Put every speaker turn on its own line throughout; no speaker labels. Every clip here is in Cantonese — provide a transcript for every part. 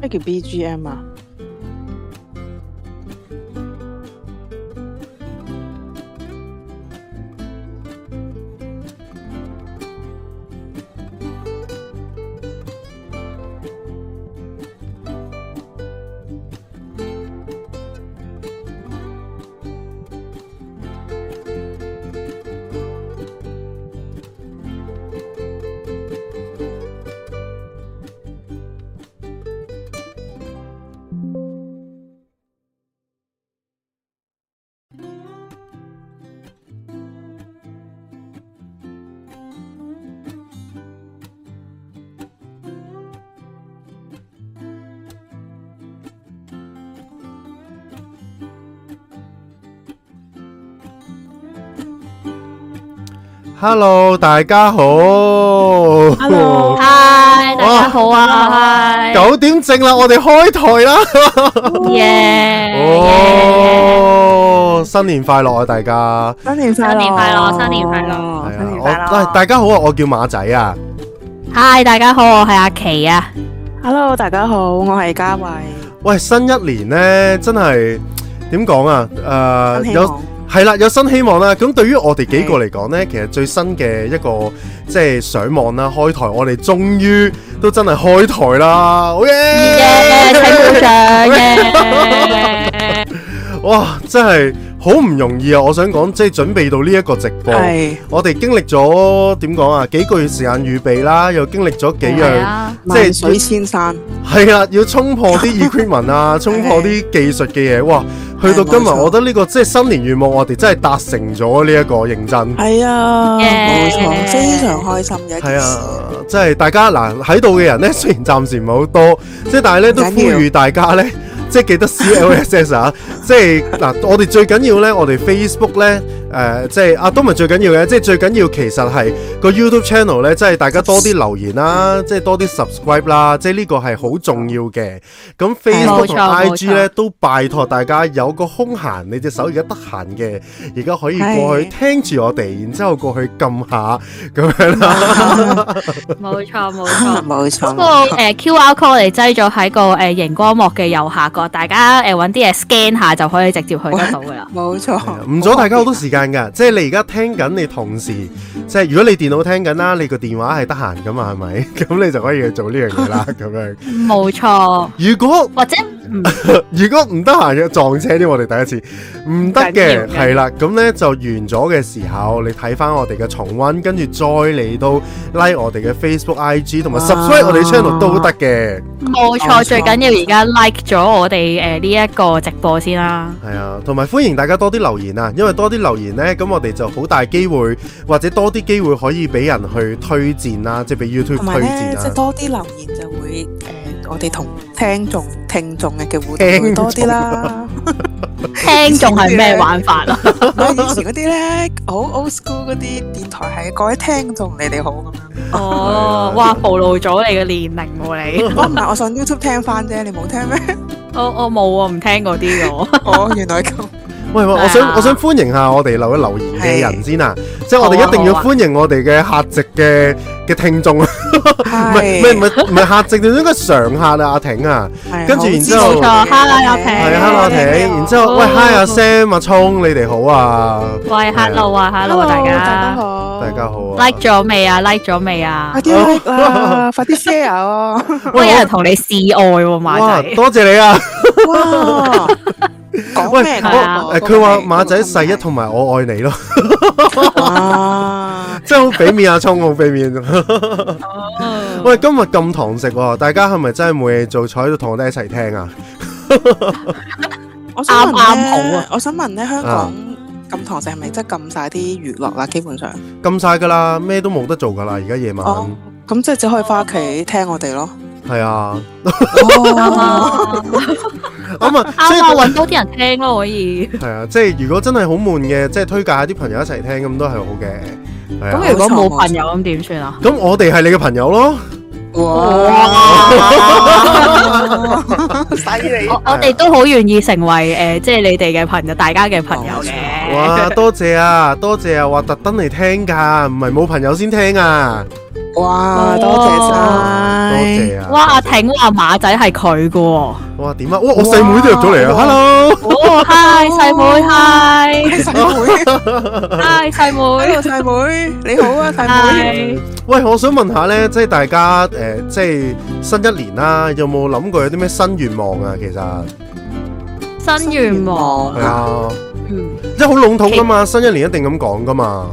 咩叫 BGM 啊？
Hello，大家好。
Hello
嗨，大家好啊！嗨，
九點正啦，我哋開台啦。
Dạ. 耶！
哦，新年快樂啊，大家。
新年
新年快樂新年快樂
係
新年
啊，
快樂
我喂大家好啊，我叫馬仔啊。
嗨，大家好，我係阿琪啊！
Hello，大家好，我係嘉慧。
喂，新一年呢，真係點講啊？誒、
新希
有
望
係啦，有新希望啦。咁對於我哋幾個嚟講呢，其實最新嘅一個即係上網啦，開台，我哋終於都真係開台啦，好
耶，
耶！
請鼓掌耶！
哇，真係好唔容易啊！我想講，即係準備到呢一個直播，
係
我哋經歷咗點講啊，幾個月時間預備啦，又經歷咗幾
係
樣，
啊，
即係
萬水千山，
係啦，要衝破 啲 equipment 啊，衝破啲技術嘅嘢，哇！去到今
係
日，
冇錯
我覺得呢個即係新年願望，我哋真係達成咗呢一個認真。
係啊，冇
Yeah
錯，非常開心嘅一
係
件事。
啊，即係大家嗱喺度嘅人呢， 雖然暫時唔係好多，即係但係咧都
唔
呼
緊要
籲大家呢， 即係記得 CLSS 啊！即係嗱，我哋最緊要呢，我哋 Facebook 呢，誒、即係啊都唔係最緊要嘅，即係最緊要其實係個 YouTube channel 呢，即係大家多啲留言啦，即係多啲 subscribe 啦，即係呢個係好重要嘅。咁
冇
Facebook
錯
同
冇
IG
錯
呢，都拜託大家有個空閒，你隻手而家得閒嘅，而家可以過去聽住我哋，然之後過去撳下咁樣啦。
冇錯 冇 錯。
冇
嗰
錯，
個誒 QR code 嚟擠咗喺個誒熒光幕嘅右下角，大家誒揾啲嘢 scan 下就可以直接去得到噶啦。
冇錯，
啊唔阻大家好多時間㗎，即係你而家聽緊，你同時即係如果你電腦聽緊啦，你個電話係得閒㗎嘛，係咪？ 咁你就可以去做呢樣嘢 啦，咁樣。
冇錯，
如果
或者嗯唔
如果唔得閒嘅撞車添，我哋第一次唔得
緊要
嘅
嘅
係啦，咁呢就完咗嘅時候，你睇翻我哋嘅重温，跟住再嚟到 like 我哋嘅 Facebook、IG 同埋
哇
subscribe 我哋 channel 都得嘅。
冇
冇錯
錯，最緊要而家 like 咗我哋誒呢一個直播先啦。
係啊，同埋歡迎大家多啲留言啊，因為多啲留言呢，咁我哋就好大機會，或者多啲機會可以俾人去推薦啦，即係俾 YouTube
同埋
推
咧，
薦
即係
啊。
多啲留言就會誒，我哋同聽眾聽眾嘅嘅互動
聽眾
會多啲啦。
聽眾係咩玩法啊？
唔係以前嗰啲咧，好 old school 嗰啲電台係各位聽眾，你哋好咁樣。
哦，哇，暴露咗你嘅年齡喎你。
我唔係，我上 YouTube 聽翻啫，你冇聽 咩？
我我冇啊，唔聽嗰啲嘅我。
哦，原來咁。
喂喂，我
係
想
啊
我想歡迎下我哋留一留言嘅人先啊，即係我哋
好啊
一定要
好啊
歡迎我哋嘅客席嘅嘅聽眾啊，唔係唔係唔
係，
係唔係客席，就應該常客啊，阿婷啊，跟住然之後
後
冇
錯，Hello，阿平
係
係
hello 阿婷，然之後喂
好
hi 阿 Sam 阿聰，你哋好啊，
喂，hello 啊，hello 大
家
家
好，
大家。好啊
，like，咗未啊？like 咗未啊
快？啲 like 啦，快啲 share 啊！
喂，有人同你示愛喎，
哇
馬仔。
多謝你啊！
哇，講
喂，
咩
係啊
我誒佢話馬仔細一同埋我愛你咯，
啊，
真係好俾面阿聰，好俾面。 喂，今日咁堂食喎，大家係咪真係冇嘢做，坐喺度同我哋一齊聽啊？
我想問
啱啱
咧
好啊，
我想問咧，香港禁堂食係咪即係禁晒啲娛樂啦？基本上，
禁晒㗎啦，咩都冇得做㗎啦，而家夜晚
哦，咁即係只可以翻屋企聽我哋咯。
係 啊，
啱
哦，
啊，
咁啊，即
啱啊，
係
揾多啲人聽咯，可以。
係啊，即係如果真係好悶嘅，即係推介下啲朋友一齊聽咁都係好嘅。係啊
咁如果冇朋友咁點算啊？
咁我哋係你嘅朋友咯，
哇，犀利！
我我哋都好願意成為誒，呃即係你哋嘅朋友，大家嘅朋友嘅。
哇，多謝啊，多謝啊，話特登嚟聽㗎，唔係冇朋友先聽啊，
哇，多謝
多
晒，
謝啊！
哇！阿挺話馬仔係佢噶喎，哦
哇點啊！哇我細妹都入咗嚟啊
哇
！Hello，
，hi 細妹
細妹，
，hi hi 細妹
hello 細妹，你好啊，細妹。
，hi
喂，我想問下咧，即係大家誒、呃即係新一年啦，有冇諗過有啲咩新願望啊？其實係
新願望，
啊，
嗯
即係好籠統噶嘛，新一年一定咁講噶嘛。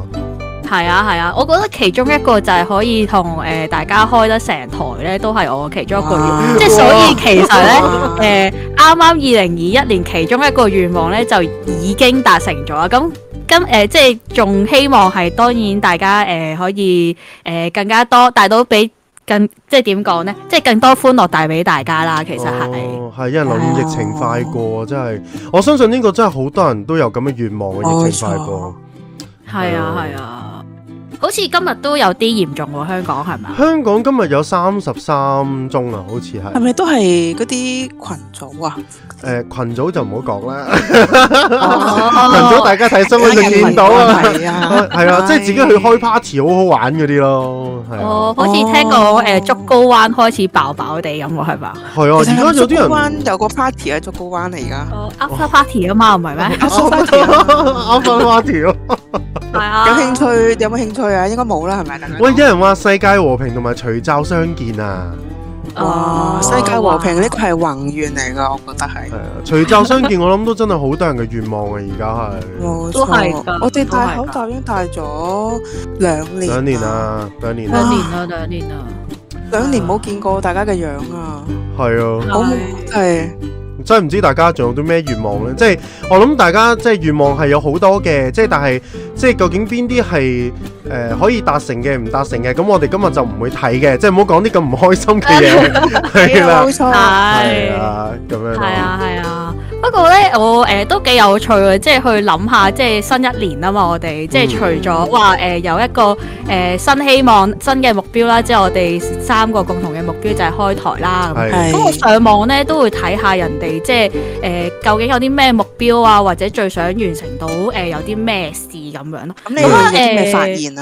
係啊係啊，我覺得其中一個就係可以同誒大家開得成台咧，都係我其中一個願
哇
望，即係所以其實咧。
哇
誒啱啱二零二一年其中一個願望咧就已經達成咗啦，咁咁誒即係仲希望係當然大家誒、呃可以誒、呃更加多帶到俾更即係點講咧，即係更多歡樂帶俾大家啦，其實係。
哦係有人留言疫情快過，真係我相信呢個真係好多人都有咁嘅願望嘅疫情快過。
係啊，係啊，好似今日都有啲嚴重喎，香港係咪啊？
香港今日有三十三宗啊，好似係
係咪都係嗰啲群組啊？
誒群組就唔好講啦，群組
哦，
大家睇新聞就見到 啊，
係啊，
係啊，即係自己去開 party 好好玩嗰啲咯，係啊。
哦好似聽
哦
過誒竹篙灣開始爆爆地咁喎，係嘛？
係啊，而
其實
家有啲
竹篙
人
灣有個 party 喺竹篙灣嚟㗎，
哦，after party 啊嘛，唔係咩？
啱翻 party 咯。
係啊，
有興趣有冇興趣啊？應該冇啦，係咪？大家
喂，有人話世界和平同埋除罩相見啊，
Ờ.
哇，世界和平呢個係宏願嚟㗎，我覺得係
係。啊，除罩相見，我諗都真係好多人嘅願望啊，而家係
冇
都係
錯
㗎，
我哋
都係
戴
㗎
口罩已經戴咗兩年，
兩年，啊，兩年
兩
啊，
年啦，兩年啦，
兩年冇見過大家嘅樣啊，
係啊。
好
係
係
真係唔知大家仲有啲咩願望呢？即係我諗大家即係願望係有好多嘅，即係但係即係究竟邊啲係誒可以達成嘅，唔達成嘅？咁我哋今日就唔會睇嘅，即係唔好講啲咁唔開心嘅嘢，係啦，
冇錯，
係
係。
啊，咁樣
係
咯，
啊係啊，不過咧我誒、呃都幾有趣嘅，即係去諗下，即係新一年啊嘛，我哋即係除咗話誒有一個誒、呃新希望、新嘅目標啦，即係我哋三個共同嘅目標就係開台啦。咁
係
咁我上網咧都會睇下人哋即係誒、呃究竟有啲咩目標啊，或者最想完成到誒、呃有啲咩事咁樣咯。
咁你有冇啲咩
誒
發現啊？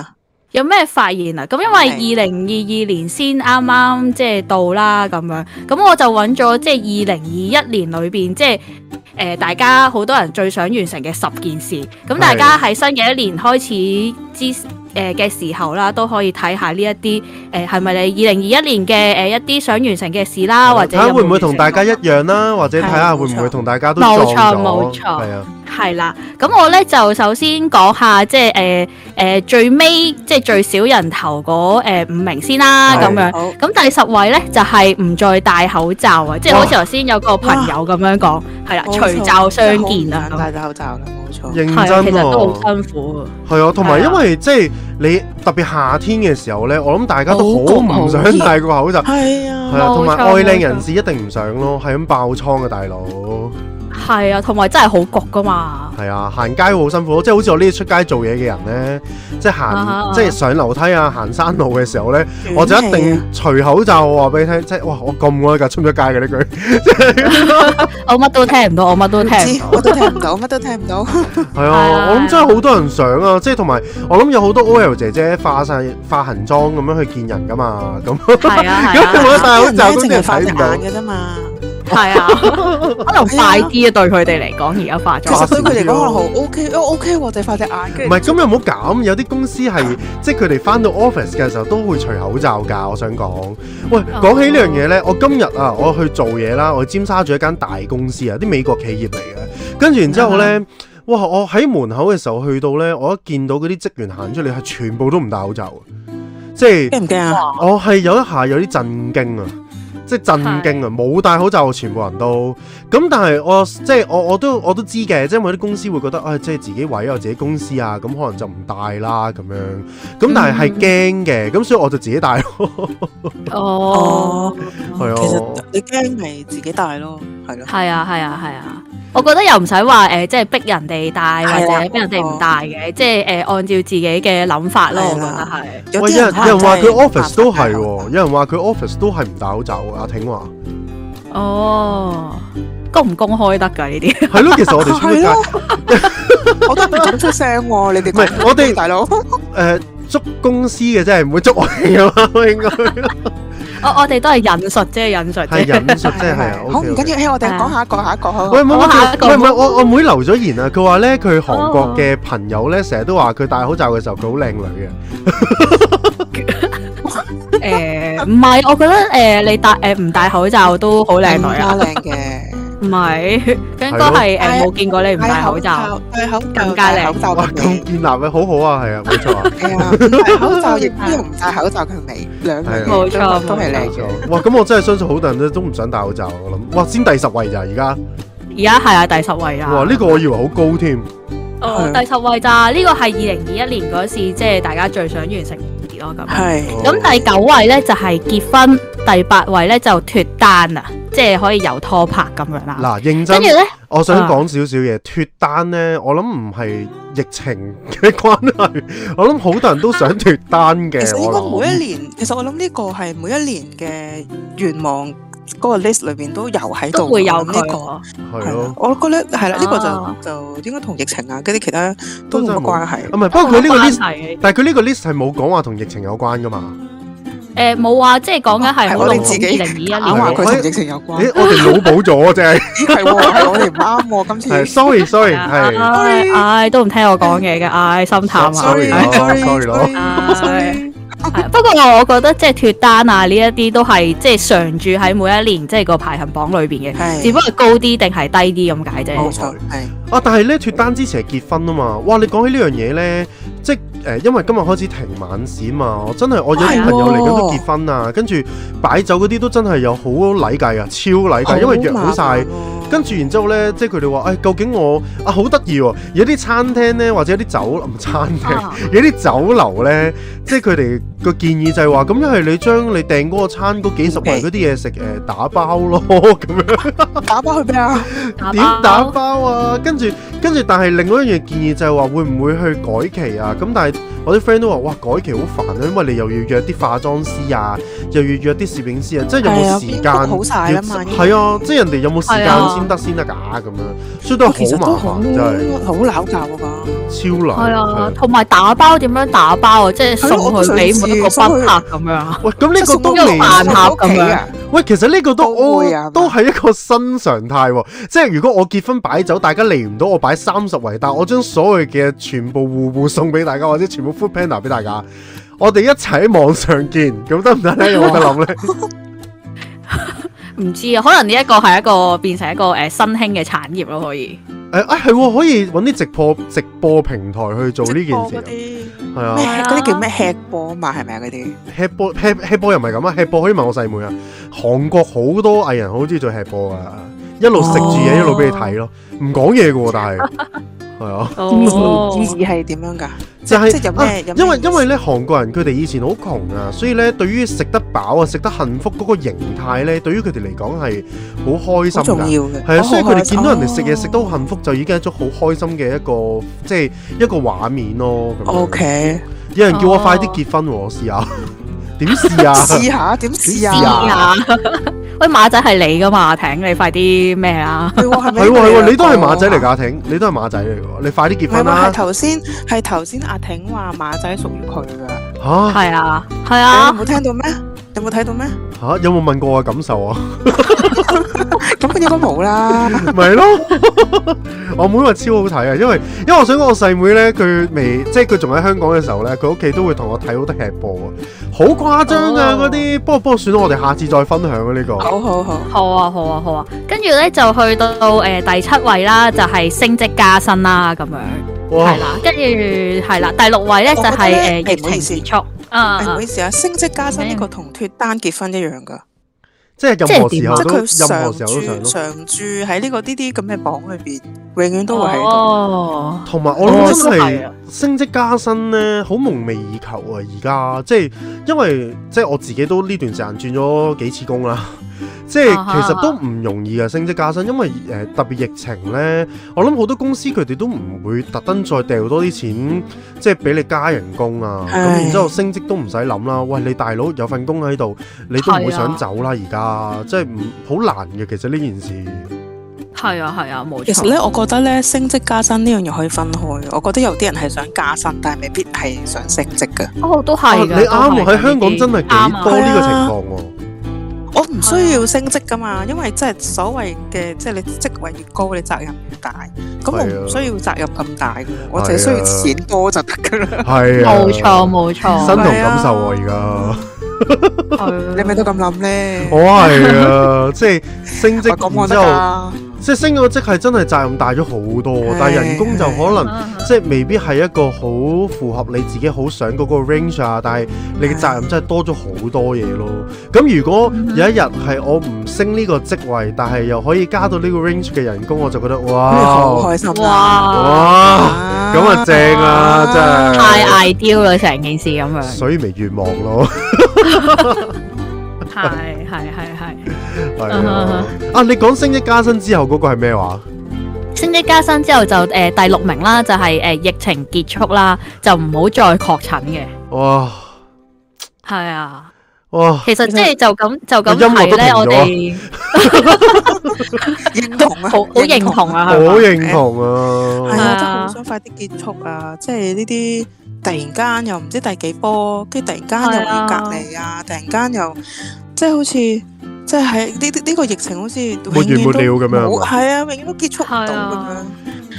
有咩發現啊？咁因為二零二二年先啱啱即係到啦，咁樣咁我就揾咗即係二零二一年裏邊即係。誒、大家好多人最想完成嘅十件事，咁大家喺新嘅一年開始之誒嘅、時候啦，都可以睇下呢一啲誒係咪你二零二一年嘅誒、一啲想完成嘅事啦，啊或者
啊睇下
有冇
會唔會
完成
同大家
到
一樣啦，或者睇下
係
會唔
冇
會
錯
同大家都撞
啊
咗，
冇錯冇錯
係啊，
係啦，咁我咧就首先講下即係誒誒最尾即係最少人頭嗰誒五名先啦，
係
咁樣。
好
咁第十位咧就係、唔再戴口罩啊，即係
哇
好似頭先有個朋友咁樣講，係啦，
冇錯
除罩相見
真係好唔，
啊咁
想戴口罩啦，冇錯。
認
係啊，其
真
實都好
喎，
辛苦啊，
係啊，同埋
係啊
因為即係你特別夏天嘅時候呢，我諗大家都好
好焗好
唔想
熱
戴個口罩。
係啊
系，啊，
冇
同埋
錯
愛靚
冇
人
錯
士一定唔想咯，係咁爆倉嘅大佬，
係啊，同埋真係好焗噶嘛，
係啊，行街會好辛苦，即係好似我呢啲出街做嘢嘅人呢，即係行、
啊嗯啊
即係上樓梯啊、行山路嘅時候呢，
暖
我就一
氣啊
定除口罩，我話俾你聽，即係哇，我咁嗰架出唔出街嘅呢句，
我乜都聽唔到，我乜都聽唔
知我都聽唔到，乜都聽唔到。
係
係
啊
啊，
我諗真係好多人想啊，即係同埋我諗有好多 OL 姐姐化晒化行妝咁樣去見人噶嘛，咁
到，係啊
如果佢
係
冇得
啊
戴口罩，
啲人
咁你
咧淨
又
係發
睇
隻
唔到。
眼嘅啫嘛。
係啊，可能快啲啊，對佢哋嚟講而家化
其實
咗，
對佢嚟講可能好 OK，哦 OK 喎，就係發隻眼，
唔
跟住
係，咁又唔好咁。有啲公司係即係佢哋翻到 office 嘅時候都會除口罩㗎。我想講，喂，講起呢樣嘢呢，我今日啊，我去做嘢啦，我去尖沙咀一間大公司啊，啲美國企業嚟嘅。跟住然之後呢，哇！我喺門口嘅時候去到呢，我一見到嗰啲職員行出嚟係全部都唔戴口罩嘅，即係
驚唔驚啊？
我哦係有一下有啲震驚啊！即係震驚啊！冇戴口罩，全部人都咁，但係我即係我我都我都知嘅，即係因為啲公司會覺得，唉、即係自己位有自己公司啊，咁可能就唔戴啦咁樣。咁但係係驚嘅，咁所以我就自己戴咯。
哦，
係啊
其實你驚咪自己戴咯，係咯。
係啊，係啊，係啊。我覺得又唔使話誒，即係逼人哋戴或
係啊
者逼人哋唔戴嘅，即係誒按照自己嘅諗法咯。我覺得係。啊
有
喂，
啲
有人有人話佢
可能真係
office 都
冇
係喎，
辦
有人話佢 office 都係唔戴口罩啊。阿挺話
哦，公唔公開得㗎呢啲？
係咯，其實我哋出
法係
咗街
咯，我都唔敢出聲喎，你哋
唔係我哋
大佬
誒捉公司嘅真係唔會捉我哋噶嘛，應該
我我哋都係引述啫，引述
係
啫。
引述真係啊。
好唔
OK，OK
緊要，誒，哦我哋
係
講下一個，下一個好。
喂，唔好唔
我下一
好
個
喂唔係我我妹留咗言啊，佢話咧佢韓國嘅朋友咧，成日都話佢戴口罩嘅時候佢好靚女嘅。
誒唔係，我覺得誒你戴誒唔戴口罩都好靚女啊，
更加靚嘅，
唔係， 佢應該係誒冇見過你唔戴口罩。，
戴口罩，
更加靚
戴口罩
哇，
嘅
咁
美，
建立嘅好好啊，係啊，冇錯啊。
係啊，唔戴口罩亦都有唔戴口罩嘅美，兩樣嘢
係
啊冇錯
都係 靚
冇
嘅。
錯哇！咁我真係相信好多人咧都唔想戴口罩，我諗。哇，先第十位咋而家？
而家係啊，第十位啊。
哇！呢個我以為好高添。
哦，第十位咋？呢個係二零二一年嗰時，即係大家最想完成嘅咯咁。
係，
咁第九位咧就係、結婚，第八位咧就脱單啊，即係可以由拖拍咁樣啦。
嗱，認
跟
真
住，咧，
我想講少少嘢。脱單呢，我諗唔係疫情嘅關係，我諗好多人都想脱單
其
嘅。
實
我
應該每
諗
一年，其實我諗呢個係每一年嘅願望嗰個 list 裏面都有喺度，
都會有
我諗呢
佢
個
喎。
係咯。
我覺得係啦，啊呢個
啊
就就應該同疫情
à?
啊，嗰啲其他都冇乜關係
啊，。唔係，不過佢呢個 list，
誒
但係佢呢個 list 係冇講話同疫情有關噶嘛。
冇啊，即係講緊係
哦係
好
我
籠
哋自
統
己
二零
硬
二一
搞
話
年
佢同疫情有關
誒，，我哋腦補咗啫。
咦係喎，係我哋唔啱喎，今次
係，sorry，sorry，係。
唉唉都唔聽我講嘢嘅，唉心淡啊。
sorry，
唉
sorry，
sorry，
sorry，
唉係啊不過我覺得即係脱單啊呢一啲都係即係常駐喺每一年即係個排行榜裏邊嘅，
係
只不過高啲定係低啲咁解啫
冇。錯，係
啊！但係咧脱單之前係結婚啊嘛，哇！你講起呢樣嘢咧，即係誒、呃因為今日開始停晚市啊嘛，我真係我有啲朋友嚟緊都結婚啊，跟住擺酒嗰啲都真係有好禮計啊，超禮計，因為約好晒。，跟住然之後咧，即係佢哋話：，誒、哎究竟我啊好得意喎！有啲餐廳咧，或者有啲酒唔餐廳，
啊
有啲酒樓咧，即係佢哋個建議就係話：，咁一係你將你訂嗰個餐嗰幾十圍嗰啲嘢食誒、呃打包咯，咁樣。
打包去邊啊？
打
點
包
打包啊？跟住跟住，但係另外一樣建議就係話會唔會去改期啊？咁但係我啲 friend 都話：哇，改期好煩啊，因為你又要約啲化妝師啊，又要約啲攝影師啊，即係有
係
冇
啊
時
邊
間
個好晒啦嘛
要係啊，即係人哋有冇時
係
間
啊
先得先得㗎咁樣，所以都
哇其實
係
都
好麻煩，真係
好撈教㗎嘛。
超難。係
係啊，同埋打包點樣打包啊？即係送去俾每一個賓客咁樣啊？
喂，咁
即
呢
係
個
送到
都
一個
未
飯盒咁樣
啊？
喂，其實呢個都
都會啊
都係一個新常態喎，即係如果我結婚擺酒，大家嚟唔到，我擺三十圍，但我將所有嘅全部戶戶送俾大家，或者全部 food panda 俾大家，我哋一齊喺網上見，咁得唔得咧？有冇得諗咧？
唔知啊，可能呢一個係一個變成一個誒新興嘅產業咯，可以。
誒啊，係喎，可以揾啲直播直播平台去做呢件事，
事
係啊
咩
係啊
嗰啲叫咩吃播啊嘛，係咪啊嗰啲？
吃播吃吃播又唔係咁啊，吃播可以問我細妹啊，韓國好多藝人好中意做吃播啊，一路食住嘢一路俾你睇咯，唔講嘢嘅喎，但係係啊。
哦，
意思係點樣㗎？
就係、
即係有咩有咩
因為
意思
因為咧韓國人佢哋以前好窮啊，所以咧對於食得飽啊、食得幸福嗰個形態咧，對於佢哋嚟講係好開心
好重
㗎。
要嘅。
係啊，
哦
所以佢哋見到人哋食嘢
哦
食得好幸福，就已經係一種好開心嘅一個即係一個畫面咯。咁樣
O K，
有人叫我快啲結婚喎，我試下 點試
試
啊？
下點試
試下
啊？
啊！喂，馬仔係你噶嘛？艇你快啲咩啊啦？
係喎係咪
係喎係喎，你都係馬仔嚟
㗎？
㗎，阿挺，你都係馬仔嚟㗎，你快啲
哦唔
結
係
婚
喎，係
啦
頭先係頭先阿挺話馬仔屬於佢㗎，
嚇
係啊，係
你
啊，
有冇聽到咩？有冇睇到咩？
嚇，有冇問過我嘅感受啊？
咁佢應該冇啦。
咪咯，我妹話超好睇啊，因為因為我想講我細妹咧，佢未即係佢仲喺香港嘅時候咧，佢屋企都會同我睇好多吃播啊，好誇張啊
哦
嗰啲，不過不過算啦，我哋下次再分享啊呢個。
好好好，
好啊，好啊，好啊。跟住咧就去到誒第七位啦，就係升職加薪啦咁樣，
哇
係，啦。跟住係啦，第六位咧就係誒疫情結束
誒唔
啊
好。意思啊，升職加薪呢
咩
個同脱單結婚一樣㗎，
即係任何時候
即係啊
都
佢
任
常
何時候都上
駐
咯。
常駐喺呢個呢啲咁嘅榜裏邊，永遠都會喺度。
哦，
同埋我諗真
哦
係
係啊
升職加薪咧，好夢寐以求啊！而家即係因為即係我自己都呢段時間轉咗幾次工啦， 即係
啊哈
其實都唔容易啊升職加薪，因為誒、呃特別疫情咧，我諗好多公司佢哋都唔會特登再掉多啲錢，即係俾你加人工啊。咁
唉
然之後升職都唔使諗啦。喂，你大佬有份工喺度，你都唔會
係啊
想走啦。而家即係唔好難嘅，其實呢件事
係啊係啊，冇
其實
錯。
咧，我覺得咧升職加薪呢樣嘢可以分開嘅。我覺得有啲人係想加薪，但係未必係想升職嘅。
哦，都
啊
係
你
㗎
啱喎，
都係㗎
喺香港真係
啱
幾
啊
多呢個情
係啊
況喎。
我唔需要升職噶嘛，因為即係所謂嘅，即係你職位越高，你責任越大。咁我
係啊
唔需要責任咁大嘅，我
係啊
淨係需要錢多就得噶啦。
係啊，
冇錯冇
身
錯，
同感受喎，而家。
你咪都咁諗咧？
我係啊，即係升
我咁
職，
我
然
得
之後
㗎。
即係升咗職係真係責任大咗好多
係，
但係人工就可能。
係
即係未必係一個好符合你自己好想嗰個 range 啊，但係你嘅責任真係多咗好多嘢咯。咁如果
嗯
有一日係我唔升呢個職位，但係又可以加到呢個 range 嘅人工，我就覺得
咁你好
哇
開心啦！
哇，
哇咁啊正啊，真係
太 ideal 啦，成件事咁樣，
所以咪願望咯，
係係係係。
係
嗯哼
啊。啊，你講升職加薪之後嗰個係咩話？
升職加薪之後就誒、呃第六名啦，就係、呃疫情結束啦，就唔好再確診嘅。
哇
係啊，
哇！
其實即係就咁就咁
個音樂
睇
都
咧，
停咗
我 哋
認同啊，
好好認同啊，
好
係嘛？
係！
認同啊
啊，真係好
啊
想快啲結束啊！即係呢啲突然間又唔知第幾波，跟住突然間又
係啊
要隔離啊，突然間又即係好似即係喺呢呢呢個疫情好似永
沒完
遠都
沒了咁樣
冇係啊，永遠都結束唔到咁
係
樣
啊。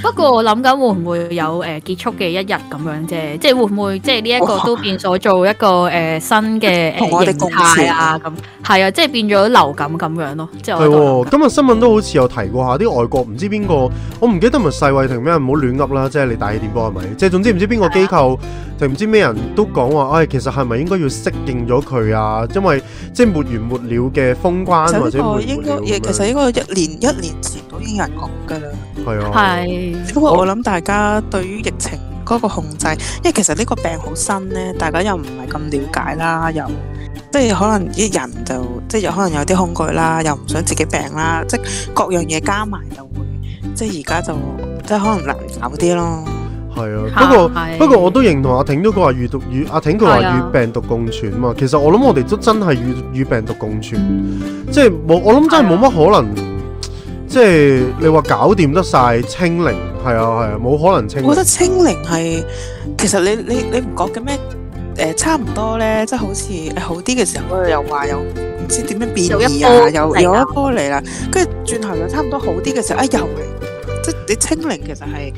不過我諗緊會唔會有誒、呃、結束嘅一日咁樣啫，即係會唔會即係呢一個
哇
都變咗做一個誒、呃新嘅
同我哋
誒形
共
態啊咁，係啊，即係變咗流感咁樣咯，即係
係
哎我
喎，
覺
今日新聞都好似有提過下啲外國唔知邊個，我唔記得咪世衛定咩，唔好亂噏啦，即係你大氣電波係咪？即係總之唔知邊個機
啊
構定唔知咩人都講話，哎唉、其實係咪應該要適應咗佢啊？因為即係沒完沒了嘅封關
其實
或
呢
者沒
個
完
應
沒
該
了
亦
咁
其
樣
實應該一年一年前都已經有人講㗎啦。
係
得
啊，
係
只不過我諗大家對於疫情嗰個控制，因為其實呢個病好新咧，大家又唔係咁了解啦，又即係可能啲人就即係有可能有啲恐懼啦，又唔想自己病啦，即係各樣嘢加埋就會，即係而家就即係可能難搞啲咯。
係啊。不過
係
不過我都認同阿挺都佢話與毒與阿挺佢話
係啊
與病毒共存嘛。其實我諗我哋都真係與與病毒共存，即係冇我
啊
諗真係冇乜可能，即係你話搞掂得晒清零，係啊係啊，冇可能清零
我覺得清零係其實你你你唔覺嘅咩？誒、差唔多咧，即係好似誒好啲嘅時候，佢又話有唔知點樣變
有一
異啊，
波
又
嚟
有
啦
一波嚟啦，跟住轉頭又差唔多好啲嘅時候，啊又嚟，即係你清零其實係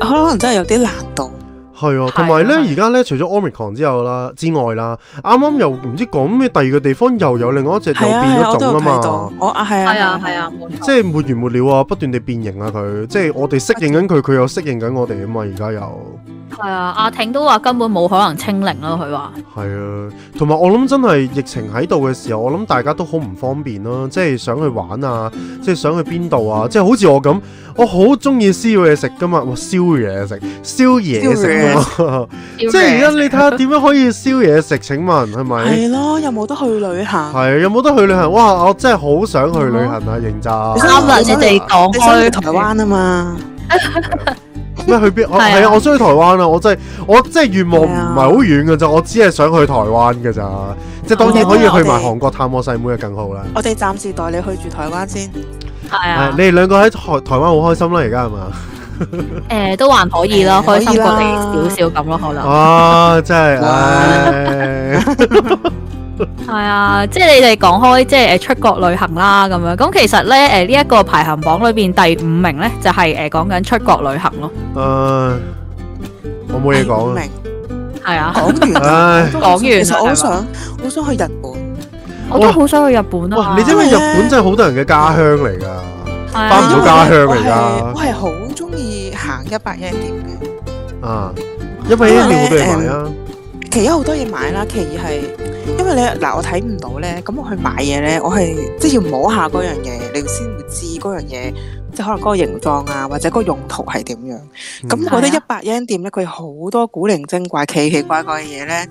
可能真係有啲難度。
係啊，
係
同埋咧，
啊係
而家咧除咗 Omicron 之後啦之外啦，啱啱又唔知講咩第二個地方又有另外一隻又
係
變
啊係啊，
咗
我都
種啊
有睇
嘛
到，，我啊係啊
係啊係啊，，冇錯。
即係沒完沒了啊，不斷地變形啊佢，即係我哋適應緊佢，佢又適應緊我哋啊嘛，而家又。
係啊，阿挺都話根本冇可能清零咯，佢話
係啊，同埋我諗真係疫情喺度嘅時候，我諗大家都好唔方便啦，即係想去玩啊，即係想去邊度啊，即係好似我咁，我好中意燒嘢食噶嘛，哇燒嘢食，燒嘢食㗎 嘛，即係而家你睇下點樣可以燒嘢食？請問係咪？
係咯，又冇得去旅行
係。啊有冇得去旅行？哇！我真係好想去旅行啊，認真。
啱啦，
你
你
想
哋講
你想去
開
台灣啊嘛？
咩去邊？我
係啊
係啊，我想去台灣啊！我真係我真係願望
係啊
唔係好遠㗎咋，我只係想去台灣㗎咋。即係當然可以去埋韓國探我細妹啊，更好啦。
我哋暫時代你去住台灣先。
係
係
啊
你，哋兩個喺台台灣好開心啦，而家係嘛？
誒都還可以咯，
可
開
以
心過
啦
你少少咁咯，可能
啊，真係，唉，
係啊，即係你哋講開即係誒出國旅行啦咁樣，咁其實咧誒呢一個排行榜裏邊第五名咧就係誒講緊出國旅行咯，
唉，我冇嘢講啊
唔
啦，
明
係啊，
講完啦。
唉，
都好想
講完啦
其實我好
係
想好想去日本，
我都好想去日本
哦哇！
啊，
你知唔知
因為
日
咧
本真係好多人嘅家鄉嚟㗎？
係啊
翻唔到家鄉嚟㗎
因為我係我係好中意行一百一店嘅，
啊，因為一定好多嘢買啊，
其一好多嘢買啦，其二係因為咧嗱我睇唔到咧，咁我去買嘢咧，我係即係要摸下嗰樣嘢，你先會知嗰樣嘢，即係可能嗰個形狀啊，或者嗰個用途係點樣。咁
嗯
我覺得
係
一百 yen 店咧，佢好多古靈精怪、奇奇怪怪嘅嘢咧，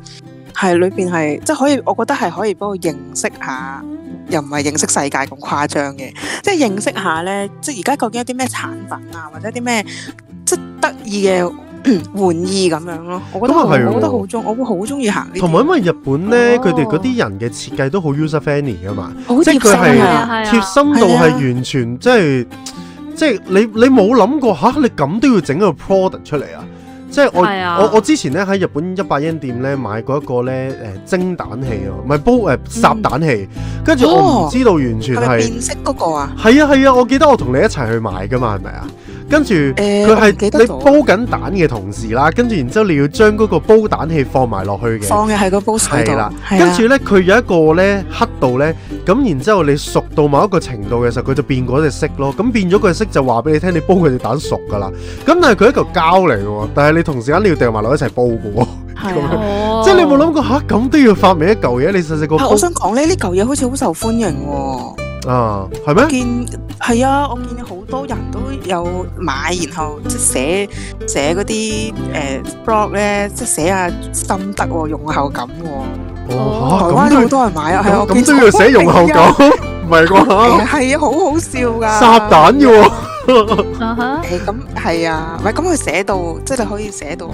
係裏邊係即係可以，我覺得係可以幫我認識下，又唔係認識世界咁誇張嘅，即係認識下咧，即係而家究竟有啲咩產品啊，或者啲咩即係得意嘅玩意咁樣咯。我覺得
咁啊
好
係喎
我覺得好中，我會好中意行呢啲。
同埋因為日本咧，
哦
佢哋嗰啲人嘅設
啊
計都好 user friendly 㗎嘛，
好
即係
貼
佢
心
係
啊！
係啊
貼心度係完全即係即係你你冇諗過吓，你咁都要整個 product 出嚟啊！即係我、
係啊
我我之前咧喺日本一百 yen 店咧買過一個咧誒蒸蛋器啊，唔係煲誒烚蛋器，跟住我唔
嗯哦
知道完全
係咪
係
變色嗰個啊？
係啊係啊，我記得我同你一齊去買噶嘛，係咪啊？跟住
誒
佢
我唔
係
記得
你
咗
煲緊蛋嘅同時啦，跟住然之後你要將嗰個煲蛋器放埋落去嘅。
放嘅喺個煲水度
係啦，，
係啊
跟
啦
住咧佢有一個咧黑度咧，咁然之後你熟到某一個程度嘅時候，佢就變嗰隻色咯。咁變咗佢隻色就話俾你聽，你煲佢隻蛋熟噶啦。咁但係佢一嚿膠嚟嘅喎，但係你同時間你要掉埋落一齊煲嘅喎。
係啊。
哦
即係你有冇諗過吓咁都要發明一嚿嘢？你細細個
啊我
煲
想講咧，呢嚿嘢好似好受歡迎喎。
啊，係咩？
見係啊，我見好多人都有買，然後即係寫寫嗰啲誒 blog 咧，即係寫下心得喎、用後感喎、
哦
台
嚇
灣都好
咁都要
多人買啊，係啊，
咁咁都要寫用後感， 唔係
係啊，
啩？
係啊，好好笑噶。
烚蛋嘅喎。
啊哈
誒咁係啊，唔係咁佢寫到，即係你可以寫到，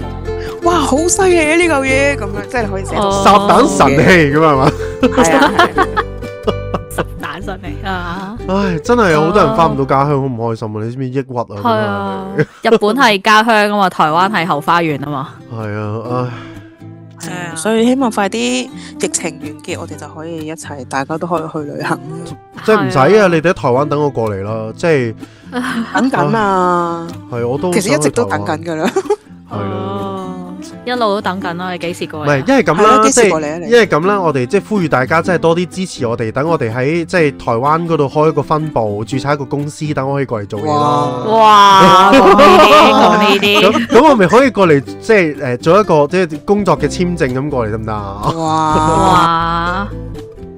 哇好犀利啊呢嚿嘢咁樣，即係你可以寫到
哦
烚蛋神器咁係嘛？
係啊，係啊
蛋上嚟啊！
唉，真係好多人翻唔到家鄉，好唔開心啊！你知唔知抑鬱啊？
係啊，日本係家鄉啊嘛，台灣係後花園啊嘛。
真係，係啊，唉，
係啊， 所以希望快啲疫情完結，我哋就可以一齊，大家都可以去旅行。
即係唔使
係
啊！你哋喺台灣等我過嚟啦，即係
等緊啊，
係我都
其實一直都等
想去
緊，
台灣
㗎啦。
係咯。
哦，啊一路都等緊啦，你幾時
唔係，
過嚟啊？
因為咁
係
啦，
咯幾
即
時過嚟啊
係
你
因為咁啦，我哋即係呼籲大家真係多啲支持我哋，等我哋喺即係台灣嗰度開一個分部，註冊一個公司，等我可以過嚟做嘢
哇
咯。
哇，講 呢啲，講呢啲。
咁咁我咪可以過嚟即係誒做一個即係工作嘅簽證咁過嚟得唔得啊？
哇！
哇！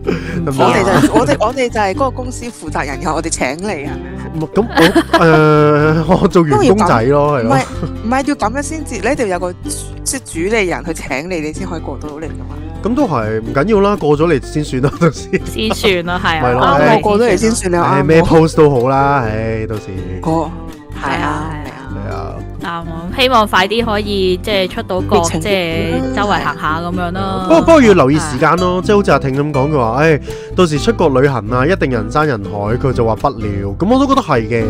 咁
嗯我哋就我哋我哋就係嗰個公司負責人，然後我哋請你啊，
咁我誒、我做員工仔咯，係
唔
咯，
係唔係要咁樣先至，你一定要有個即係主理人去請你，你先可以過到嚟㗎嘛。
咁都係唔緊要啦，過咗嚟先算啦，到 時
先算啦，係
咪咯哎
啊，
唉
啱我過到嚟先算啦。
唉
啱
咩
我
post 都好啦，唉到 時係
過係
係
啊
啊係
係
啊
啊。
啊，
啱啊！希望快啲可以即係出到國，
疫情
即係周圍行下咁樣啊啦。
嗯不過不過要留意時間咯，即係好似阿挺咁講，佢話唉到時出國旅行啊，一定人山人海，佢就話不了，咁我都覺得係嘅，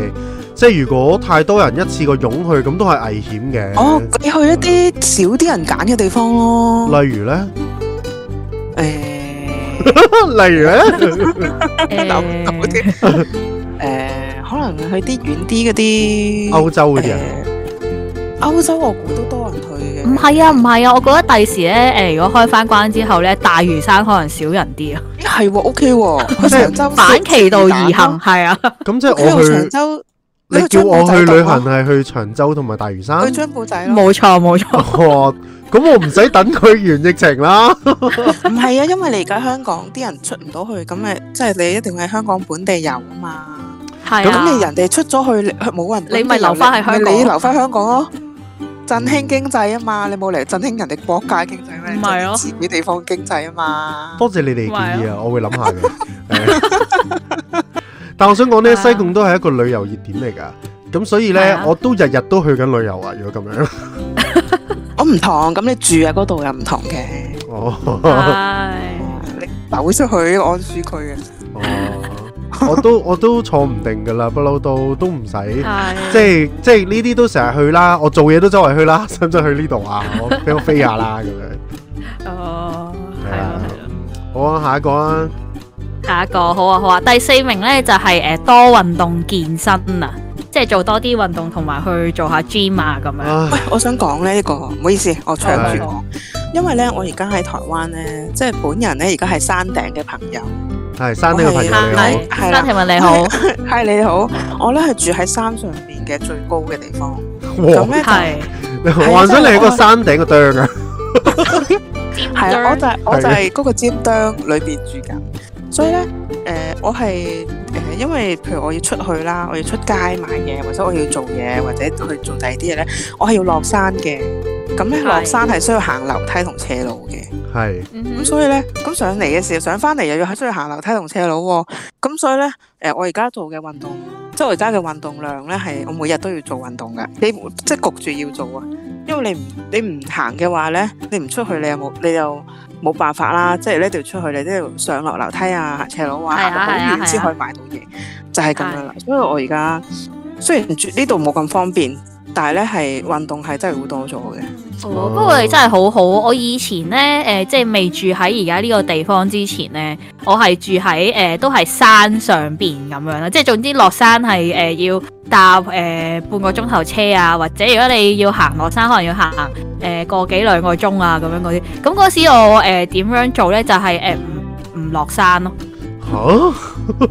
即係如果太多人一次過湧去，咁都係危險嘅。
哦，你去一啲少啲人揀嘅地方咯。
例如咧，
誒
例如咧。
誒
諗到啲誒，可能去啲遠啲嗰啲
歐洲嗰啲啊，
誒歐洲我估都多人去嘅。
唔係啊，唔係啊，我覺得第時咧，誒，如果開翻關之後咧，大嶼山可能少人啲啊，
咦係喎，OK 喎，去
即係
長洲
反其道而
食魚蛋
行
咯。
係啊，
咁即係
OK
我
喎長
去，
洲，
你
去
叫
張
我
保
去
仔度
旅
咯
行係去長洲同埋大嶼山
去。張寶仔咯。
冇錯冇錯，
哇！咁我唔使等佢完疫情啦。
唔係啊，因為你而家香港啲人出唔到去，咁咪即係你一定喺香港本地遊啊嘛。
係啊，
咁你人哋出咗去，你冇人本地遊，
你咪留返喺香港
咪你留翻香港咯。振興經濟啊嘛，你冇嚟振興人哋國家經濟咩？
唔係咯
你振興自己地方經濟啊嘛。
多謝你哋嘅建議啊，我會諗下嘅。係但我想講呢，
係啊
西貢都係一個旅遊熱點嚟㗎。咁所以
係
呢
啊，
我都日日都去緊旅遊啊。如果咁樣，
我唔同，咁你住喺嗰度又唔同嘅。
哦，
係啊
你走出去安舒區嘅，
哦我都我都坐唔定㗎啦，不嬲都都唔使。
係啊
即係即係呢啲都成日去啦，我做嘢都周圍去啦， 使唔使去呢度啊？我俾我飛下啦咁樣。
哦，係
係啊
啊係啊。
好啊，下一個啊，
下一個好啊好啊，第四名呢就係、誒、多運動健身啊，即係做多啲運動同埋去做下 gym 啊咁樣。
唉，
我想講呢、呢個，唔好意思，我搶
係
住講，因為呢，我而家喺台灣呢，即係本人呢，而家係山頂嘅朋友。
係山呢個朋
係
友你好。
係係啦
山提問你好，
係你好，我咧係住喺山上邊嘅最高嘅地方，
哇
咁咧
係
幻想你喺個山頂個哚啊！
就係啊啦，我就係我就係嗰個尖端裏邊住緊，所以咧誒、我係誒、因為譬如我要出去啦，我要出街買嘢，或者我要做嘢，或者去做第二啲嘢咧，我係要落山嘅。咁咧
係
落山係需要行樓梯同斜路嘅，
係
嗯
咁
哼
所以咧，咁上嚟嘅時候上翻嚟又要喺需要行樓梯同斜路喎，咁所以咧，誒、我而家做嘅運動，即係我而家嘅運動量咧係我每日都要做運動嘅，你即係焗住要做啊，因為你唔你唔行嘅話咧，你唔出去你又冇你又冇辦法啦，即係你一定要出去，你都要上落樓梯啊、行斜路啊，
係啊
行到好
係啊係啊
遠先可以買到嘢，就係咁樣啦。所以我而家雖然住呢度冇咁方便，但係咧係運動係真係會多咗嘅。
哦，不過你真係好好。我以前咧，誒、即係未住喺而家呢個地方之前咧，我係住喺誒、都係山上邊咁樣啦。即係總之落山係誒、要搭誒、半個鐘頭車啊，或者如果你要行落山，可能要行誒、個幾兩個鐘啊咁樣嗰啲。咁嗰時我誒點、樣做咧，就係誒唔唔落山咯，
吓，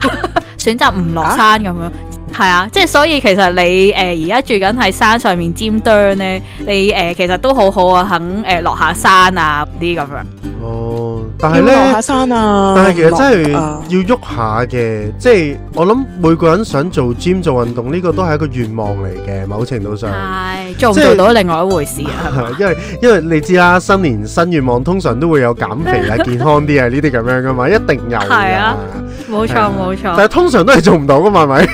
選擇唔落山咁樣。係啊，即係所以其實你誒而家住緊喺山上面尖端咧，你誒、其實都好好啊，肯誒落、下山啊嗰啲咁樣。
哦，但係
要落下
咧，
山啊！
但係其實真係
落
嗯
啊
要喐下嘅，即係我諗每個人想做 gym 做運動呢個都係一個願望嚟嘅，某程度
啊
上。
係做唔
即係
做到另外一回事啊。
因為因為你知啦，新年新願望通常都會有減肥啊、健康啲啊呢啲咁樣噶嘛，一定有㗎
係啊冇
係
錯
啊
冇錯
但，係通常都係做唔到噶嘛，係咪？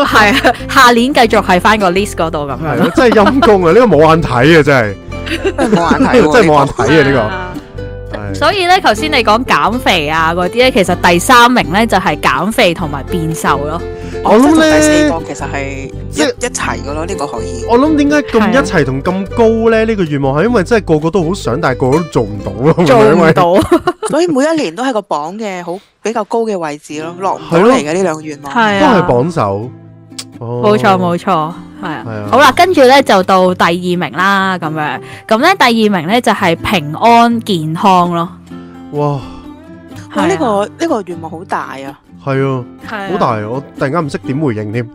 係啊，下年繼續喺翻個 list 嗰度咁樣
係
咯。
咯，真係陰公啊！呢個冇眼睇啊， 真
真係冇眼睇
係，
喎，
真係冇眼
呢
睇啊！呢
啊
個係
所以咧，頭先你講減肥啊嗰啲咧，其實第三名咧就係減肥同埋變瘦 咯。
個
我諗
哦即係同第四
咧
個其實係
即係
一一齊嘅咯，呢個可以。
我諗點解咁
係
一
啊
齊同咁高咧？呢個願望係因為真係個個都好想，但係個個都做唔到啊咯，
做
係咪因為
唔到，
所以每一年都係個榜嘅好比較高嘅位置咯，落唔到
係咯
嚟嘅呢兩個願望。
係
都係
啊，
榜首。哦
冇錯冇錯，係啊
係啊。嗯
好啦，跟住咧就到第二名啦，咁樣咁咧第二名咧就係平安健康咯。
哇，
哇！哦呢
係啊
個呢個願望好大啊！
係啊，
係
好
啊
大啊！我突然間唔識點回應添。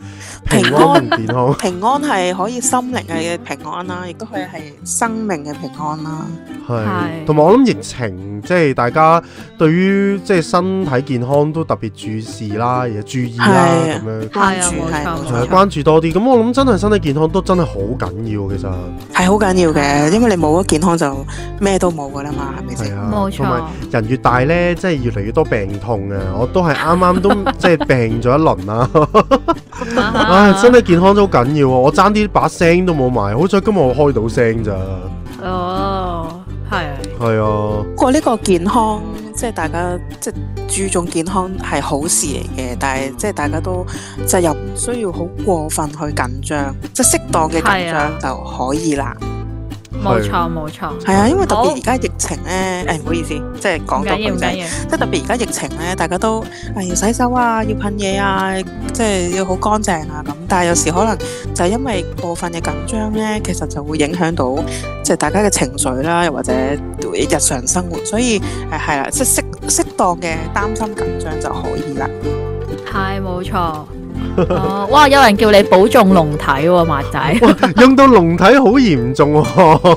平
平安
安
同健 康
平安係可以心靈嘅平安啦，亦都可以係生命嘅平安啦。
係，
係
同埋我諗疫情即係大家對於即係身體健康都特別注視啦，亦注意啦
係
咁樣。
係啊
關注係冇
冇錯
係
錯，
啊關注多啲，咁我諗真係身體健康都真係好緊要，其實
係好緊要嘅，因為你冇咗健康就咩都冇噶啦嘛，係咪
係
先？
啊，
冇
同埋
錯。
人越大呢，即係越嚟越多病痛啊！我都係啱啱都即係病咗一輪啦。
啊
唉，身體健康都好緊要啊！我爭啲把聲都冇埋，好彩今日我開到聲咋。
啊哦，係
係啊，
不過呢個健康，即係大家即係注重健康係好事嚟嘅，但係即係大家都就又唔需要好過分去緊張，即係適當嘅緊
係啊
張就可以啦。
冇
係
錯冇錯，
係啊，因為特
好
別而家疫情咧，誒唔好意思，即係
唔
講
緊
咗
要
咁
唔緊
滯，
要，
即係特別而家疫情咧，大家都誒要洗手啊，要噴嘢啊，即係要好乾淨啊咁。但係有時可能就係因為過分嘅緊張咧，其實就會影響到即係大家嘅情緒啦，又或者日常生活。所以誒係啦，即係適適當嘅擔心緊張就可以啦。
係冇錯。哦，哇！有人叫你保重龍體喎，馬仔，
用到龍體好嚴重喎。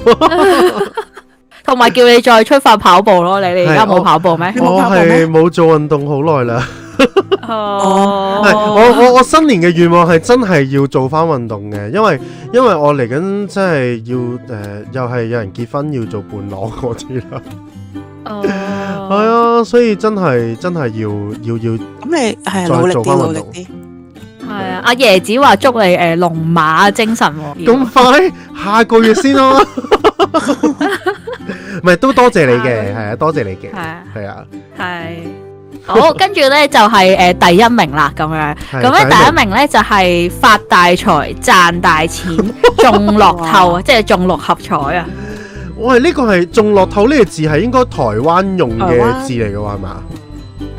同埋叫你再出發跑步咯。你你而家
係我
冇跑步咩
你？冇
我
跑步咩
係冇做運動好耐啦。
哦
係我我我新年嘅願望係真係要做翻運動嘅，因為因為我嚟緊真係要誒、呃又係有人結婚要做伴郎嗰啲啦，係、
哦，
啊，所以真係真係要要要
咁你係
再
努力
做返
啲，努
運動
力啲。
係
嗯
啊！阿椰子話祝你誒龍馬精神喎。
咁快下個月先咯，唔係都多謝你嘅，係啊，多謝你嘅
係，啊
係啊，
係。好，跟住咧就係誒第一名啦，咁樣。
係
咁咧
第一
第一名咧就係發大財、賺 大錢、中樂透啊，即係中六合彩啊！
喂，呢個係中樂透呢個字係應該台灣用
台
嘅
灣
字嚟嘅喎，係嘛？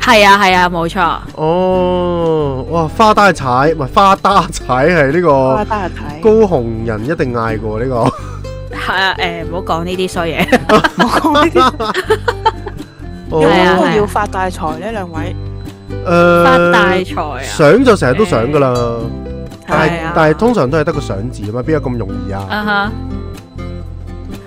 係啊係啊，冇錯，
哦，哇，花打踩，唔係花打踩係呢個
啊，。得閒睇，
高雄人一定嗌過呢個，
係啊誒，唔好講呢啲衰嘢。
冇講呢 啲。有
係
冇
啊
諗過
係啊
要發大財呢？兩位
誒
發大財啊！
想就成日都想噶啦，但
係
係
啊
但係通常都係得個想字啊嘛，邊有咁容易啊？
啊哈！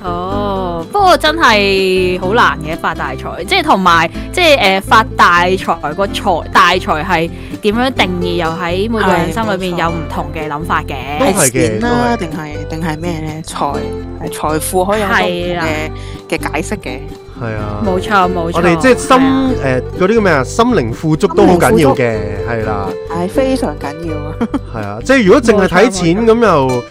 哦，不過真係好難嘅發大財，即係同埋即係誒、呃、發大財個財大財係點樣定義，又喺每個人心
係
裏
冇
邊
錯
有唔同嘅諗法嘅。
都係嘅
錢啦，
都
定係定係咩咧？財係財富可以有好多唔
係啦
同嘅嘅解釋嘅。
係啊，
冇錯冇錯，
我哋即係心
係啊
誒嗰啲叫咩啊？心靈富足都好緊要嘅，係啦，
係非常緊要啊！
係啊，即係如果淨係睇錢
冇
咁又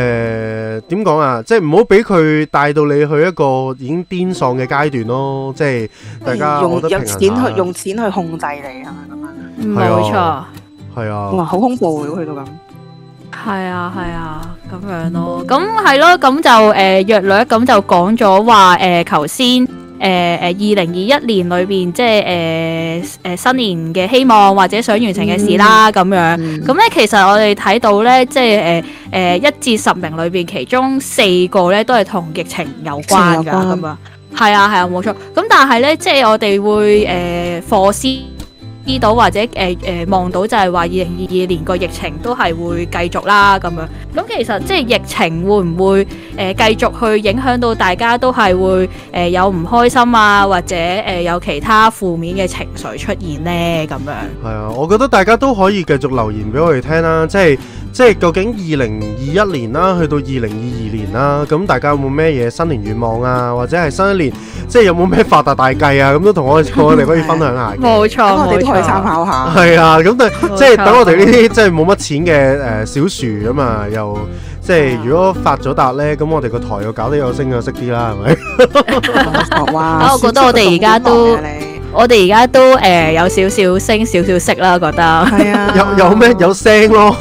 誒點講啊？即係唔好俾佢帶到你去一個已經癲喪嘅階段咯，即係大家
用
我覺得
有
平
錢
衡
去
下
用錢去控制你係咪咁啊？
冇
係
錯。
係啊。
哇，好恐怖嘅去到咁，
係啊，係啊，咁樣咯，咁係咯，咁就誒、呃、約略咁就講咗話誒，頭先誒誒 Ờ, 二零二一年裏邊即係誒誒新年嘅希望或者想完成嘅事啦，咁、樣。咁咧，其實我哋睇到咧，即係誒誒一至十名裏邊，其中四個咧都係同疫情有關㗎
疫情有關
咁啊，係啊係啊，冇錯。咁但係咧，即係我哋會誒課思知到或者誒誒望到就係話二零二二年個疫情都係會繼續啦咁樣。咁其實即係疫情會唔會誒、呃、繼續去影響到大家都係會誒、呃有唔開心啊，或者誒、呃有其他負面嘅情緒出現呢？咁樣？
係啊，我覺得大家都可以繼續留言俾我哋聽啦，即係即係究竟二零二一年啦，去到二零二二年啦，咁大家有冇咩嘢新年願望啊，或者係新一年即係有冇咩發達大計啊，咁都同我哋我哋可以分 享下嘅。
冇錯，
咁我哋都可以
冇錯
參考 下。
係啊，咁但係
冇
即係
錯
等我哋呢啲即係冇乜錢嘅誒小樹咁啊，又即係如果發咗達呢，咁我哋個台又搞得有聲有色啲啦，係咪？
哇！
我覺得我哋而家都我哋而家都誒、呃有少少升少少息啦，覺得
係啊，
有有咩有聲咯，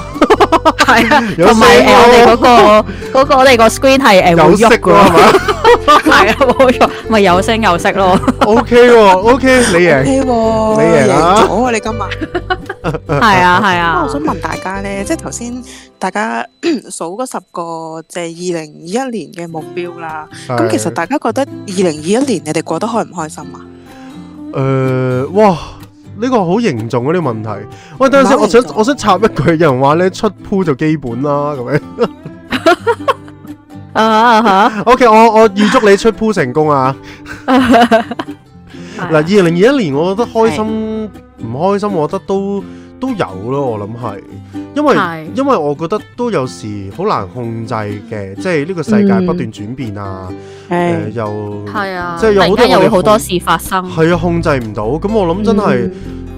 係啊，
有
同埋
聲
誒我哋嗰、
咯，
個嗰、 個我哋個 screen 係誒會
有色
喐
咯，係
噶，
嘛
係啊冇錯，咪有聲有色 咯，
？OK 喎，OK，你贏。
OK 喎，
你贏啦
贏咗啊你今日。
係啊係
咁
啊
我，想問大家咧，即係頭先大家 數嗰十個即係二零二一年嘅目標啦。咁其實大家覺得二零二一年你哋過得開唔開心啊？
誒、哇！呢、個好凝重啊！呢、個問題，喂，等陣先，
唔係好
我想
凝重
我想插一句，有人話咧出鋪就基本啦，咁樣。
啊啊嚇
OK，我我預祝你出鋪成功啊！嗱，二
係啊
零二一年，我覺得開心唔開心，我覺得都都有咯，我諗係，因為
係
因為我覺得都有時好難控制嘅，即係呢個世界
嗯
不斷轉變啊，誒、
誒，
又
係啊，
即係有好多
突然間又會
我哋
好多事發生，
係啊，控制唔到，咁我諗真係誒、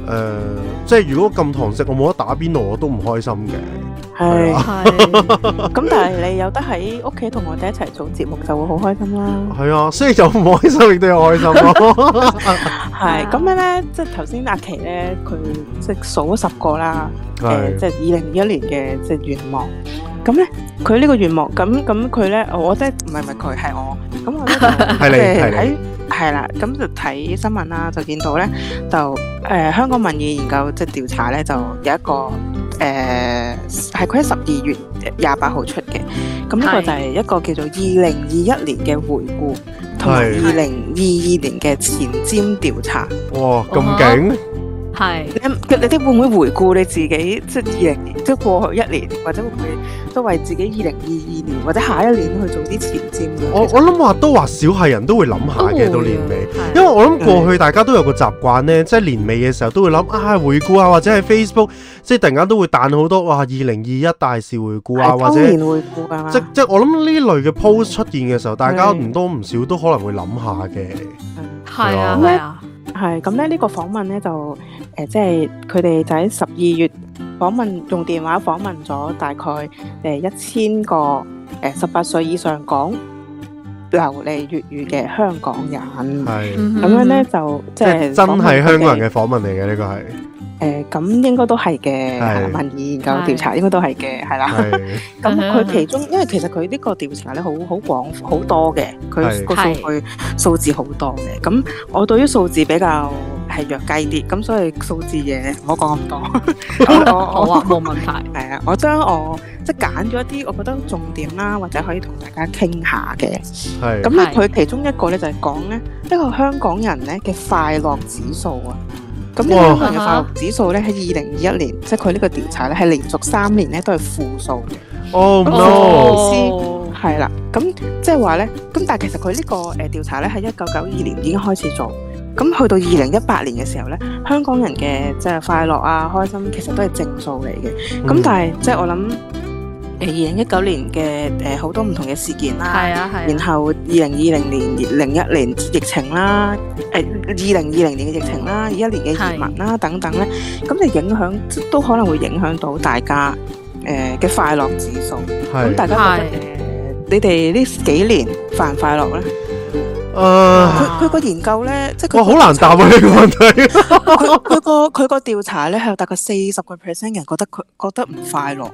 嗯
即係如果禁堂食，我冇得打邊爐，我都唔開心嘅。係
係。
係
咁但係你有得喺屋企同我哋一齊做節目就會好開心啦。
係啊，雖然有唔開心，亦都有開 心咯。
係咁樣咧，即係頭先阿琪咧，佢即係數咗十個啦。誒，即係二零二一年嘅即係願望。咁咧，佢呢個願望，咁咁佢咧，我即係唔係唔係佢係我，咁我咧就
係你
即哎係
係你
喺係啦，咁就睇新聞啦，就見到咧就誒、香港民意研究即係調查咧，就有一個誒係佢喺十二月呃廿八號出嘅，咁呢個
係
就係一個叫做二零二一年嘅回顧。同埋
係
二零二二年嘅前瞻調查，
哇
哦
咁勁，
係
你你哋會唔會回顧你自己即係二零年，即係過去一年，或者會唔會都為自己二零二二年或者下一年去做啲前瞻嘅？
我我諗話都話少係人都會諗下
都會
哦
嘅，
啊
到年尾。，
係
因為我諗過去大家都有個習慣呢，即係年尾嘅時候都會諗啊回顧啊，或者係 Facebook，即係突然間都會彈好多哇二零二一大事回顧啊，
係
或
當
者
然回顧㗎嘛
即即我諗呢類嘅 post 出現嘅時候，大家
係
唔多唔少都可能會諗下嘅。
係
係啊
啊係啊。
係咁咧，呢個訪問咧就誒，即係佢哋就喺十二月訪問，用電話訪問咗大概呃誒一千個誒十八歲以上講流利粵語嘅香港人。
係，
咁
咁樣咧就即
即
係
係真係香港人嘅訪問嚟嘅呢個係
嘅誒，呃咁應該都係嘅，係啦民意研究調查應該都係嘅，係啦。
係
咁
嗯
佢其中，因為其實佢呢個調查咧，好好廣好多嘅，佢
係
個數據數字好多嘅。咁我對於數字比較係弱雞啲，咁所以數字嘢唔好講咁 多。我
好
我
啊，冇問題。
係啊，我將我即係揀咗一啲我覺得重點啦，或者可以同大家傾下嘅。
係
咁咧，
係
佢其中一個咧就係講咧一個香港人咧嘅快樂指數啊。咁呢個
哇
香港人嘅快樂指數咧喺二零二一年，即係佢呢個調查咧係連續三年咧都係負數嘅。
Oh
咁
no！
哦係啦，咁即係話咧，咁但係其實佢呢個誒調查咧喺一九九二年已經開始做，咁去到二零一八年嘅時候咧，香港人嘅即係快樂啊、開心其實都係正數嚟嘅，
嗯
咁、但係即係我諗誒呃二零一九年嘅誒呃好多唔同嘅事件啦。
係啊係
然
啊，
後二零二零年、零一年疫情啦，誒二零二零年嘅疫情啦，二一年嘅移民啦等等咧，咁就影響都可能會影響到大家誒嘅、快樂指數。咁大
係
家覺得你哋呢幾年快唔快樂咧？
誒。
佢
啊
佢個研究咧，即係佢
哇，好難答啊！呢個問題。
佢佢個佢個調查咧，係有大概四十個 percent 人覺得佢覺得唔快樂喎。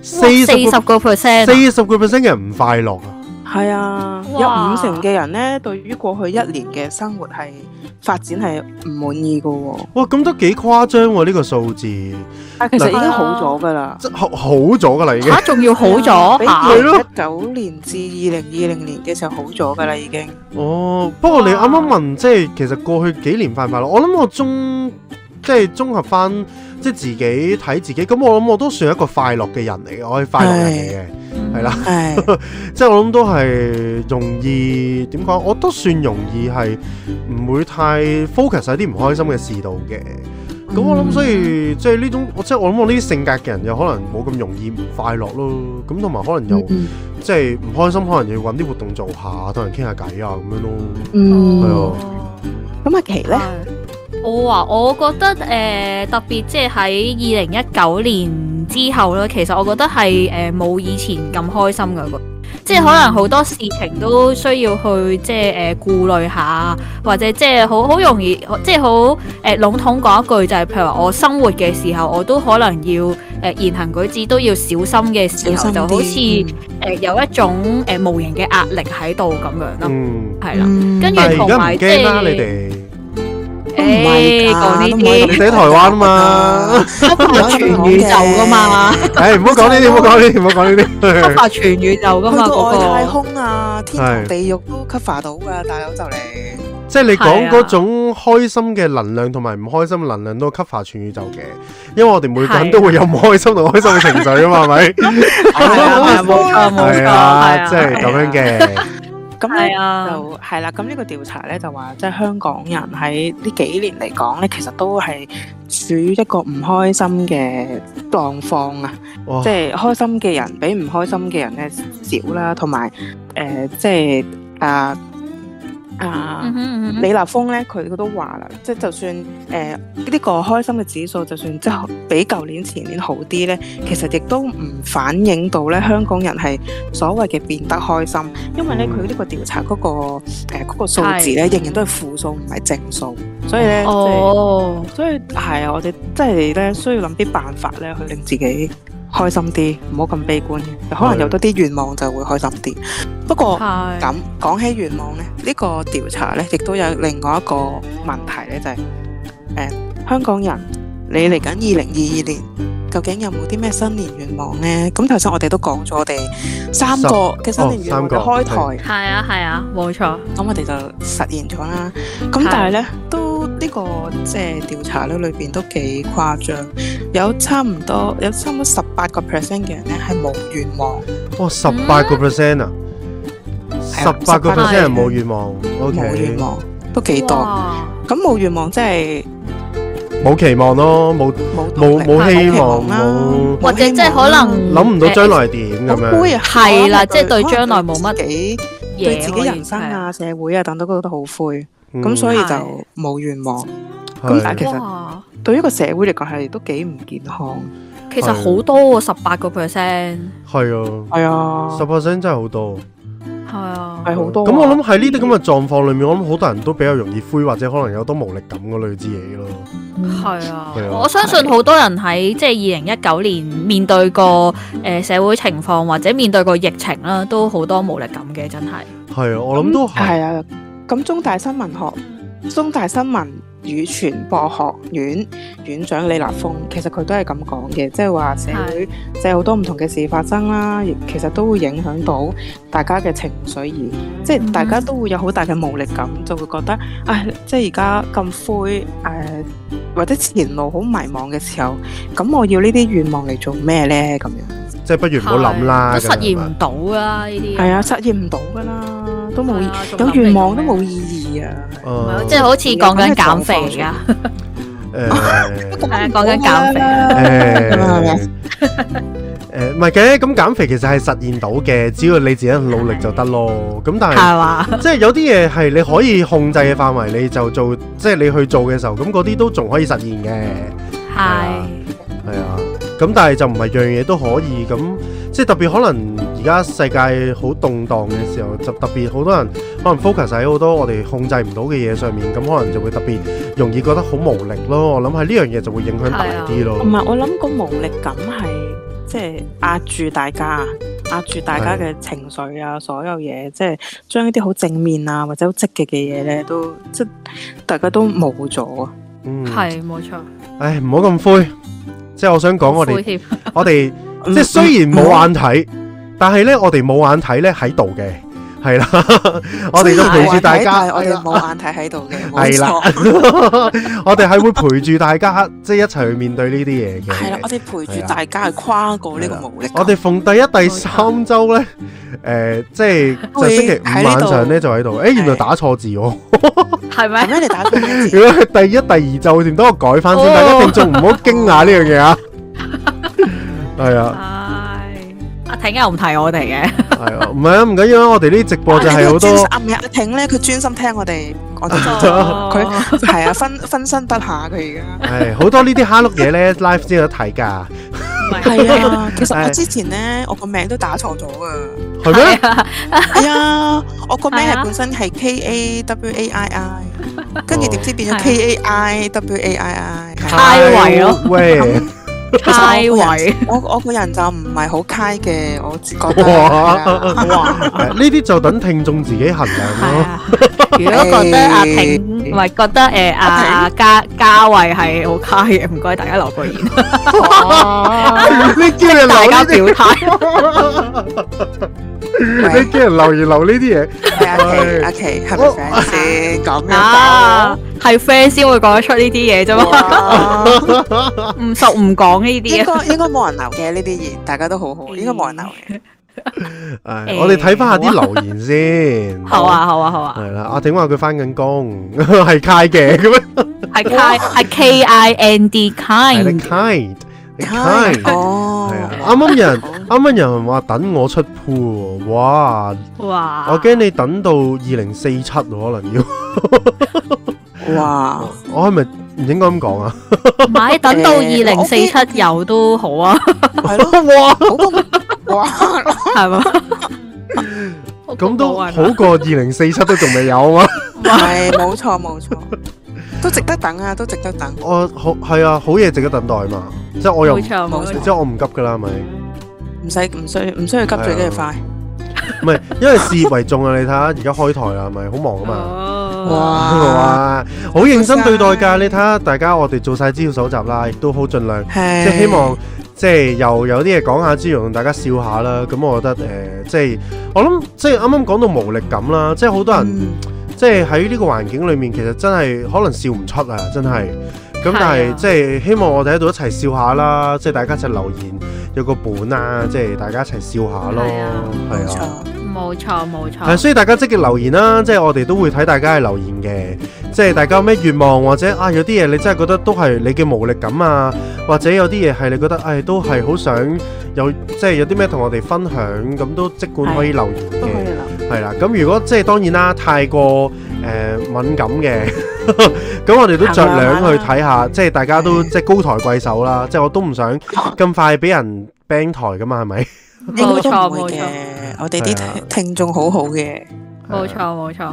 四
四
十
十
個 percent，啊
四十個 percent 嘅人唔快樂啊！
係啊，有
哇
五成嘅人咧，對於過去一年嘅生活係發展係唔滿意噶喎。
哇，咁都幾誇張喎呢個數字，
但其實已經好咗噶啦。
即係好好咗噶啦已經。
嚇仲要好咗
比
嚇
二
係
零
咯
一九年至二零二零年嘅時候好咗噶啦，已經。
哦，不過你啱啱問，即係其實過去幾年快唔快樂？我諗我綜即係綜合翻，即係自己睇自己，咁我諗我都算係一個快樂嘅人嚟嘅，我係快樂人係啦
係
嚟嘅，即係我諗都係容易點講，我都算容易係唔會太 focus 喺啲唔開心嘅事度嘅。咁我
嗯
諗，所以即係呢種，我即係我諗我呢啲性格嘅人，有可能冇咁容易唔快樂咯。咁同埋可能又
嗯
即係唔開心，可能要揾啲活動做下，同人傾下偈啊咁樣咯。
嗯
係啊
咁阿琪咧，
係我話我覺得誒、呃特別即係喺二零一九年之後咧，其實我覺得係誒冇以前咁開心嘅個。即係可能好多事情都需要去即係誒顧慮下，或者即係好好容易，即係好誒籠統講一句就係、譬如話我生活嘅時候，我都可能要誒、呃言行舉止都要小心嘅時
小
候，
心
就好似誒、
啲
呃有一種誒、呃無形嘅壓力喺度咁樣咯，
嗯。
係啦、
嗯
跟住
但係而
同
家唔
埋即
驚啦，你
係
哋
都嗯唔係㗎
誒講呢
都唔係
你
咁
哋
啲
喺台灣嘛？
我全宇宙噶嘛，
唉，唔好講呢啲，唔好講呢啲，唔好講 呢
我
啲。
發全宇宙噶
去
嘛
到外太
嗰個。
空啊，天堂
係
地獄都 cover 到噶，大佬就嚟。
即係你講嗰種開心嘅能量同埋唔開心嘅能量都 cover 全宇宙嘅，因為我哋每個
啊
人都會有唔開心同開心嘅情緒啊嘛，係咪？
係
à,
啊，冇錯冇錯，
係
係啊，嗯
啊，即係咁樣嘅。
咁咧
係啊，
就係啦，咁呢個調查咧就話，即係香港人喺呢幾年嚟講咧，其實都係處於一個唔開心嘅狀況啊，
哇
即，係開心嘅人比唔開心嘅人咧少啦，同埋誒即係啊啊。
嗯哼嗯哼
李立峰咧，佢都話啦，即係就算呃誒呢、個開心嘅指數，就算即係比舊年前年好啲咧，其實亦都唔反映到咧香港人係所謂嘅變得開心，因為咧
嗯
佢呢個調查嗰、個誒嗰、個數字咧，仍然都係負數唔係正數，所以咧，即係
哦，
所以係啊，我哋即係咧需要諗啲辦法咧去令自己開心啲，唔好咁悲觀，可能有多啲願望就會開心啲。不過
係
咁講起願望咧，呢、呢個調查咧，亦都有另外一個問題咧，就係、誒香港人，你嚟緊二零二二年，究竟有冇啲咩新年願望咧？咁頭先我哋都講咗我哋三個嘅新年願望嘅
哦
開
三個
台，
係啊係啊，冇錯，
咁、我哋就實現咗啦。咁
係
但係咧，都呢、個即係調查咧，裏邊都幾誇張，有差唔多有差唔多十八個 percent 嘅人咧係冇願望，
哇，哦十八個 percent 啊，
啊
十八個 percent 人冇願望，OK，
冇願望都幾多。
哇
咁冇願望即係。
冇期望咯，冇
冇
冇
啊
冇希望，
啦
冇
或者即係可能
諗唔到將來係點咁
冇
樣。
杯啊，
係
可
啦
能
即係對將來冇乜
對自己
嘢
對自己人生
可以，
啊、社會啊等等都覺得好灰，
嗯
咁所以
係
就冇願望。
係
咁但係其
係啊
實
哇
對於個社會嚟講係都幾唔健康。
其實好多喎，十八個 percent，
係啊，
係啊
十，percent 真係好多。
係啊，
係好多啊。
咁我諗喺呢啲咁嘅狀況裏面，我諗好多人都比較容易灰，或者可能有多無力感嗰類之嘢咯。
係啊
係啊，
我相信好多人喺即係二零一九年面對個誒、呃社會情況或者面對個疫情啦，都好多無力感嘅，真係。
係啊，我諗都係。
係啊。咁中大新聞學、中大新聞與傳播學院院長李立峰，其實佢都係咁講嘅，即係話社會即係好多唔同嘅事發生啦，亦其實都會影響到大家嘅情緒而。即
嗯
係大家都會有好大嘅無力感，就會覺得，唉，即係而家咁灰，誒、或者前路好迷茫嘅時候，咁我要呢啲願望嚟做咩呢？咁樣
即係不如唔好諗啦，咁
都實
樣啊
現
嘛
唔到啦呢啲。
係啊，實現唔到噶啦，都冇意
係啊仲
有
諗
願望都
嚟做咩
冇意義啊！
誒
即係好似講緊減肥啊，
誒
係啊，講緊減肥啊，
誒 誒唔係嘅，咁減肥其實係實現到嘅，只要你自己努力就得咯。咁但係啊
係嘛？
即係有啲嘢係你可以控制嘅範圍，你就做，即係你去做嘅時候，咁嗰啲都仲可以實現嘅。啊
係。
係啊，咁但係就唔係樣嘢都可以咁，即係特別可能而家世界好動盪嘅時候，就特別好多人可能 focus 喺好多我哋控制唔到嘅嘢上面，咁可能就會特別容易覺
啊
得好無力咯。我諗係呢樣嘢就會影響大啲咯
同。埋我諗個無力感係即係壓住大家，壓住大家嘅情緒啊，所有嘢，即係將一啲好正面啊或者好積極嘅嘢咧，都即係大家都冇咗啊。
嗯，
係冇錯，
唉，唔好咁灰。即係我想講，我
灰
哋
添
我哋
Ừ,
即
嗯
係雖然冇眼睇，但係咧我哋冇眼睇咧喺度嘅，係啦，我哋都
雖然
陪
冇
住
眼
大
睇
家，
但係我哋冇眼睇喺度嘅，冇
係啦
錯。
我哋係會陪住大家，即係一齊去面對呢啲嘢嘅。
係啦，我哋陪住大家去跨過呢個無力感。
我哋逢第一、第三周咧，
嗯
诶、即係就
會
星期五
喺呢
晚
度
上咧就喺度。诶、原來
係
打錯字喎。
係
係
咪？
咩？你打錯咩 字？
如果係第一、第二就點，等我改翻先。
哦
大家聽眾唔好驚訝呢樣嘢啊。係啊，
唉，阿婷又唔提我哋嘅，
係啊，唔係啊，唔緊要啊。我哋呢啲直播就係好多
專心 啊唔係阿婷咧，佢專心聽我哋，我哋
佢
佢係啊，分分身不下佢而
係好多呢啲蝦碌嘢咧，live 先有得睇㗎，
家。係啊，其實我
係
之前咧，我個名都打錯咗啊。
係咩？
係啊，我個名
係
係
啊
本身係 K A W A I I，跟住點知變
係
咗
啊
K A I W A I I。
太圍咯
喂，
太圍
我我個人就唔係好 high 嘅，我自覺得
哇
係啊
係呢啲就等聽眾自己衡
係
量咯。
啊。如果覺得阿婷唔係覺得誒阿阿嘉嘉慧係好卡嘅，唔該大家留個言，
你叫人
啊大
留
家
呢啲
表態。
喂
你叫人留言留呢啲嘢。
係阿琪，阿琪係咪 friend 先咁樣
啊
搞？，
係 friend 先會講得出呢啲嘢啫嘛，
哇
唔熟唔講呢啲啊
應
嘢。
該應該冇人留嘅呢啲嘢，大家都好好，應該冇人留嘅。
唉
誒
我哋睇翻下啲留言先。
好，啊，好啊，好啊
系，啦，阿鼎話佢翻緊工， 係 kind 嘅咁樣，
係 kind，係 K I N D
係
kind，
你 kind，你 kind，
哦
係啊，，啱啱有人
好
啱啱有人話等我出 pool，哇！
哇！
我驚你等到二零四七可能要，
哇！
我係咪唔應該咁講啊？
唔係等到二
誒
零
我
四
OK，
七又都好啊，
係 咯，哇，好過哇，
係嘛？
咁都
好過
好過二零四七都仲未有啊！
係冇錯冇錯，都值得等啊，都值得等。
我好係啊，好嘢值得等待嘛，即係我又
冇
唔
錯冇
冇
錯
錯。
即係我唔急㗎啦，係咪？
唔使唔需唔需要急
係啊
最緊要快。
唔係，因為事業為重啊！你睇下而家開台啦，係咪好忙啊嘛？
哦，
哇，
哇！好認真對待㗎，你睇下大家我哋做晒資料搜集啦，亦都好盡量，即
係
係希望即係又有啲嘢講下之餘，同大家笑下啦。咁我覺得誒、呃即係我諗即係啱啱講到無力感啦，即係好多人、
嗯
即係喺呢個環境裏面，其實真係可能笑唔出啊，真係。咁但
係
係
啊
即係希望我哋喺度一齊笑下啦，即係大家一齊留言有個本啊，即係大家一齊笑下咯，
係啊
冇
係啊。
錯。
冇錯冇錯
係，。所以大家積極留言啦，即係我哋都會睇大家嘅留言嘅，即係大家有咩願望或者啊有啲嘢你真係覺得都係你嘅無力感啊，或者有啲嘢係你覺得唉、都係好想有即係有啲咩同我哋分享，咁都即管可以留言
都可以
嘅，
啦
係啦。咁如果即係當然啦，太過誒、呃敏感嘅， 咁我哋都酌量去睇下，即係大家都即係高抬貴手啦，即係我都唔想咁快俾人 ban 台噶嘛，係咪？
應該
冇
都
錯
唔會
冇
嘅
錯，
我哋
係啊
啲聽眾好好嘅，
冇錯冇錯，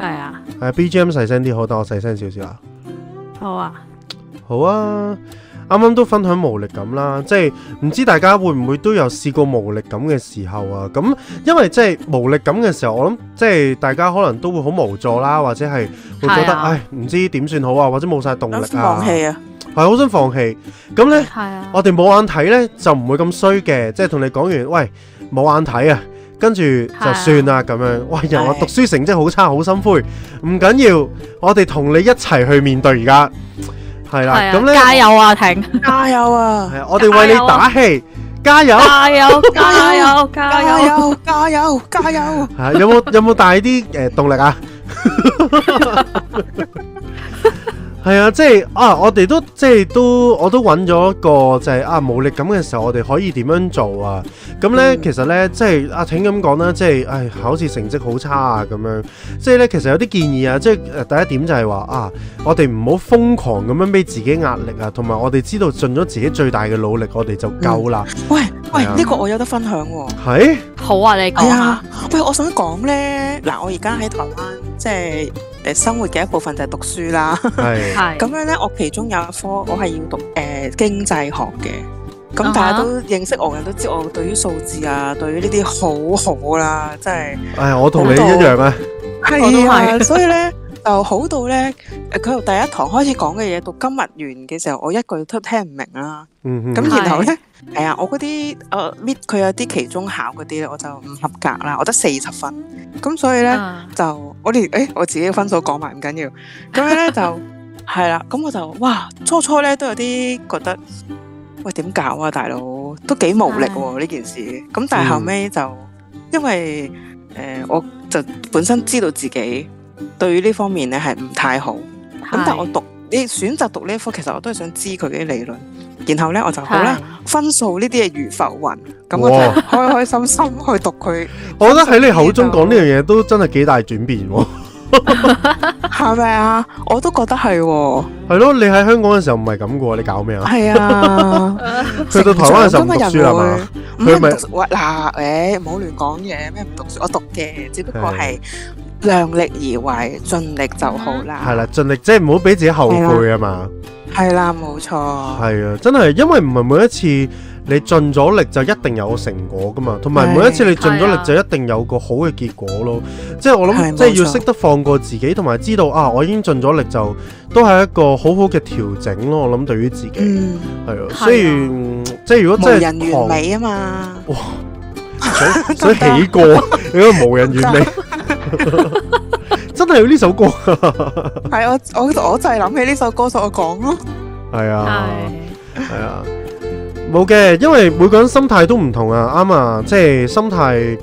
係啊，
係 BGM 細聲啲好，但我細聲少啊少啦。
好啊，
好啊，啱啱都分享無力感啦，即係唔知大家會唔會都有試過無力感嘅時候啊？咁因為即係無力感嘅時候，我諗即係大家可能都會好無助啦，或者係會覺
係
得
啊
唉唔知點算好啊，或者冇晒動力
我
啊，
先放棄啊，
係好想放棄。咁呢，
係啊，
我哋冇眼睇呢，就唔會咁衰嘅，即係同你講完，喂冇眼睇啊。跟住就算啦，咁樣。喂，人我
係
讀書成績好差，好心灰，唔緊要，我哋同你一齊去面對而家，係啦。
係
咁
啊，
呢。
加油啊婷！
加油啊
系！啊，我哋為你打氣，加油！
加油！加油！
加
加油！
油！加油！加油！
係啊 有冇有冇大啲诶动力啊？ 係啊，即係啊，我哋都即係都我都揾咗一個就係、啊無力感嘅時候，我哋可以點樣做啊？咁呢，
嗯
其實呢，即係阿挺咁講啦，即係唉考試成績好差啊咁樣，即係呢，其實有啲建議啊，即係誒第一點就係話啊，我哋唔好瘋狂咁樣俾自己壓力啊，同埋我哋知道盡咗自己最大嘅努力，我哋就夠啦。
喂喂，
係啊
呢個我有得分享喎。
係、
好啊，你講
係
啊
啊，，喂，我想講咧，嗱，我而家喺台灣，即係誒生活嘅一部分就係讀書啦。
係。
係
咁樣咧，我其中有一科我係要讀誒、呃、經濟學嘅，咁
啊哈
大家都認識我嘅人都知我對於數字啊，對於呢啲好好啦，真係
唉，我同你一樣啊，
我都
係啊，
係
所以咧就好到咧，誒佢由第一堂開始講嘅嘢到今日完嘅時候，我一句都聽唔明啦。
嗯
咁
嗯
然後
係
咧，係啊，我嗰啲誒 meet 佢有啲期中考嗰啲咧，我就唔合格啦，我得四十分。咁所以咧。
啊
就我連誒、欸我自己嘅分數講埋唔緊要，咁樣咧就係啦，咁我就哇初初咧都有啲覺得喂點搞啊大佬，都幾無力喎、呢件事，咁但係後尾就、因為誒、呃我就本身知道自己對於呢方面咧係唔太好，咁但係我讀你選擇讀呢一科，其實我都係想知佢嘅理論，然後咧我就好啦，分數呢啲嘢如浮雲，咁我就
哇
開開心心去讀佢。
我覺得喺你口中講呢樣嘢都真係幾大轉變喎。
嗯係咪啊？我都覺得係喎，
係咯，你喺香港嘅時候唔係咁嘅喎，你搞咩啊？
係啊。
去到台灣嘅時候唔讀書啦
成
嘛，
長㗎嘛人會唔
佢咪
係讀書喂嗱，誒唔好亂講嘢，咩唔讀書？我讀嘅，只不過係量力而為，盡力就好啦。
係啦，盡力即係唔好俾自己後悔啊嘛。
係啦，冇錯。
係啊，真係，因為唔係每一次你盡咗力就一定有成果噶嘛，同埋
係
每一次你盡咗
係
力
啊
就一定有個好嘅結果咯。即係我諗，
係
即係
冇錯
要識得放過自己，同埋知道啊，我已經盡咗力就都係一個好好嘅調整咯。我諗對於自己
嗯，
係啊，
啊
所以嗯即係如
無
果真
人
係
完
狂
美啊嘛。
想想起歌，你嗰個無人完美， 真係有呢首歌
係我我我就係諗起呢首歌，所以我講咯。
係
Ờ.
啊。
係
系啊，冇嘅，因為每個人心態都唔同啊，啱啊，即係心態，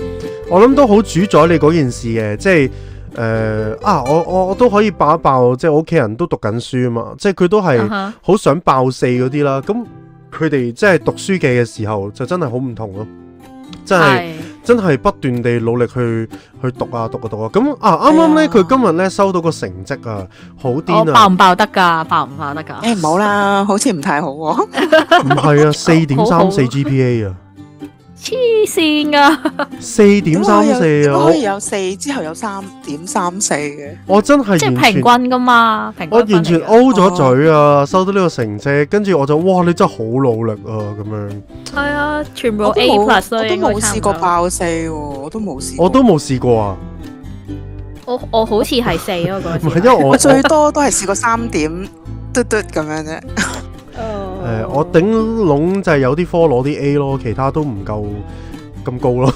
我諗都好主宰你嗰件事嘅，即係诶、呃啊，我我我都可以爆一爆，即係我屋企人都讀緊書啊嘛，即係佢都
啊
係
哈
好想爆四嗰啲啦，咁佢哋即係讀書嘅嘅時候就真係好唔同咯，真係。
係
真係不斷地努力去去讀啊讀啊讀啊，咁啊啱啱
係
呢，
啊
佢今日呢收到個成績啊，好
我
癲
爆
啊，
唔爆得㗎？爆唔爆得
哎
㗎？
誒唔好啦，好似唔太好喎。
唔係 啊，四點
好好
三四 GPA 啊，
黐線㗎！
四點三
點解
四
有點解
啊，
可以
我
有四之後有三點三四嘅？
我真係
即係
完
平均啊
全。
㗎嘛，平均
我完全
分嚟㗎
O 咗嘴
哦
啊！收到呢個成績，跟住我就哇，你真係好努力啊！咁樣
係啊，全部
我都
A
冇，我
plus 咯，
都
應該
冇
差唔
試過
多。
爆四喎，我都冇試過。
我都冇試過啊，
我我好似係四咯嗰陣
唔係
時
因為我
我
我
最多都係試過三點嘟嘟咁樣啫。
哦
誒我頂籠就係有啲科攞啲 A 咯，其他都唔夠咁高咯。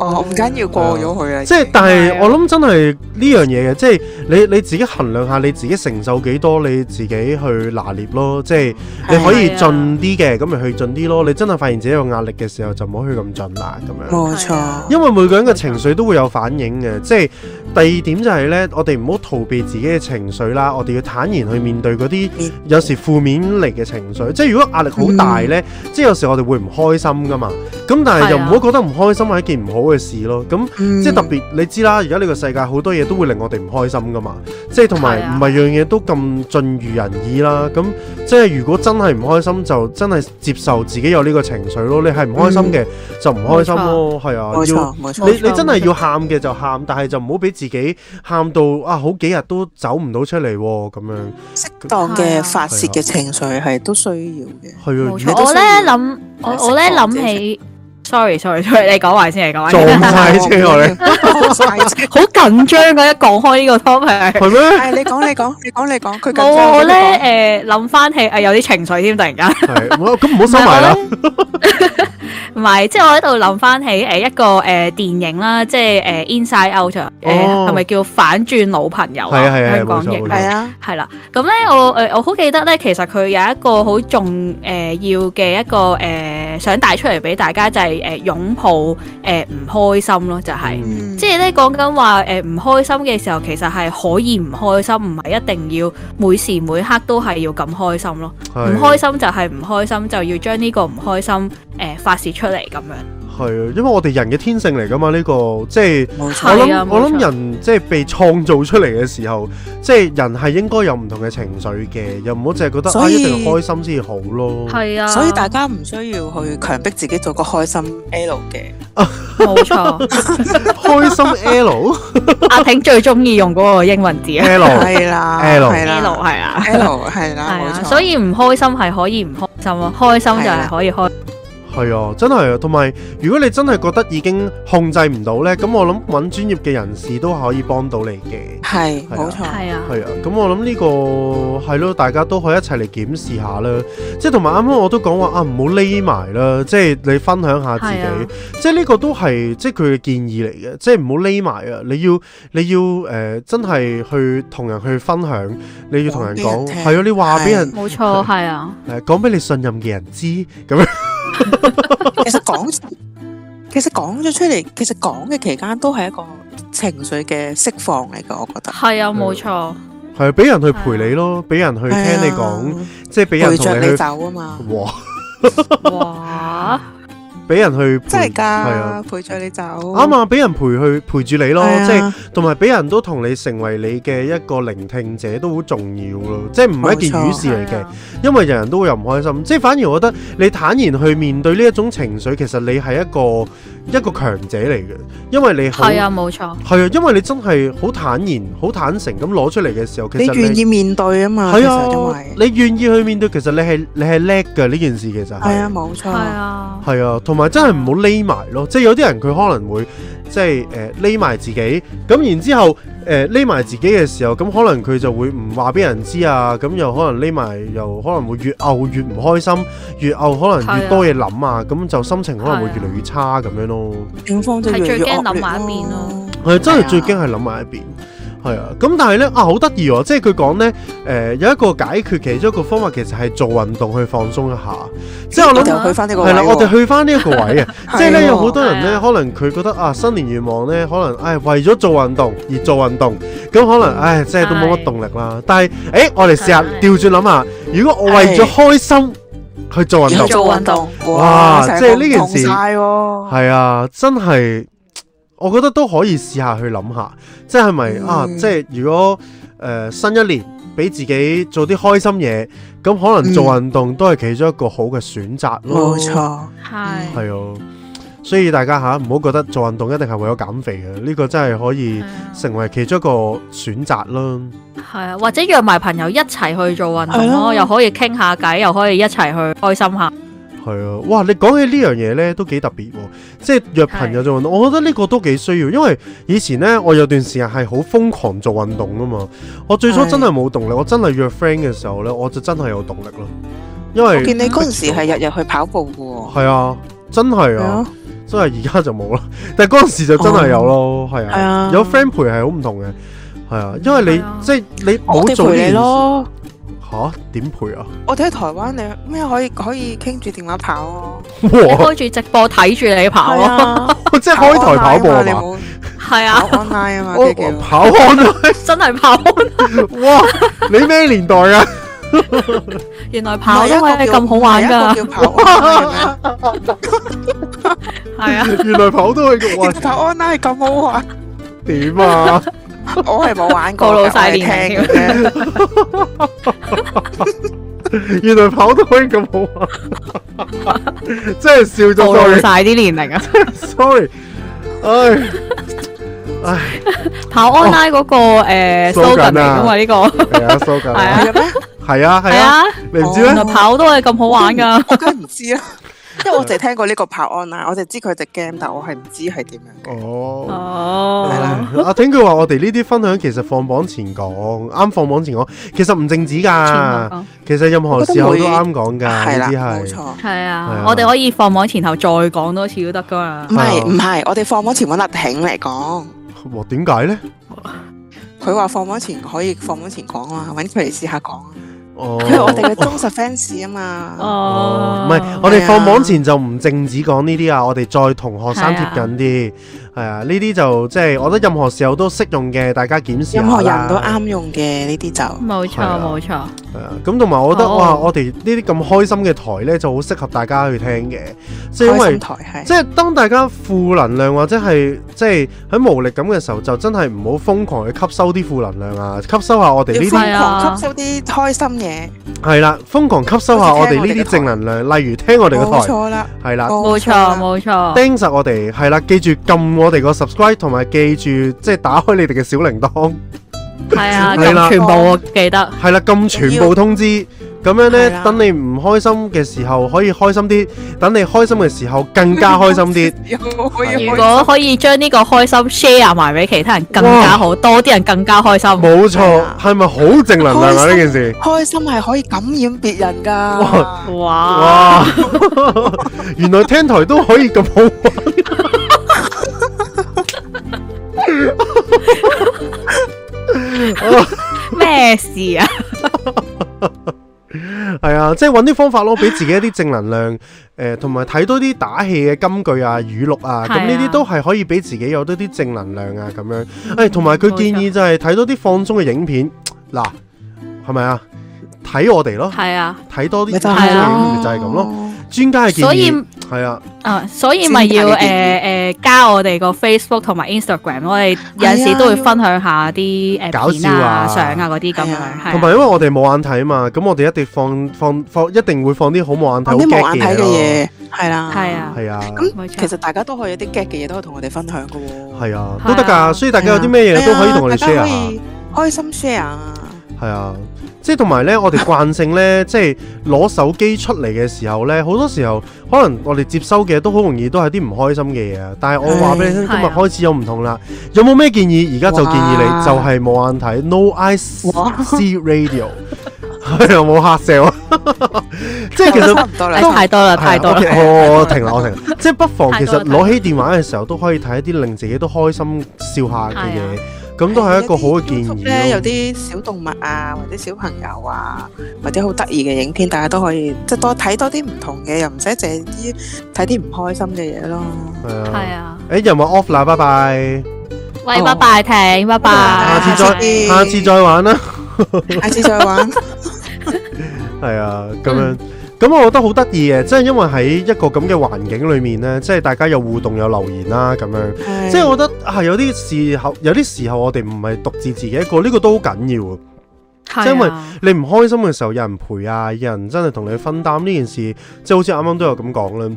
哦，唔緊要，過咗佢啦。
即係，但係
係啊
我諗真係呢樣嘢嘅，即係你你自己衡量下你自己承受幾多，你自己去拿捏咯。即係你可以
係啊
盡啲嘅，咁咪去盡啲咯。你真係發現自己有壓力嘅時候，就唔好去咁盡啦，咁樣。
冇
係啊
錯，
因為每個人嘅情緒都會有反應嘅，即係第二點就係呢：我哋唔好逃避自己嘅情緒啦，我哋要坦然去面對嗰啲
面
有時負面嚟嘅情緒。即係如果壓力好大呢，即係有時我哋會唔開心噶嘛。咁但係又唔好覺得唔開心係一件唔好嘅事咯。咁
嗯
即係特別你知啦，而家呢個世界好多嘢都會令我哋唔開心噶嘛，即係同埋
係啊
唔係樣嘢都咁盡如人意啦。咁即係如果真係唔開心，就真係接受自己有呢個情緒咯。你係唔開心嘅就唔開心咯，係啊，
冇
要。
錯冇錯
你
嗯冇錯
你真係要喊嘅就喊，但係就唔好俾自己喊到啊好幾日都走唔到出嚟喎咁
嗯
樣。
適當嘅發泄嘅情緒係都需要嘅。
係
冇
啊，
你
錯，
都
我咧
需要
諗，我
食
我咧
糖
諗
啫
起，sorry sorry sorry，你講埋先，你講埋
撞
先，
晒車我哋，
撞晒車
好緊張啊嘅，一講開呢個 topic。
係咩？
係你講你講你講你講，佢緊
冇啊！
張
我
你講
咧誒諗翻起誒有啲情緒添，突然間
係冇咁唔好收埋啦。
唔係，即係我喺度諗翻起誒一個誒電影啦，即係誒 ờ, Inside Out Ờ, 啊誒
哦
係咪叫反轉老朋友
係啊係啊
香港
冇錯
譯
冇錯
係啊，
係啦，咁咧我誒、呃我好記得咧，其實佢有一個好重誒、呃要嘅一個誒、呃想帶出嚟俾大家就係、誒、擁抱誒唔、開心咯，就係、
嗯
Ừ.
即係咧講緊話誒唔開心嘅時候，其實係可以唔開心，唔係一定要每時每刻都係要咁開心咯。唔
係
開心就係唔開心，就要將呢個唔開心誒、呃、發泄出嚟咁樣。
係啊，因為我哋人嘅天性嚟噶嘛，呢個即係。
冇
我
錯
係
諗
啊
我
冇
諗
錯
人即係被創造出嚟嘅時候，即係人係應該有唔同嘅情緒嘅，又唔好淨係覺得啊
所以
一定要開心先至好咯。
係啊
所以大家唔需要去強迫自己做個開心 L 嘅。
冇錯，
開心 L
阿挺最中意用嗰個英文字啊
L
係啦，
L
係
L
啦
係啦。
，L 係啦，
係
冇
啊，
錯。
所以唔開心係可以唔開心心咯，開心就係可以開。
係啊，真係啊，同埋如果你真係覺得已經控制唔到呢，咁我諗揾專業嘅人士都可以幫到你嘅。
係冇錯，
係啊，
係啊，咁我諗呢、個係咯，大家都可以一齊嚟檢視下啦。即係同埋啱啱我都講話啊，唔好匿埋啦。即係你分享下自己，
係啊
即係呢個都係即係佢嘅建議嚟嘅。即係唔好匿埋啊！你要你要誒、呃真係去同人去分享，你要同人講
哦講俾人聽
係啊，你話俾人
冇 錯，係啊，
誒講俾你信任嘅人知咁樣。
其實講，其實講咗出嚟，其實講嘅期間都係一個情緒嘅釋放嚟嘅，我覺得。
係啊，冇錯，
係啊俾人去陪你咯，俾人去聽你講，
係啊，
即係俾人
陪
同
着
你
你
去
走啊嘛，
哇，
哇，
俾人去陪
真係
係啊
㗎，陪着你走。啱
啱，啊，俾人陪去陪住你咯，即係。
係啊
同埋俾人都同你成為你嘅一個聆聽者都好重要咯，即係唔係一件
冇錯
魚事嚟
係
嘅
啊，
因為人人都會有唔開心，即係反而我覺得你坦然去面對呢一種情緒，其實你係一個一個強者嚟嘅，因為你好
係啊，冇錯，
係啊，因為你真係好坦然、好坦誠咁攞出嚟嘅時候，其
你
實
願意面對啊嘛，其
係
實因
啊
為，
你願意去面對，其實你係你係叻嘅呢件事，其實係
係啊，冇錯
係，啊，
係啊，同埋真係唔好匿埋咯，即係有啲人佢可能會即係誒匿埋自己，咁然之後誒匿埋自己嘅時候，咁可能佢就會唔話俾人知啊，咁又可能匿埋，又可能會越漚越唔開心，越漚可能越多嘢諗啊，咁就心情可能會越嚟越差咁樣咯。
情況就越嚟越
係最驚
惡劣
諗埋一邊咯
咯。
係真係最驚係諗埋一邊。係啊，咁但係咧啊，好得意喎！即係佢講咧，誒、有一個解決其中一個方法，其實係做運動去放鬆一下。即係我
我
諗
哋又去翻呢個位
係啦，我哋
喎，
去翻呢一個 位啊，即係咧
係喎
有好多人
係
咧，
啊
可能佢覺得啊新年願望咧，可能唉為咗做運動而做運動，咁可
嗯
能唉即係都冇乜
係
動力啦。但係誒，我哋試下
係
調轉諗下，如果我為咗
係
開心去做運
要
動，
做運動，
哇
成
即係
個
呢件
痛
事
晒喎
係啊，真係我覺得都可以試下去諗下，即係咪啊？
嗯
即係如果誒新一年俾自己做啲開心嘢，咁可能做運動都係其中一個好嘅選擇咯。
嗯冇錯，
係，
係啊，所以大家吓唔好覺得做運動一定係為咗減肥嘅，呢、個真係可以成為其中一個選擇啦。
啊係啊，或者約埋朋友一齊去做運動
係咯
咯，又可以傾下偈，又可以一齊去開心下。
係啊，哇！你講起呢樣嘢呢，都幾特別喎，即係約朋友做運動，我覺得呢個都幾需要，因為以前呢，我有段時間係好瘋狂做運動啊嘛，我最初
係
真係冇動力，我真係約 friend 嘅時候呢，我就真係有動力咯，因
我
為
見你嗰陣時係日日去跑步嘅
係啊，真係
喎，係
啊
啊，，
真係而家就冇啦， 但係嗰陣時就真係有
哦
咯，係
係
啊，
啊，
有 friend 陪係好唔同嘅，係啊，因為你
係啊
即係你
我
冇
哋
做呢
陪
件
你
事
咯。
吓點陪啊？
我哋喺台灣，你咩可以可以傾住電話跑咯？
你
哇！
開住直播睇住你跑
係
咯，
啊，
即係 開台跑步啊
你
嘛？哦
冇
係啊
跑，online 啊嘛，
我
啲叫
跑安啊！
真係跑。
哇！你咩年代啊？
原來跑
唔係
都
一個
可以
叫
咁好玩
唔係
㗎，
一個叫跑 online 嘅咩
係啊，
原來跑都去 哇
原來跑 online 咁好玩。
點啊？
我係冇玩過㗎，
暴露
我
晒
係
年
聽嘅
齡
啫。
原來跑都可以咁好玩， 真係笑
暴露
咗
晒啲年齡啊！
sorry，sorry，唉唉，
跑 online 嗰個誒
slogan 啊
slogan 嚟㗎嘛，呢個
係啊，收緊
係
啦，
係咩？
係啊，係
係
啊，
啊，
你唔知
原
咩
來？跑都係咁好 玩㗎。
我梗係唔 知啦，啊因為我淨係聽過呢個跑 online，我淨係知佢隻 game，但我係唔知係點樣嘅。
哦。係
哦
啦，阿挺佢話我哋呢啲分享其實放榜前講，啱放榜前講，其實唔淨止㗎，其實任何時候都啱講㗎，
係
呢
啦，
啲
冇
係
錯。
係
係啊
啊，我哋可以放網前後再講多次都得噶嘛
唔。係唔係，我哋放榜前揾阿挺嚟講，
哇點解咧？
佢話放榜前可以放榜前講啊嘛，揾佢嚟試下講啊，
哦，
佢係我哋嘅忠實 fans 啊嘛。
哦
哦，，
唔係，我
係
哋
啊
放榜前就唔淨止講呢啲啊，我哋再同學生
係啊
貼緊啲，係啊，呢啲就即係我覺得任何時候都適用嘅，大家檢視下
任何人都
啦
啱用嘅呢啲就
冇
係
錯
啊
冇錯，
係啊，咁同埋我覺得
好
哇，我哋呢啲咁開心嘅台呢，就好適合大家去聽嘅，即係因
開
為
心。台係
即係當大家負能量或者係即係喺無力感嘅時候，就真係唔好瘋狂去吸收啲負能量啊！吸收下我哋
要
呢
瘋
啲
係啊
狂吸收啲開心嘢，
係啦，瘋狂吸收下我
好似
哋
聽我哋
呢
嘅
啲正能量，例如聽我哋
冇
嘅台，
錯啦，
係啦，
冇錯
啦。
冇錯，
盯實我哋，係啦，記住撳我哋個 subscribe，同埋記住即係打開你哋嘅小鈴鐺，
係啊，
係啦
咁全部我記得，
係啦，撳全部通知，咁樣
係
呢，
啦
等你唔開心嘅時候可以開心啲，等你開心嘅時候更加開心 啲。
有冇 可以
如
開
果可以將呢個開心 share 埋俾其他人，更加好，多啲人更加開心。
冇
係
錯，
啊
係咪好正能量啊？
開
呢
心
件事，
開心係可以感染別人
哇
㗎，
哇！
哇！ 原來聽台都可以咁好玩，
咩事啊？
係啊，即係揾啲方法咯，俾自己一啲正能量，诶、同埋睇多啲打氣嘅金句啊、語錄啊，
係
咁
啊
呢啲都係可以俾自己有多啲正能量啊，咁樣。诶、同埋佢建議就係睇多啲放鬆嘅影片，嗱，係咪啊？睇我哋咯，
係啊，
睇多啲
咪就
放鬆
係
嘅
咯
影片，就係咁咯。。專家嘅建
所以
議哦係啊，
啊，所以咪要
專
誒
家嘅建
誒加我哋個 Facebook 同埋 Instagram，我哋有陣時都會分享下啲
搞
誒
笑
片
啊
啊、相啊嗰啲咁樣，
係啊
同
係啊
埋因為我哋冇眼睇嘛，咁我哋一定放放放，一定會放啲好冇眼
講
睇、好
啲冇
get
眼睇
嘅
嘅
嘢
嘢，係啦，
係啊
咯。係啊，
咁
冇錯
其實大家都可以有啲 get 嘅嘢都可以同我哋分享㗎喎。
係啊，
係
都得
啊
㗎。所以大家有啲咩嘢都可以同我哋 share 下。
開心 share 啊！
係啊，即係同埋咧，我哋慣性咧， 即係攞手機出嚟嘅時候咧，好多時候可能我哋接收嘅都好容易都係啲唔開心嘅嘢啊。但係我話俾你聽，
係
今日
係啊
開始有唔同啦。有冇咩建議？而家就建議你
哇
就係冇眼睇，No Eyes
哇
See Radio，係啊，冇黑 sell 啊。 即係其實
差唔多啦，
都太多啦，
係啊
太多啦
OK，。我我停啦，我停 啦。即係不妨
太
其
多
實
啦
攞起電話嘅時候，都可以睇一啲令自己都開心笑下嘅
係啊啊
嘢，咁都係一個好嘅建議
咧，有
咯。
啲小動物啊，或者小朋友啊，或者好得意嘅影片，大家都可以即係多睇多啲唔同嘅，又唔使淨係啲睇啲唔開心嘅 嘢咯。
係啊
係。啊，
誒人話 off 啦，拜拜，
喂，
哦
拜拜，停，拜拜，
下
次再
嗯
下次再玩啦。
下次再 玩，
係啊，咁
嗯
樣。咁我覺得好得意啊嘅，即係因為喺一個咁嘅環境裏面呢，即係大家有互動有留言啦，咁樣，即係我覺得啊，有啲時候有啲時候我哋唔係獨自自己一個，呢、個都好緊要啊。
係啊
即係因為你唔開心嘅時候，有人陪啊，有人真係同你分擔呢件事，即係好似啱啱都有咁講啦。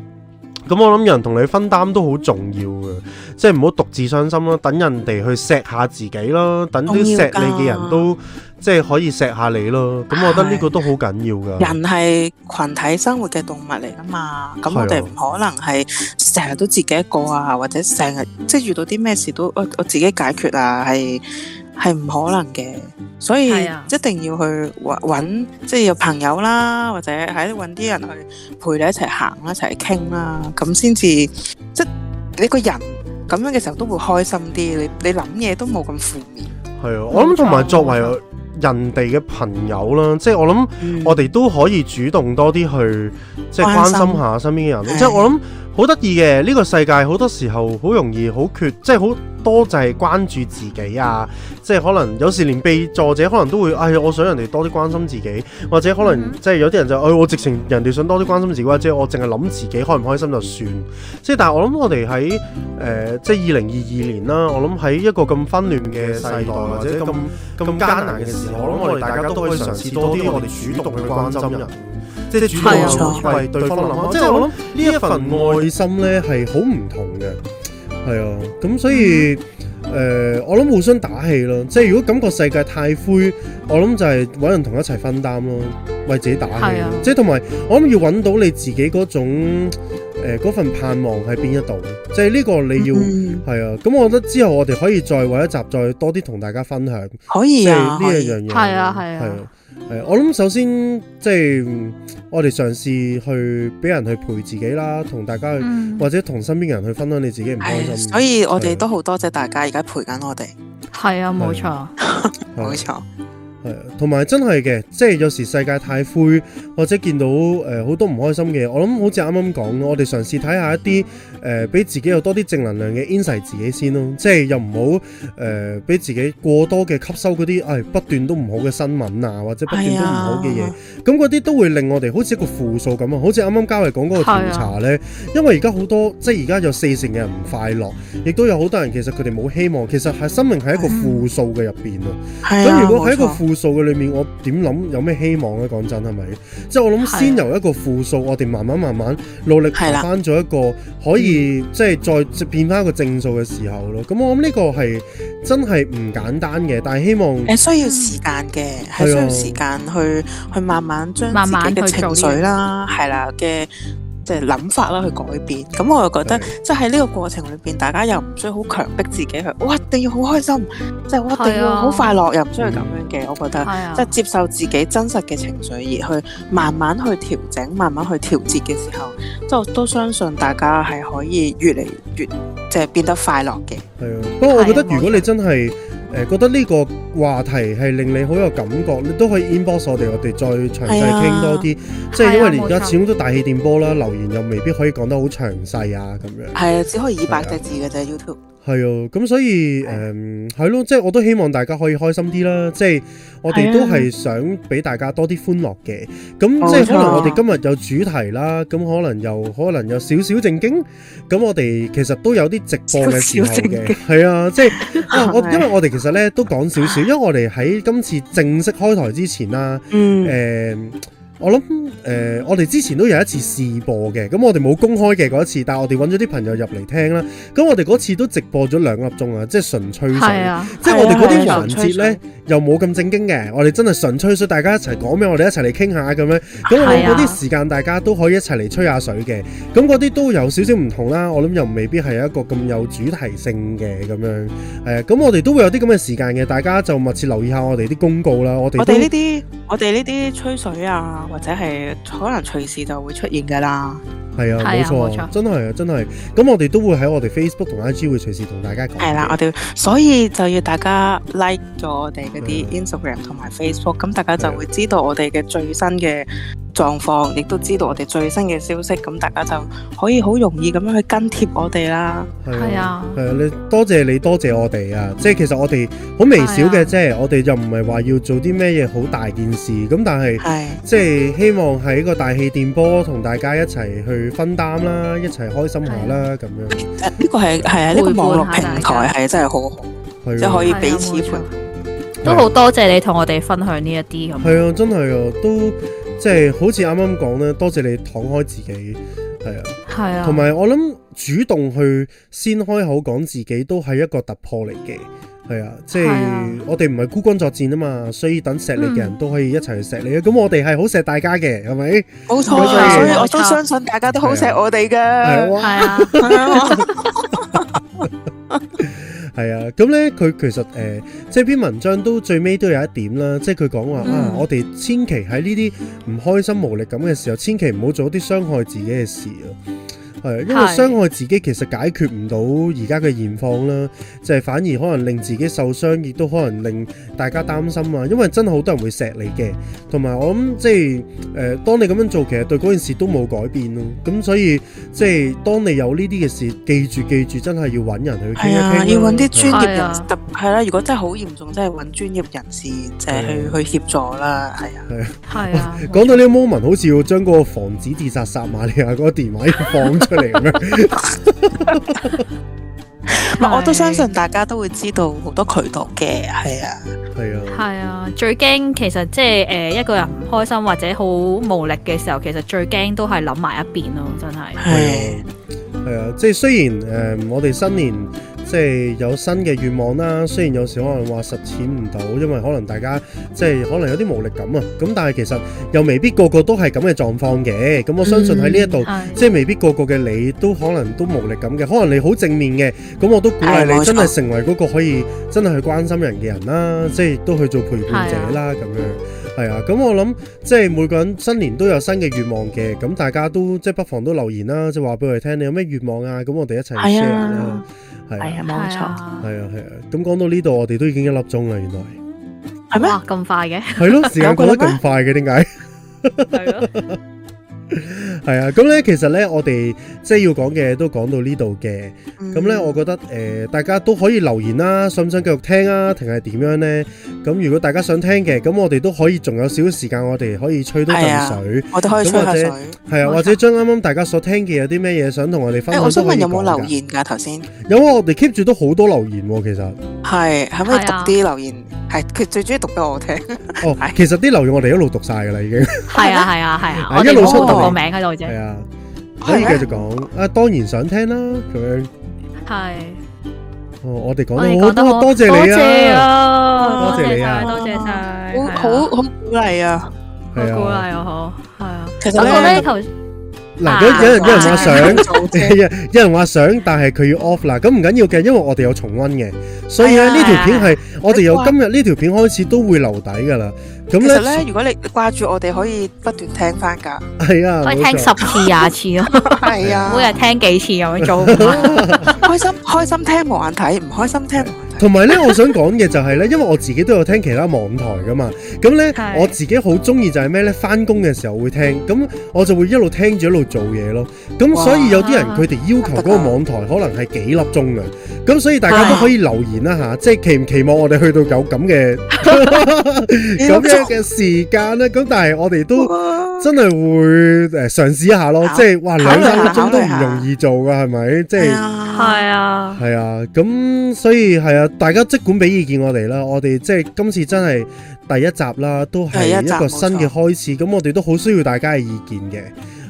咁我諗有人同你分擔都好重要嘅，即係唔好獨自傷心啦，等人哋去錫下自己啦，等啲錫你嘅人都即係可以錫下你咯。咁我覺得呢個都好緊要噶。
人係群體生活嘅動物嚟噶嘛，咁我哋
係啊
唔可能係成日都自己一個啊，或者成日即係遇到啲咩事都我我自己解決啊，係係唔可能嘅，所以
係啊
一定要去揾揾即係有朋友啦，或者喺揾啲人去陪你一齊行啦，一齊傾啦，咁先至即係你個人咁樣嘅時候都會開心啲，你你諗嘢都冇咁負面。
係啊，我諗同埋作為人哋嘅朋友啦，即係我諗。
嗯
我哋都可以主動多啲去即係關
關心
心下身邊嘅人，
係
即係我諗好得意嘅呢個世界好多時候好容易好缺，即係好多就係關注自己啊，即係可能有時連被助者可能都會，唉、我想人哋多啲關心自己，或者可能、
嗯
即係有啲人就，哎唉、我直情人哋想多啲關心自己，或者我淨係諗自己開唔開心就算。即係但係我諗我哋喺誒即係二零二二年啦，我諗喺一個咁紛亂嘅世代或者咁。咁艱難嘅時候，我諗我哋大家都可以嘗試多啲，我哋主動去關心人，即係主
係啊
動去為對方諗。即係我諗呢一份愛心咧係好唔同嘅，係啊。咁所以誒、我諗互相打氣咯。即係如果感覺世界太灰，我諗就係揾人同一齊分擔咯，為自己打氣
係啊
咯。即係同埋我諗要揾到你自己嗰種誒嗰、份盼望喺邊一度，即係呢個你要。
嗯
係啊，咁我覺得之後我哋可以再為一集再多啲同大家分享，
可以
即係
啊，可
呢
以
一樣嘢。
係啊係啊
係啊我諗首先即係嗯我哋嘗試去俾人去陪自己啦，同大家去、
嗯
或者同身邊嘅人去分享你自己唔開
係，
心。
所以我
係啊
哋都好多謝大家而家陪緊我哋，
係啊，冇錯，
係啊
冇錯，
係啊同埋真係嘅，即係有時世界太灰，或者見到誒好、多唔開心嘅嘢，我諗好似啱啱講，我哋嘗試睇下一啲誒俾自己有多啲正能量嘅 insight 自己先咯，即係又唔好誒俾自己過多嘅吸收嗰啲誒不斷都唔好嘅新聞啊，或者不斷都唔好嘅嘢
係啊，
咁嗰啲都會令我哋好似一個負數咁啊，好似啱啱嘉慧講嗰個調查
啊
呢，因為而家好多即係而家有四成嘅人唔快樂，亦都有好多人其實佢哋冇希望，其實係生命係一個負數嘅入邊啊。
係啊，
咁如果喺一個
冇錯
負數嘅裏面，我點諗有咩希望咧？講真係咪？即係我
係
諗
啊
先由一個負數，我哋慢慢慢慢努力
係啦
爬翻咗一個可以以即係再即變翻一個正數嘅時候咯。咁我諗呢個係真係唔簡單嘅，但係希望
誒需要時間嘅，
啊
係需要時間去去慢慢將
慢
自
慢
己嘅
去
情
做
緒啦，係啦嘅即係諗法啦去改變。咁我又覺得
係
即係喺呢個過程裏邊，大家又唔需要好強迫自己去，我一定要好開心，即係我一定
係
要
啊
好快樂，又唔需要咁樣嘅。我覺得
啊
即係接受自己真實嘅情緒，而去慢慢去調整、慢慢去調節嘅時候，即係我都相信大家係可以越嚟越即係變得快樂嘅。
係啊，不過我覺得
係啊
如果你真係誒、呃、覺得呢個話題係令你好有感覺，你都可以 inbox 我哋，我哋再詳細
係啊
傾多啲。即係因為
係啊
你而
冇
家
錯
始終都大氣電波啦，留言又未必可以講得好詳細啊咁樣。
係啊，只可以二百
係啊
隻字嘅啫 YouTube。
係啊，咁所以
係
誒係咯，即係我都希望大家可以開心啲啦。即係我
係
哋
啊
都係想俾大家多啲歡樂嘅。咁
哦冇
即係可能
錯
我哋今日有主題啦，咁可能又可能有少少正經。咁我哋其實都有啲直播嘅時候
少少正
嘅，係啊，即係啊，我
係
因為我哋其實咧都講少少，因為我哋喺今次正式開台之前啦，
嗯
誒、我諗誒、我哋之前都有一次試播嘅，咁我哋冇公開嘅嗰一次，但係我哋揾咗啲朋友入嚟聽啦。咁我哋嗰次都直播咗兩粒鐘啊，即係純吹水，
係啊，
即係我哋嗰啲
係啊
環節
係啊
呢，又冇咁正經嘅，我哋真係純吹水，大家一齊講咩，我哋一齊嚟傾下咁樣。咁我諗
係啊
嗰啲時間大家都可以一齊嚟吹下水嘅。咁嗰啲都有少少唔同啦，我諗又未必係一個咁有主題性嘅咁樣。係啊，咁我哋都會有啲咁嘅時間嘅，大家就密切留意下我哋啲公告啦。我哋
我
都
哋呢啲，我哋呢啲吹水啊，或者係可能隨時就會出現噶啦。
係啊，
係
冇
啊冇
錯，
錯
真係啊，真係。咁我哋都會喺我哋 Facebook 同 IG 會隨時同大家講嘅。
係啦，我哋所以就要大家 like 咗我哋嗰啲
嗯
Instagram 同埋 Facebook，咁大家
啊
就會知道我哋嘅最新嘅狀況，亦都知道我哋最新嘅消息，咁大家就可以好容易咁樣去跟貼我哋啦。
係啊，
係啊，你多謝你多謝我哋啊！即係其實我哋好微小
係
嘅
啊
啫，我哋就唔係話要做啲咩嘢好大件事咁，但係
係，
即係希望喺個大氣電波同大家一齊去分擔啦，一齊開心下啦咁樣。
誒呢個係係啊，呢個
陪伴
網絡
下
平
大
台係真係好好，
係
即係可以
係啊
彼此
冇
陪
錯
伴。
都好多謝你同我哋分享呢一啲咁。
係啊，真係啊，都即係好似啱啱講咧，多謝你敞開自己，係啊。
係啊，
同埋我諗主動去先開口講自己都係一個突破嚟嘅，係啊，即
係
係
啊嗯
我哋唔係孤軍作戰啊嘛，所以等錫你嘅人都可以一齊去錫你啊。咁、我哋係好錫大家嘅，係咪？
冇錯，啊
冇錯
所以我
冇
都
錯
相信大家都好
係啊
錫我哋
係
嘅。
哇，
係啊，
係啊
係啊。咁呢，佢其實誒、呃即係篇文章都最尾都有一點啦，即係佢講話啊，
嗯
我哋千祈喺呢啲唔開心無力咁嘅時候，千祈唔好做啲傷害自己嘅事啊。係啊，因為
係
傷害自己其實解決唔到而家嘅現況啦。就係反而可能令自己受傷，亦都可能令大家擔心啊。因為真係好多人會錫你嘅，同埋我諗即係誒、呃，當你咁樣做，其實對嗰件事都冇改變咯。咁所以即係當你有呢啲嘅事，記住記住，真係要揾人去傾一
係
傾啦
啊，要揾啲專業
係
人
啊
士，特係啦。如果真係好嚴重，真係揾專業人士即
係啊
係去去協助啦。係啊，
係啊，
講到呢個 moment，好似要將嗰個防止自殺撒瑪利亞嗰個電話要放出嚟咁樣。
唔係我都相信大家都會知道好多渠道嘅。 係啊，
係啊，
係啊，最驚其實即係誒一個人唔開心或者好無力嘅時候，其實最驚都係諗埋一邊咯，真係。
係
啊係啊，即係雖然誒、呃我哋新年即係有新嘅願望啦，雖然有時可能話實踐唔到，因為可能大家即係可能有啲無力感啊，咁但係其實又未必個個都係咁嘅狀況嘅，咁我相信喺呢一度。
係
即係未必個個嘅你都可能都無力咁嘅，可能你好正面嘅，咁我都鼓勵
係
你
冇錯
真係成為嗰個可以真係去關心人嘅人啦，即係都去做陪伴者啦咁樣。係啊，咁我諗即係每個人新年都有新嘅願望嘅，咁大家都即係不妨都留言啦，即係話俾我哋聽你有咩願望啊，咁我哋一齊 share
係
啦
啊。
係
係
啊，
啊，冇錯。
錯。
係啊，係啊。咁講到呢度，我哋都已經一粒鐘啦， 原來
係咩？
哇，咁快嘅，
係咯，時間過得咁快嘅，點解？
係咯，
係啊，咁咧其實咧，我哋即係要講嘅都講到呢度嘅。咁咧，我覺得誒、呃大家都可以留言啦，想唔想繼續聽啊？定係點樣呢？咁如果大家想聽嘅，咁我哋都可以仲有少少時間，我哋可以吹多陣
係啊
水，
我哋可以吹下水。
咁係啊，
冇錯
或者將啱啱大家所聽嘅有啲咩嘢想同我哋
誒，
分享
我想
都可
問
以
有冇
講㗎
留？言㗎？頭先
有啊，我哋 keep 住都好多留言喎，其實。
係可唔可以
係
讀
啊
啲留言？係佢最中意讀俾我聽。
哦，其實啲留言我哋一路讀晒㗎啦，已經。
係啊，係啊，係啊，
係
我
一
哋
路
冇
出
讀
到
個
嚟
名喺度
係
啫。
啊，可以
係咩
繼續講啊，當然想聽啦咁樣。
系
哦，我哋
我
講
哋
得好
講得好，
多，多謝你
多謝
啊，
啊，
多謝你啊
晒，多謝晒，係啊
好好好鼓勵啊！
好
係
鼓
啊。
勵我好，係啊。
其
不
實
過咧
咧，
頭
嗱，有有人有人話想，
啊做 啫
有有人話想，但係佢要 off 啦。咁唔緊要嘅，因為我哋有重温嘅，所以
係
咧
啊
呢條片係我哋由
你話
今日呢條片開始都會留底噶啦。咁
其實咧，
咧
如果你掛住我哋，可以不斷聽翻㗎。
係啊，
可以
冇
聽
錯
十次廿次 咯，
係啊，
每日聽幾次咁樣做唔係。
開心開心聽冇眼睇，唔開心聽冇眼睇。
同埋咧，我想講嘅就係咧，因為我自己都有聽其他網台噶嘛，咁咧
係
我自己好中意就係咩咧？翻工嘅時候會聽，咁我就會一路聽住一路做嘢咯。咁所以有啲人
哇
佢哋要求嗰個網台可能係幾粒鐘嘅，咁所以大家都
係
可以留言啦吓，即係期唔期望我哋去到有咁嘅咁樣嘅時間咧？咁但係我哋都。
哇
真係會誒呃嘗試一下咯，
哦考
即係哇
考慮
兩
下
三粒鐘都
考
唔
慮下
容易做噶，係咪？即係
係。啊，
係啊，
系啊，咁所以系啊，大家即管俾意見我哋啦。我哋即係今次真係第一集啦，都
第
係
一
一
集
個新嘅
冇錯
開始。咁我哋都好需要大家嘅意見嘅。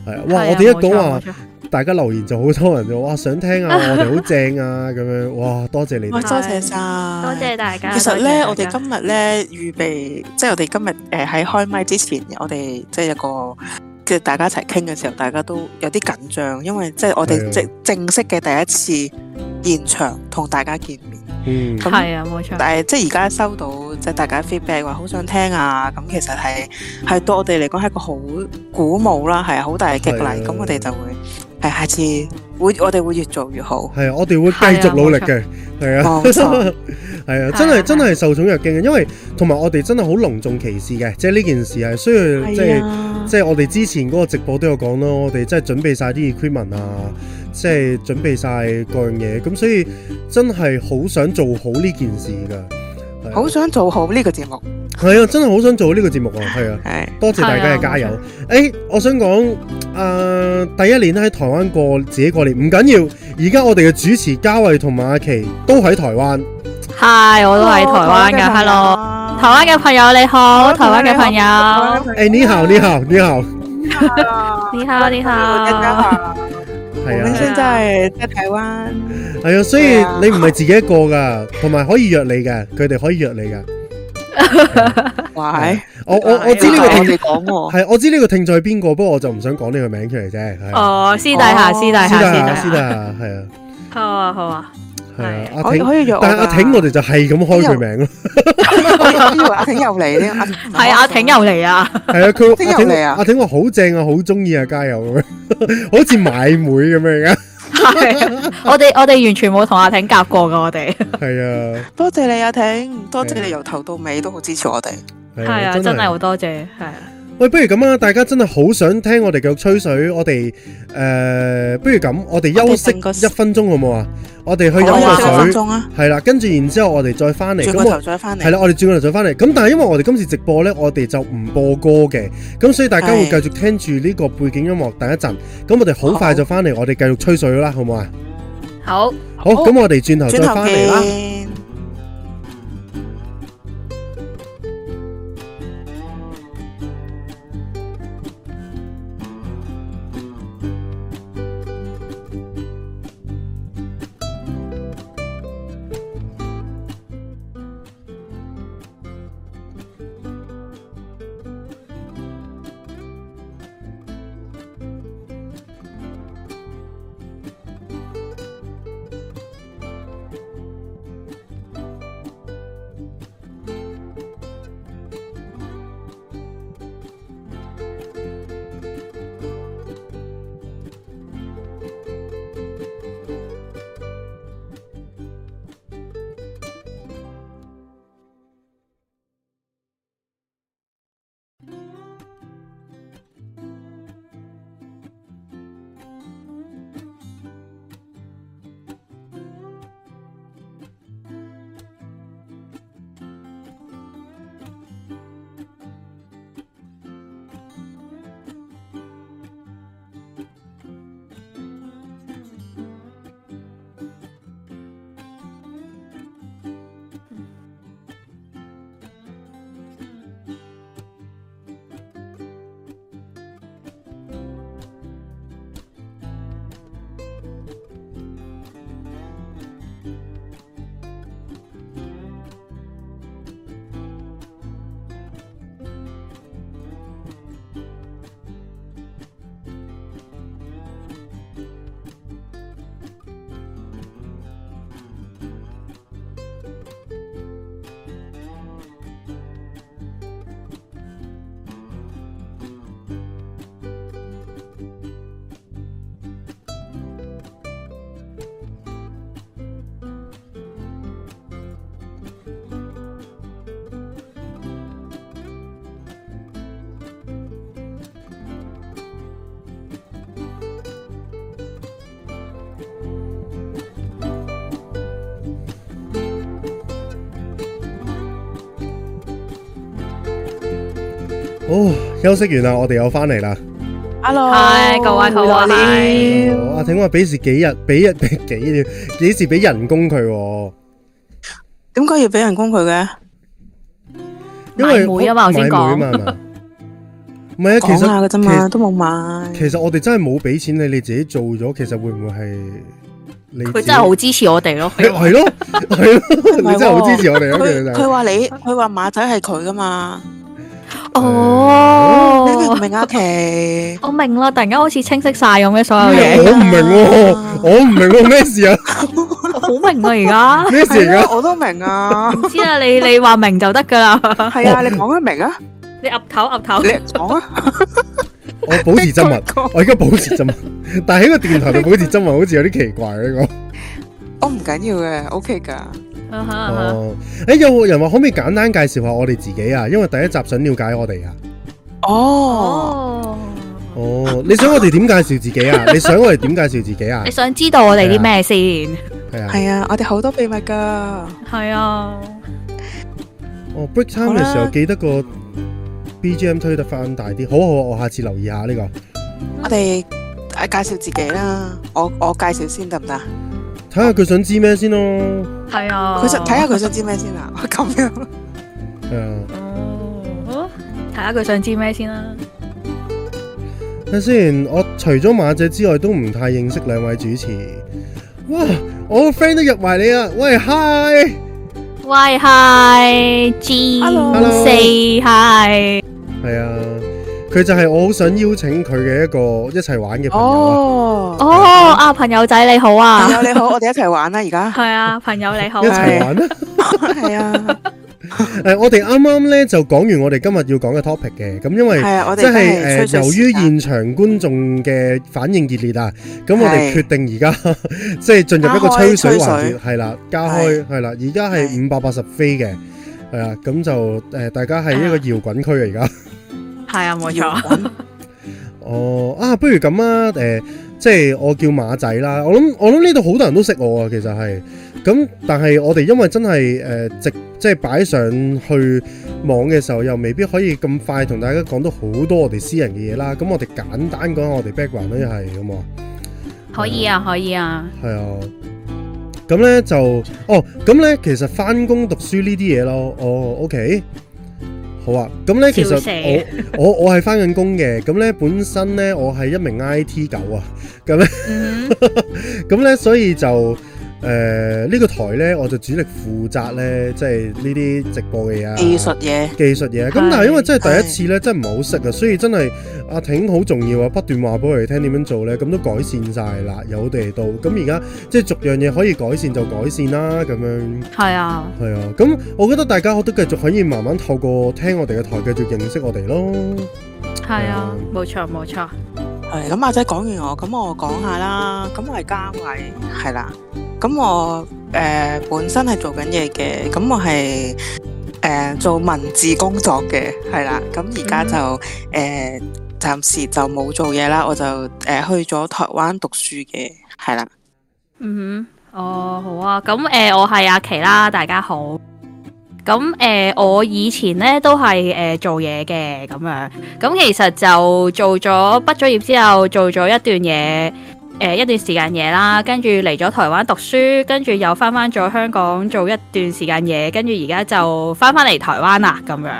係啊，哇！
係啊
我哋一講，
冇
話，
錯
大家留言就好多人就哇想聽 啊，我哋好正啊咁樣。哇！多謝你
哇
哋。
多謝晒，
冇錯多謝大家。
其實
多謝
咧，
大
我哋
家
今日咧預備，即係我哋今日誒喺開麥之前，我哋即係一個即係大家一齊傾嘅時候，大家都有啲緊張，因為即係我
係啊
哋即正式嘅第一次現場同大家見面。
嗯，
咁
係啊，冇錯，
但係即係而家收到即係大家 feedback 話好想聽啊，咁其實係係對我哋嚟講係一個好鼓舞啦，係好大嘅激
係啊
勵。咁我哋就會係下次會我哋會越做越好。
係啊，我哋會繼續努力嘅。係啊。
冇 錯，
係啊，
係啊
真
係
係
啊
真係受寵若驚嘅，因為同埋我哋真係好隆重其事嘅，即係呢件事係需要即係
係啊
即係我哋之前嗰個直播都有講咯，我哋真係準備晒啲 equipment 啊，即係準備晒各樣嘢，咁所以真係好想做好呢件事㗎。係啊
好想做好呢個節目，
係啊，真係好想做好呢個節目啊，係啊，
係
多謝大家嘅加油。誒、我想講啊，第一年喺台灣過自己過年唔緊要，而家我哋嘅主持嘉慧同埋阿琪都喺台灣，
係我都喺哦台灣㗎，hello，台灣嘅朋友你好，台灣嘅朋友，
誒、你好，你好，你好，
你好你好，
好，
係
我
啊
們。現在在台灣，
系啊，所以
係啊
你唔係自己一個噶，同埋可以約你噶，佢哋可以約你噶。
喂，
我我我知呢個
我
聽
哋講喎，
係我知呢個聽眾係邊個，不過我就唔想講呢個名出嚟啫。係啊
哦，私底下
哦
私底下
私
私
底
底
下，私底
下，
下，係啊，
好啊好啊，
係啊
係，
阿
可以
挺，
可以約我㗎。啊
但係阿挺我哋就係咁開佢名咯。
我以為阿挺又嚟添，
係阿挺又嚟啊，
係啊，佢
挺
阿
又
挺
嚟啊
阿挺話好正啊，好中意啊，加油咁樣， 好似買妹咁樣噶。
係我哋我哋完全冇同阿挺夾過㗎，我哋
係啊，
多謝你阿挺，多謝
係啊
你由頭到尾都好支持我哋。
係啊，真係好多謝，係啊。
喂，不如咁啊！大家真係好想聽我哋繼續吹水，我哋誒、呃不如咁，我哋休
我哋定個
息一分鐘好唔好啊？我哋去
我
飲
好啊
有
個
分
水，
鐘啊，
係啦，跟住然之後我哋再翻嚟。
轉
咁
個頭
我
再翻嚟。
係啦，我哋轉個頭再翻嚟。咁但係因為我哋今次直播呢，我哋就唔播歌嘅，咁所以大家會繼
係
續聽住呢個背景音樂等一陣。咁我哋好快
好
就翻嚟，我哋繼續吹水啦，好唔好啊？
好，
好，
好
咁我哋轉頭再
轉頭
翻嚟啦。
見。
哦，休息完啦，我哋又翻嚟啦。
Hello，
係各位好啊
回來
係
了
哦阿挺話俾時幾日，俾日俾幾幾時俾人工佢喎？
點解要俾人工佢嘅？
因為
買妹啊嘛頭先
買
講
妹啊嘛係嘛唔係啊，其
講下
實
嘅啫
其
嘛，
實
都冇買。
其實我哋真係冇俾錢你，你自己做咗，其實會唔會係你
佢真係好支持我哋咯。
係係咯係咯，
唔係喎
你真係好支持我哋啊！
佢
其實
佢話你，佢話馬仔係佢噶嘛？
哦
你明唔明啊？ 琪，
我明啦，突然間好似清晰晒咁嘅所有嘢，
我唔明喎，我唔明喎咩事啊？
我好明啊
咩事
係
嚟
啊，我都明 啊。
而家。唔知啊，你你話明就得㗎啦，
係啊，你講得明啊？
你岌頭岌頭
哦
你。講 啊，
我保持真物，
講
我而家保持真物，但係喺個電台度保持真物好似有啲奇怪啊呢個。
我唔緊要嘅，OK 㗎。
啊哈啊哈
哦，誒有人話可唔可以簡單介紹下我哋自己啊？因為第一集想了解我哋啊。
哦，
哦，
哦，你想我哋點介紹自己 啊？你想我哋點介紹自己啊
你？想知道我哋啲咩先？
係啊。
係啊，我哋好多秘密㗎。
係啊，
哦，break time 嘅時
好
候
啦
記得個 BGM 推得翻大啲。好好，我下次留意下呢個。
我哋誒介紹自己啦，我我介紹先得唔得啊？
睇下佢想知咩先咯。
係啊。
佢想睇下佢想知咩先啊？ 咁樣
係啊，
哦，睇下佢想知咩先啦。
睇下先。我除咗馬姐之外，都唔太認識兩位主持。哇！我個 friend 都入埋你啊！喂，hi，
喂，hi G
Hello
四 hi，
係啊，佢就係我好想邀請佢嘅一個一齊玩嘅朋友啊。
哦，
哦啊，朋友仔你好啊
朋，友你好，我哋一齊玩啦，而家
係啊，朋友你好
一
啊，
齊玩啦！
係啊，
誒、我哋啱啱咧就講完我哋今日要講嘅 topic 嘅，咁因為
係啊，我哋
即係
真係
誒、
吹水
由
時
於
間
現場觀眾嘅反應熱烈啊，咁我哋
係
決定而家 即係進入一個吹水
加開
環
吹
節，係啦，加開係啦，而家係
係
五百八十飛嘅，係啦，咁就誒、大家係一個搖滾區啊，而家。
係啊，冇
搖
錯，
滾
哦，啊，不如咁啊，誒、即係我叫馬仔啦。我諗我諗呢度好多人都識我啊，其實係。咁但係我哋因為真係誒、呃直即係擺上去網嘅時候，又未必可以咁快同大家講到好多我哋私人嘅嘢啦。咁我哋簡單講下我哋 background 啦，又係咁啊，
可以啊，可以啊，
係啊。咁咧就哦，咁咧其實翻工讀書呢啲嘢咯。哦，OK。好啊，咁咧其實
照射
我我我係翻緊工嘅，咁咧本身咧我係一名 IT 狗啊，
嗯
咁咧所以就誒呢、個台咧我就主力負責咧即係呢啲直播嘅嘢啊。
技術嘢，
技術嘢，咁
係
但係因為真係第一次咧，真係唔係好識啊，所以真係阿挺好重要啊，不斷話俾我哋聽點樣做咧，咁都改善晒啦，有地道。咁而家即係逐樣嘢可以改善就改善啦，咁樣
哼，係啊，
係啊。咁我覺得大家都繼續可以慢慢透過聽我哋嘅台繼續認識我哋咯。
係啊，冇錯冇錯，
係咁阿仔講完我，咁我講下啦。咁我係嘉偉，係啦。咁我誒本身係做緊嘢嘅，咁我係誒做文字工作嘅，係啦。咁而家就誒暫時就冇做嘢啦，我就誒去咗台灣讀書嘅，係啦。
嗯哼，哦好啊，咁誒我係阿琪啦，大家好。咁誒我以前咧都係誒做嘢嘅咁樣，咁其實就做咗畢咗業之後做咗一段嘢。誒、一段時間嘢啦，跟住嚟咗台灣讀書，跟住又翻翻咗香港做一段時間嘢，跟住而家就翻翻嚟台灣啦咁樣。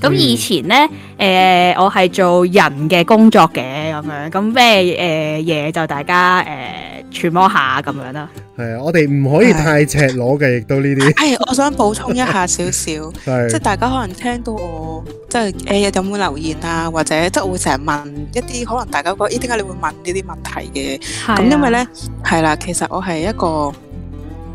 咁
嗯
以前呢，誒、我係做人嘅工作嘅咁樣，咁咩呃誒嘢就大家誒、呃揣摩下咁樣啦。
係啊，我哋唔可以
係
太赤裸嘅，亦都呢
誒，
啲
哎我想補充一下少少。即係
係
大家可能聽到我即係誒、有冇留言啊，或者即係我會成日問一啲可能大家覺得咦點解你會問呢啲問題嘅？
啊
咁、因為咧係啦，其實我係一個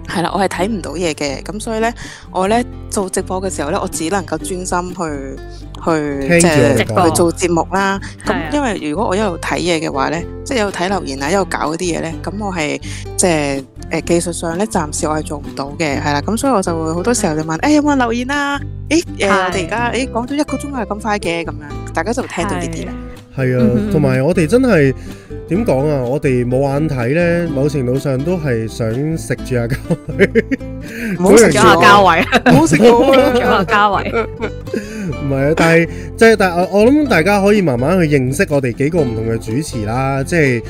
係啦，我係睇唔到嘢嘅，咁所以咧我咧做直播嘅時候咧，我只能夠專心去去
聽住
即係
我哋
直播
去
講。
做節目啦。
係啊
咁因為如果我一路睇嘢嘅話咧，即係一路睇留言啊，一路搞嗰啲嘢咧，咁我係即係誒技術上咧，暫時我係做唔到嘅，係啦。咁所以我就會好多時候就問，誒、有冇人留言啊？誒誒、
係
我哋而家誒講咗一個鐘係咁快嘅咁樣，大家就聽到呢啲啦。
係
嗯
啊，
哼
同埋我哋真係點講啊？我哋冇眼睇咧，某程度上都係想食住阿膠去，
唔好食咗
咗下
我
嘉偉，
唔好食我
咗下
啊！
嘉偉，
唔係，啊但係即係但係我我諗大家可以慢慢去認識我哋幾個唔同嘅主持啦，即係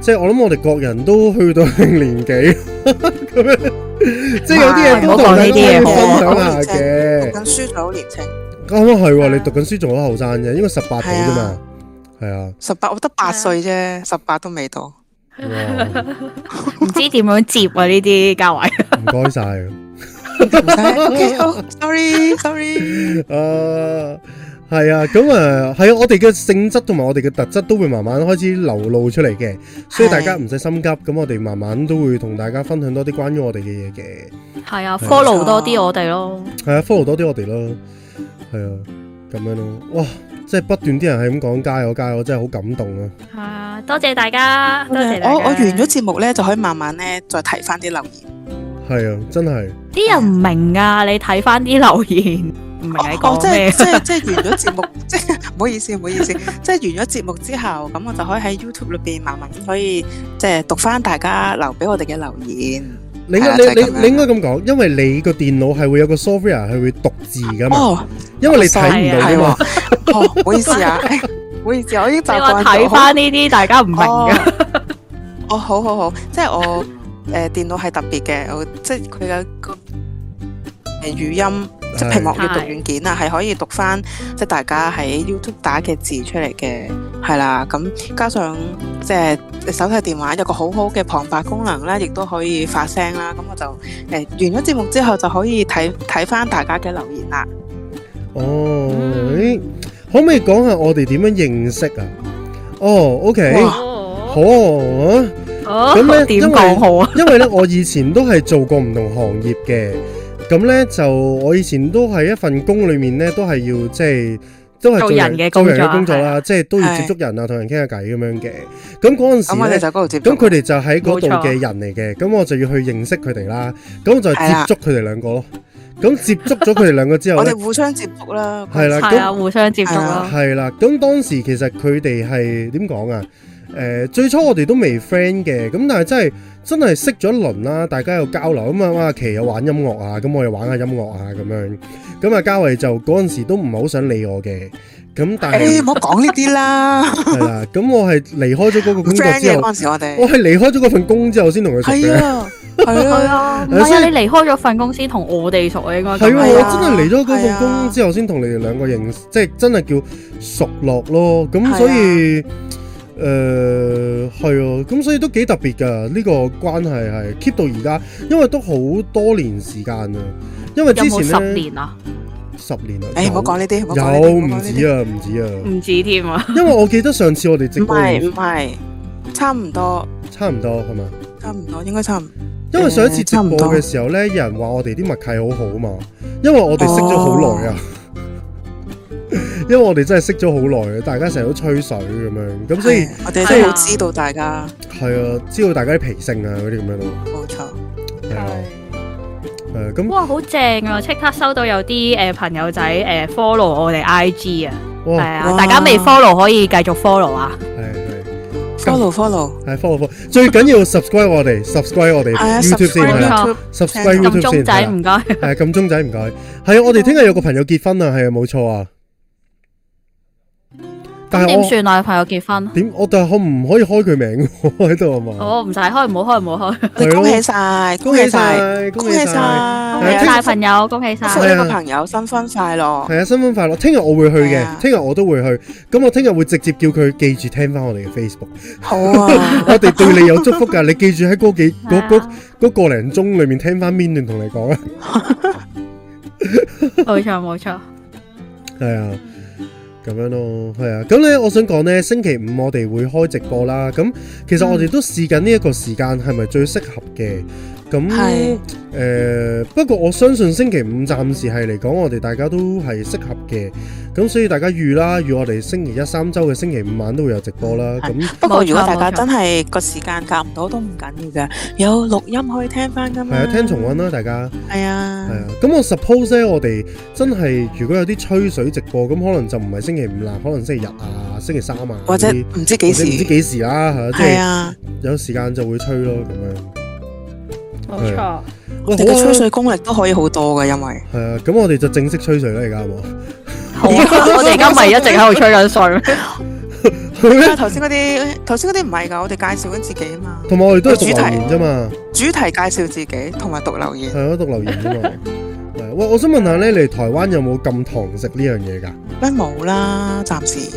即係我諗我哋各人都去到年紀咁樣，即係有啲嘢都啊同大家可以分享下嘅。
讀緊書就好年青，
啱啱係喎，你讀緊書仲好後生啫，應該十八度啫嘛，係啊。
十八我得八歲啫，十八都未到。
哇
唔知點樣接啊呢啲教位。
唔該晒啊！
唔使，OK，好，sorry sorry，
啊，係啊，咁啊，係啊，我哋嘅性質同埋我哋嘅特質都會慢慢開始流露出嚟嘅，所以大家唔使心急，咁我哋慢慢都會同大家分享多啲關於我哋嘅嘢嘅，
係啊，follow 多啲我哋咯。
係啊，follow 多啲我哋咯，係啊，咁樣咯，哇，即係不斷啲人係咁講加油加油，真係好感動啊！
係啊，多謝大家，多謝大家。
我我完咗節目咧，就可以慢慢咧再睇翻啲留言。
係啊，真係
啲人唔明啊，你睇翻啲留言，唔明你
哦，即
講咩
係？即係即係完咗節目， 即係唔好意思唔好意思，即係完咗節目之後，咁我就可以喺 YouTube 裏邊慢慢可以即係讀翻大家留俾我哋嘅留言。
你應該
啊
你你你應該咁講，因為你個電腦係會有個 software 係會讀字噶嘛，
哦，啊
因為你睇唔到噶嘛，
係喎哦，唔好意 思啊，哎唔好意思，我已經
你
習
話
慣
睇
咗。
翻呢啲，大家唔明啊嘅。
哦。哦，好好好，即係我 誒、呃、電腦係特別嘅，我即係佢有個誒語音，即係屏幕閱讀軟件啊，係可以讀翻即係大家喺 YouTube 打嘅字出嚟嘅，係啦。咁加上即係手提電話有個好好嘅旁白功能啦，亦都可以發聲啦。咁我就誒、呃完咗節目之後就可以睇睇翻大家嘅留言啦。
哦，
嗯
咦可唔可以講下我哋點樣認識啊？哦，OK，
哇
好啊，
哦
咁咧
點
因為
講好啊？
因為咧我以前都係做過唔同行業嘅，咁咧就我以前都係一份工裏面咧都係要即係。都係做
做人嘅工
做
作
人嘅工作
係
啦，即係都要接
係
觸人啊，同人傾下偈咁樣嘅。咁嗰陣
咁我
時
哋
咧
就，嗰度接
咁
觸。
佢哋就喺嗰度
冇錯
嘅人嚟嘅，咁我就要去認識佢哋啦。咁我就接
係啦
觸佢哋兩個咯。咁接觸咗佢哋兩個之後
我
咧
哋，互相接觸啦。
係啦，
係
咁
啊，互相接觸咯。
係啦，咁當時其實佢哋係點講啊？誒、最初我哋都未 friend 嘅，咁但係真係真係識咗一輪啦，大家有交流咁啊，哇阿琪又玩音樂啊，咁我又玩下音樂啊咁樣，咁啊嘉慧就嗰陣時都唔係好想理我嘅，咁但
誒
係
唔好講呢啲啦
係啦，咁我係離開咗嗰個工作
，friend
之
嘅
後，
嗰陣時我哋。
我係離開咗嗰份工之後先同佢熟
係
嘅，
啊，係
係
啊，
啊，唔
係
係啊，
先
你離開咗份公司同我哋熟啊，應該咁
係喎，
係
我
啊
真係離咗嗰
係
份
啊
工之後先同你哋兩個認識，即係真係叫熟落咯。咁
啊
所以誒係啊，咁所以都幾特別㗎呢個關係係 keep 到而家，因為都好多年時間啊。因為
有
之
冇
前
十
咧
年啊？
十年啊，
誒唔好講呢啲，唔好講呢
有
啲，
唔止
啊，
啊，唔止啊，
唔止添啊！
因為我記得上次我哋直
唔
播
係唔係，差唔多，
差唔多係嘛，
差唔多，應該差唔，
因為上一次
誒
直
差唔
播
多
嘅時候咧，有人話我哋啲默契好好嘛，因為我哋識咗好耐啊。 因為我哋真係識咗好耐啊，大家成日都吹水咁樣，咁所以
係我哋
係
都
啊
好知道大家，
係啊，知道大家啲脾性啊嗰啲咁樣咯，
冇錯，
係啊，係啊，咁
哇，好正啊！即刻收到有啲誒朋友仔誒 follow 我哋 IG 啊，係
哇，
啊，
哇
大家未 follow 可以繼續 follow 啊！
係係
follow follow，
係 follow follow，最緊要 subscribe 我哋，subscribe 我哋
係啊
YouTube 先係
冇
啦
錯
，subscribe YouTube，
，subscribe
撳
YouTube
鐘
先係
仔
啦，
唔該，
係啊撳鐘仔唔該，係啊，我哋聽日有個朋友結婚啊，係啊冇錯啊，但
咁
係
點
我
算啊？朋友結婚，
點我但係我唔可以開佢名喎喺度係嘛？
我唔使開，唔好開，唔好開，
我哋恭喜晒，
恭
恭
喜
喜晒，
晒，
恭喜
晒！
晒，
恭喜
係啊
晒朋友，恭喜晒
祝！
係啊
呢個朋友新婚快樂，
係啊，新婚快樂！聽日我會去
係
嘅
啊，
聽日我都會去。咁我聽日會直接叫佢記住聽翻我哋嘅 Facebook。
好 啊，
我哋對你有祝福㗎，你記住喺嗰幾
係
嗰
啊
嗰嗰個零鐘裏面聽翻邊段同你講啊。
冇錯冇錯，
係啊，咁樣咯，係啊。咁咧，我想講咧，星期五我哋會開直播啦。咁其實我哋都試緊呢一個時間係咪最適合嘅。咁
係
誒、呃不過我相信星期五暫時係嚟講，我哋大家都係適合嘅。咁所以大家預啦，預我哋星期一三周嘅星期五晚都會有直播啦。咁
不過如果
冇錯
大家
冇錯
真係個時間夾唔到都唔緊要嘅，有錄音可以聽翻噶
係
嘛，
啊，聽重温啦，大家。
係啊
係，啊，咁我 suppose 咧，我哋真係如果有啲吹水直播，咁可能就唔係星期五啦，可能星期日啊、星期三啊，
或者
嗰啲
唔知幾
或者唔知
時，
幾時啦，係啊即
係
係
啊。
有時間就會吹咯，咁樣。
冇
係
錯。
喂，
你嘅
好
吹
啊，
水功力都可以好多嘅，因為
係啊，咁我哋就正式吹水啦，而家好冇？
好好啊！我哋而家咪一直喺度吹緊 水，
啊頭先嗰啲頭先嗰啲唔係㗎，我哋介紹緊自己啊嘛，
同埋我哋都係讀
主題
留言啫嘛，
主題介紹自己同埋讀留言。
係啊，讀留言啫嘛。係啊喂，我想問下咧，你哋台灣有冇禁堂食呢樣嘢㗎？
咩冇啦，暫時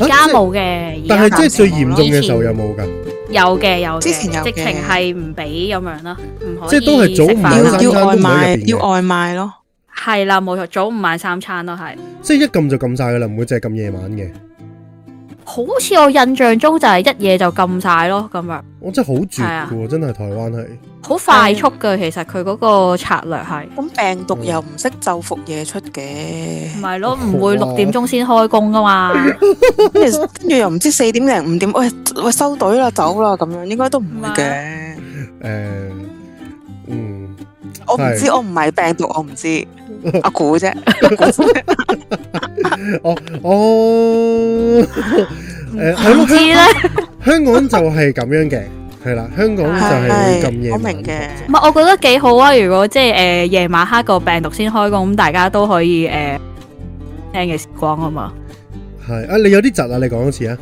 而家冇嘅，而
但
家
係即係最嚴重嘅時候有冇㗎？
有嘅有嘅，
之前有嘅
直情係唔俾咁樣啦，唔可以
即係都係早午
食飯
晚
啦
要
三餐
要
都
外
唔喺
賣
入邊，嘅
要外賣咯。
係啦，冇錯，早午晚三餐都係。
即係一禁就禁晒㗎啦，唔會淨係禁夜晚嘅。
好似我印象中就係一夜就禁晒咯，咁樣
我真係好絕
係啊
㗎喎，真係台灣係。
好快速嘅。其實佢嗰個策略係，
咁病毒又唔識就服夜出嘅
唔，係咯，唔會
哇
六點鐘先開工噶嘛。
跟住跟住又唔知四點零五點，喂喂收隊啦走啦咁樣，應該都唔會嘅。
诶，嗯，
我唔知，
係
我唔係病毒，我唔知， 我估啫，我估啫
我我诶哦係
唔
咯，
知咧，
香港就係咁樣嘅，係啦，香港就係會咁夜
我
晚
明嘅。
唔係我覺得幾好啊。如果即係誒夜晚黑個病毒先開工，咁大家都可以誒、呃、聽嘅時光啊嘛。
係啊，你有啲窒啊，你講多次啊，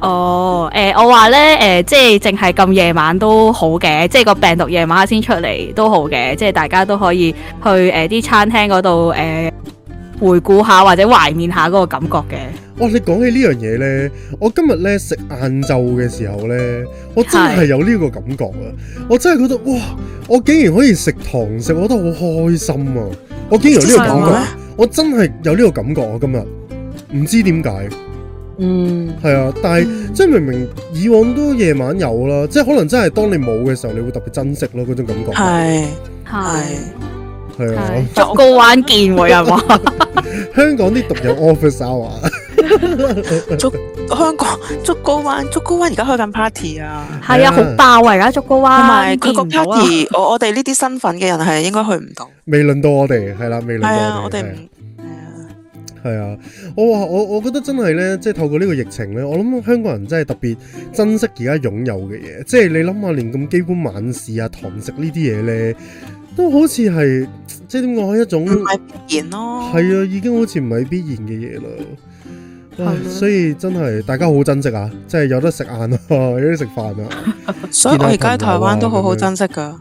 哦，誒、我話咧，誒、即係淨係咁夜晚都好嘅，即係個病毒夜晚先出嚟都好嘅，即係大家都可以去誒啲、餐廳嗰度誒回顧下或者懷念下嗰個感覺嘅。
哇！你講起呢樣嘢呢，我今日呢食晏晝嘅時候呢，我真係
係
有呢個感覺啊！我真係覺得哇，我竟然可以食堂食，我覺得好開心啊！我竟然有呢個
真係
感
啊
嘅
覺，啊我真係有呢個感覺啊！今日唔知點解。
嗯，
係啊，但係即係明明以往都夜晚有啦，即係可能真係當你冇嘅時候，你會特別珍惜咯嗰種感覺。啊
係係
係。
係啊，
係竹篙灣見會 係嘛？
香港啲獨有 office hour，
香港竹篙灣，竹篙灣而家開緊 party 啊！
係啊，好爆啊！而家竹篙
同埋
灣
佢
見
個
唔到啊！
party，我我哋呢啲身份嘅人係應該去唔到。
未輪到我哋係啦，未輪
係啊，
到
我
我
哋唔
哋
係啊
係啊。我話我我覺得真係呢，即係透過呢個疫情呢，我諗香港人真係特別珍惜而家擁有嘅嘢。即係你諗下，連咁基本晚市啊、堂食呢啲嘢呢，都好似係即係點講一種。
唔係必然咯。
啊係啊，已經好似唔係必然嘅嘢啦。唉
係，咯
所以真係大家好珍惜啊！即係有得食晏啊， 有得食飯啊，
所以我而家喺台灣都好好
見
珍
下
惜噶，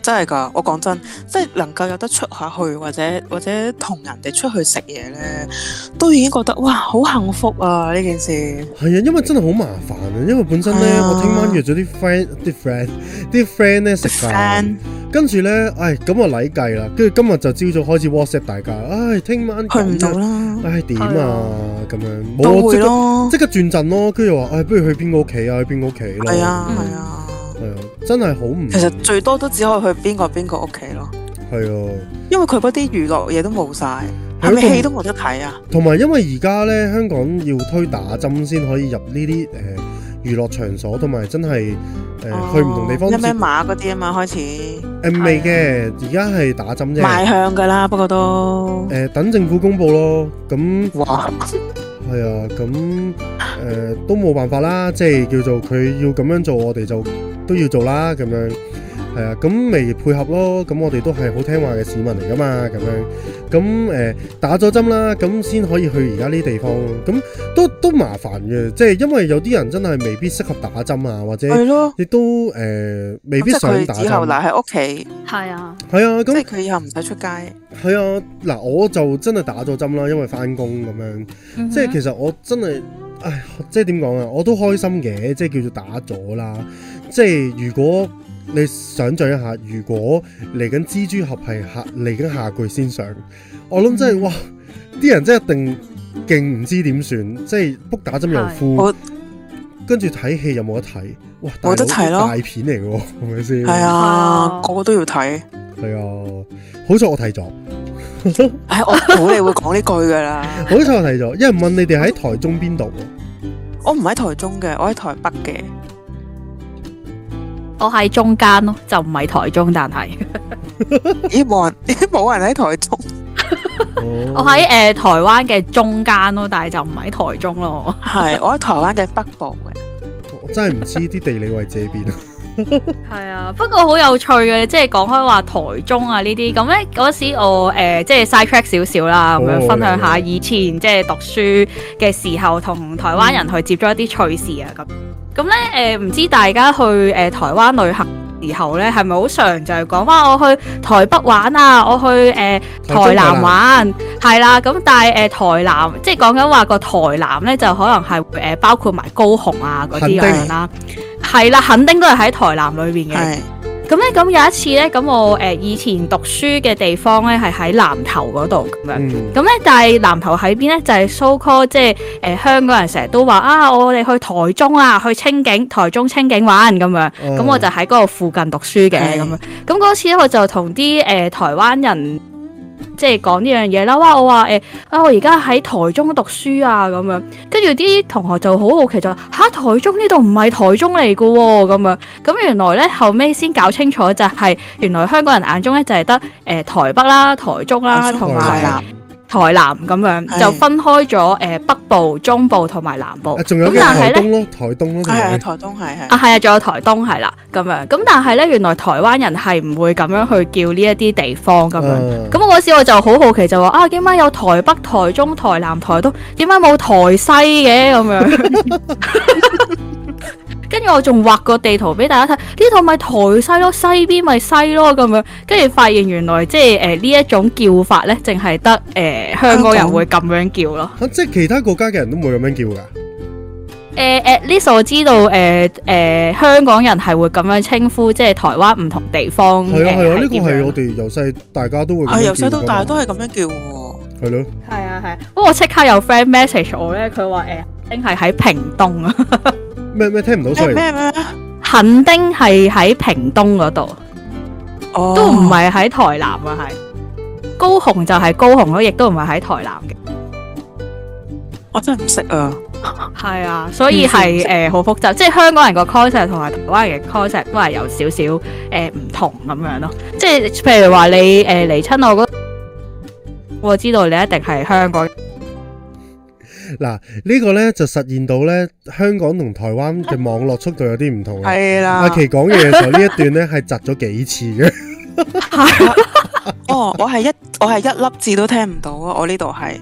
真係噶，我講真，即係能夠有得出下去，或者或者同人哋出去食嘢咧，都已經覺得哇好幸福啊！呢件事
係啊，因為真係好麻煩啊！因為本身呢，
係啊
我聽晚約咗啲 friend、啲 friend、啲 friend 呢食飯，
friend
跟住呢，唉，咁我禮計啦，跟住今日就朝早開始 WhatsApp 大家，唉，聽晚
去唔到
咁啊，
啦，
唉點
係
啊
啊
咁樣，
都
冇啊
會
即刻
咯，
即刻轉陣咯，跟住話唉，不如去邊個屋企啊，去邊個屋企咯，
係啊
嗯
係啊，
係啊，真係好唔
其實最多都只可以去邊個邊個屋企咯，
係啊。
因為佢嗰啲娛樂嘢都冇晒，
係咯
係咪
咁
戲都冇得睇啊？
同埋因為而家咧，香港要推打針先可以入呢啲誒呃娛樂場所，同埋真係誒、呃
哦
去唔同地方
一咩啊
接
馬嗰啲啊嘛，開始
誒未嘅，而家係打針啫。
賣
誒、
向噶啦，不過都
等政府公布咯，咁
哇，
係啊，咁誒、呃都冇辦法啦，即係叫做佢要咁樣做，我哋就都要做啦，咁樣係啊，咁咪配合咯，咁我哋都係好聽話嘅市民嚟噶嘛，咁樣咁誒、呃打咗針啦，咁先可以去而家呢啲地方，咁都都麻煩嘅，即係因為有啲人真係未必適合打針啊，或者
係咯，
亦都誒、呃未必
嗯咁即
想
係
打
佢以後
針，
嗱喺屋企，
係啊，
係啊，咁
即。係佢以後唔使出街。
係啊，嗱，我就真係打咗針啦，因為翻工咁樣，
嗯
即
嗯
係其實我真係，唉，即係點講啊，我都開心嘅，即係叫做打咗啦。即係如果你想象一下，如果嚟緊蜘蛛俠係下嚟緊下季先上，我諗
嗯
真係、哇，啲人真係一定勁唔知點算，即係 book 打針又
係
敷
我，
跟住睇戲又冇得睇，哇，
冇得
大佬
睇咯
大片嚟嘅喎，係咪先？
系啊，個個都要睇。
係啊，好彩我睇咗。
唉，我估 你會講呢句噶啦。
好彩我睇咗，有人問你哋喺台中邊度喎？
我唔喺台中嘅，我喺台北嘅。
我喺中間咯，就唔係台中，但係
咦，冇人， 咦冇人喺台中。
我
哦
喺誒台灣嘅中間咯，但係就唔喺台中咯。
係，我喺台灣嘅北部嘅。
哦我真係唔知啲地理位置喺邊啊！
系啊，不過好有趣嘅，即係講開話台中啊呢啲咁咧，嗰時我誒、呃即係 side track 少少啦，咁
好
樣
啊
分享
好啊
下以前即係讀書嘅時候同台灣人去接觸一啲趣事啊咁。咁咧誒，唔、知大家去誒、呃台灣旅行時候咧，係咪好常就係講翻我去台北玩啊，我去誒、呃
台中
台
台南
南玩係啦，咁但係誒、呃台南即係講緊話個台南咧，就可能係誒、呃包括埋高雄啊嗰啲咁
墾
丁
樣啦，係啦，墾丁都係喺台南裏邊嘅。
係
咁咧，咁有一次咧，咁我誒、呃以前讀書嘅地方咧，係喺南頭嗰度咁樣。
嗯，
咁咧，但係南頭喺邊咧？就係、so call 即係誒、呃香港人成日都話啊，我哋去台中啊，去清境，台中清境玩咁樣。咁、
哦
我就喺嗰度附近讀書嘅
係
咁樣。咁嗰次咧，我就同啲誒台灣人即係講呢樣嘢啦。哇！我話誒、呃啊，我而家喺台中讀書啊咁樣。跟住啲同學就好好奇就話吓、台中呢度唔係台中嚟嘅喎咁樣。咁原來咧後尾先搞清楚就係、原來香港人眼中咧就係得誒台北啦、台中啦
台中
同
台
埋
南
台南咁樣
係
就分開咗誒、呃北部、中部同埋南部。
啊仲有
哦咁
嘅
但係
台
咧。
東咯，台東咯，
係啊，
同
台東係係
啊，係啊，仲有台東係啦，咁樣咁，但係咧，原來台灣人係唔會咁樣去叫呢一啲地方咁樣。
埋
咁我嗰時我就好好奇就話啊，點解有台北、台中、台南、台東，點解冇台西嘅咁樣？ 跟住我仲畫個地圖俾大家睇，呢度咪台西咯，西邊咪西咯咁樣。跟住發現原來即係誒呢一種叫法咧，淨係得誒香港人會咁樣叫咯。
啊，即係其他國家嘅人都冇咁樣叫㗎。
誒呃 at least 我知道誒誒、呃香港人係會咁樣稱呼，即係台灣唔同地方。
係啊
誒
係啊，呢個
點
係
樣
我哋由細大家都會咁樣
啊，
叫
由細到大
㗎嘛
都係咁樣叫喎。
係咯，
係啊係啊，不過我即刻有 friend message 我咧，佢話誒，墾丁係喺屏東啊，
咩咩聽唔到
咩
sorry，
咩咩？
墾丁係喺屏東嗰度，
哦，
都唔係喺台南啊，係高雄就係高雄咯，亦都唔係喺台南嘅，
我真係唔識啊。
係啊，所以係誒好複雜，即係香港人個 concept 同埋台灣人嘅 concept 都係有少少誒唔同咁樣咯，即係譬如話你誒嚟親我嗰，我知道你一定係香港人，
嗱呢個咧就實現到咧香港同台灣嘅網絡速度有啲唔同啊。
係啦
阿。琪講嘢嘅時候呢一段咧係窒咗幾次嘅。
哦，我係一我係一粒字都聽唔到啊！我呢度係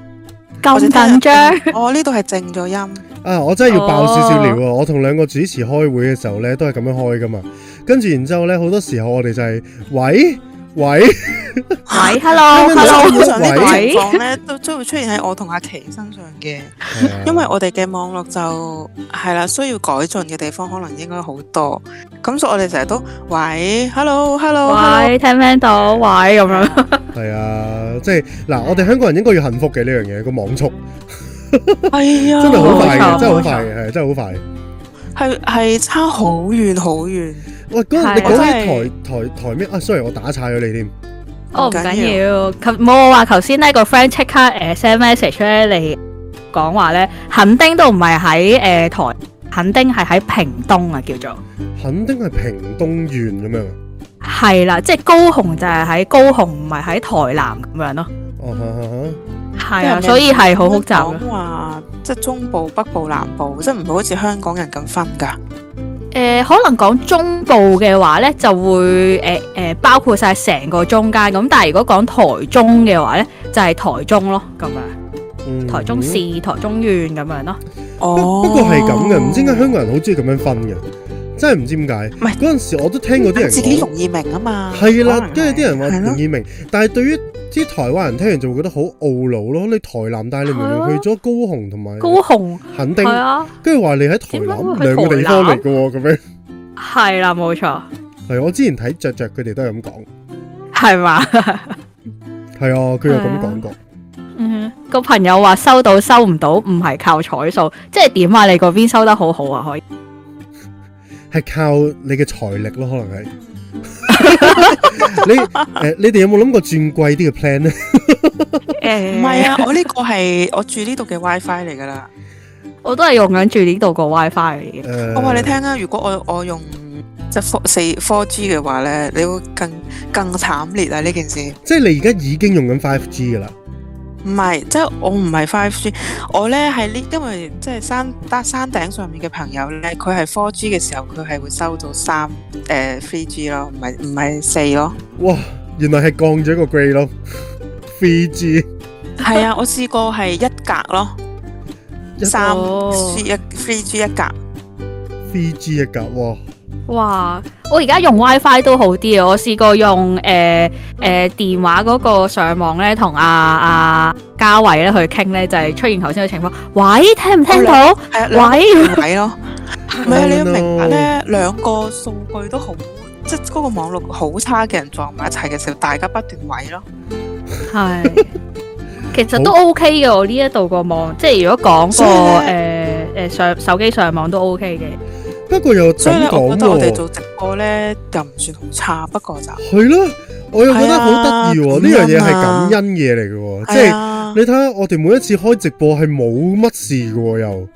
我
咁
淨係聽
緊張。
我呢度係靜咗音。
啊！我真係要爆少少料啊！我同兩個主持開會嘅時候呢，都係咁樣開噶嘛。跟住然之後呢，好多時候我哋就係、喂喂，
喂，hello
聽唔聽到
hello，
通常呢種情
喂，
況咧，都都會出現喺我同阿琪身上嘅，因
啊
為我哋嘅網絡就係啦，需要改進嘅地方可能應該好多，咁所以我哋成日都喂，hello，hello，
喂，聽唔聽到？喂，咁樣。
係啊，即係嗱，我哋香港人應該要幸福嘅呢樣嘢，個網速
係啊，
真係好快
冇
嘅，
錯
真係好快嘅，係真係好快。
係係差好遠好遠，
喂，嗰
係啊
你講
真
起
係
台台台咩啊？sorry，我打岔咗你添。
哦，
唔
唔緊
緊
要。頭冇我話頭先咧個 friend 即刻誒 send message 咧嚟講話咧，墾丁都唔係喺誒台，墾丁係喺屏東啊，叫做
肯定係屏東縣咁樣啊。
係啦，即係高雄就係喺高雄，唔係喺台南咁樣咯。
哦，哈哈哈
係
即係
啊，
咩
所以係好複雜嘅。
講話即係中部、北部、南部，即係唔會好似香港人咁分㗎。
誒、可能講中部嘅話咧，就會誒誒、包括晒成個中間咁，但係如果講台中嘅話咧，就係、台中咯咁樣，
嗯
台中市、台中縣咁樣咯。
哦，
不不過係咁嘅，唔知點解香港人好中意咁樣分嘅，真係唔知點解。
係
嗰陣時我都聽過啲人
自己
講
容易明啊嘛。
係啦
可，能
跟住啲人話
係
容
咯
易明，但係對於啲台灣人聽完就會覺得好懊惱咯。你台南，但係你明
係
明
啊
去咗高雄同埋
高雄
墾
係
丁，
啊。
跟住話你喺台南
點解會去
兩個地方嚟嘅喎，咁樣
係啦，冇錯，
係啊我之前睇着着佢哋都係咁講，
係嘛？
係啊，佢又咁講過，
嗯，個朋友話收到收唔到，唔係靠彩數，即係點啊？你嗰邊收得好好啊，可以
係靠你嘅財力咯，可能係。 你誒，你哋有冇諗過轉貴啲嘅 plan 咧？
唔係啊，我呢個係我住呢度嘅 WiFi 嚟㗎啦。
我都係用緊住呢度個 WiFi 嚟嘅。
誒，
我話你聽啊，如果我我用即係 four 四 four G 嘅話咧，你會更更慘烈啊！呢件事
即係你而家已經用緊 5G 噶啦，
唔係，即係我唔係 Five G，我咧係呢，因為即係山得山頂上面嘅朋友咧，佢係 Four G 嘅時候，佢係會收到三誒 Three G 咯，唔係唔係四咯。
哇，原來係降咗一個 grade 咯，three G
係啊，我試過係一格咯，三 G 一 Three G 一格。
three G 一格，哇！
哇！我而家用 WiFi 都好啲啊！我試過用誒誒、呃呃、電話嗰個上網咧，同阿阿嘉慧咧去傾咧，就係、出現頭先嘅情況。喂，聽唔聽到？
係啊，兩
喂，
個位 咯。唔係啊，你要
No
明白咧，兩個數據都好，即係嗰個網絡好差嘅人撞埋一齊嘅時候，大家不斷位咯。
係其實都 OK 嘅。我呢一度個網，即係如果講
所以
個誒
呢
誒上手機上網都 OK 嘅。
不過又
所以
咁
咧，我
講
覺得我哋
喎，
做直播咧又唔算好差，不過就
係咯，我又覺得好得意喎，呢
係啊
樣嘢係感恩嘢嚟嘅喎，即
係
係
啊
你，睇下我哋每一次開直播係冇乜事嘅喎，又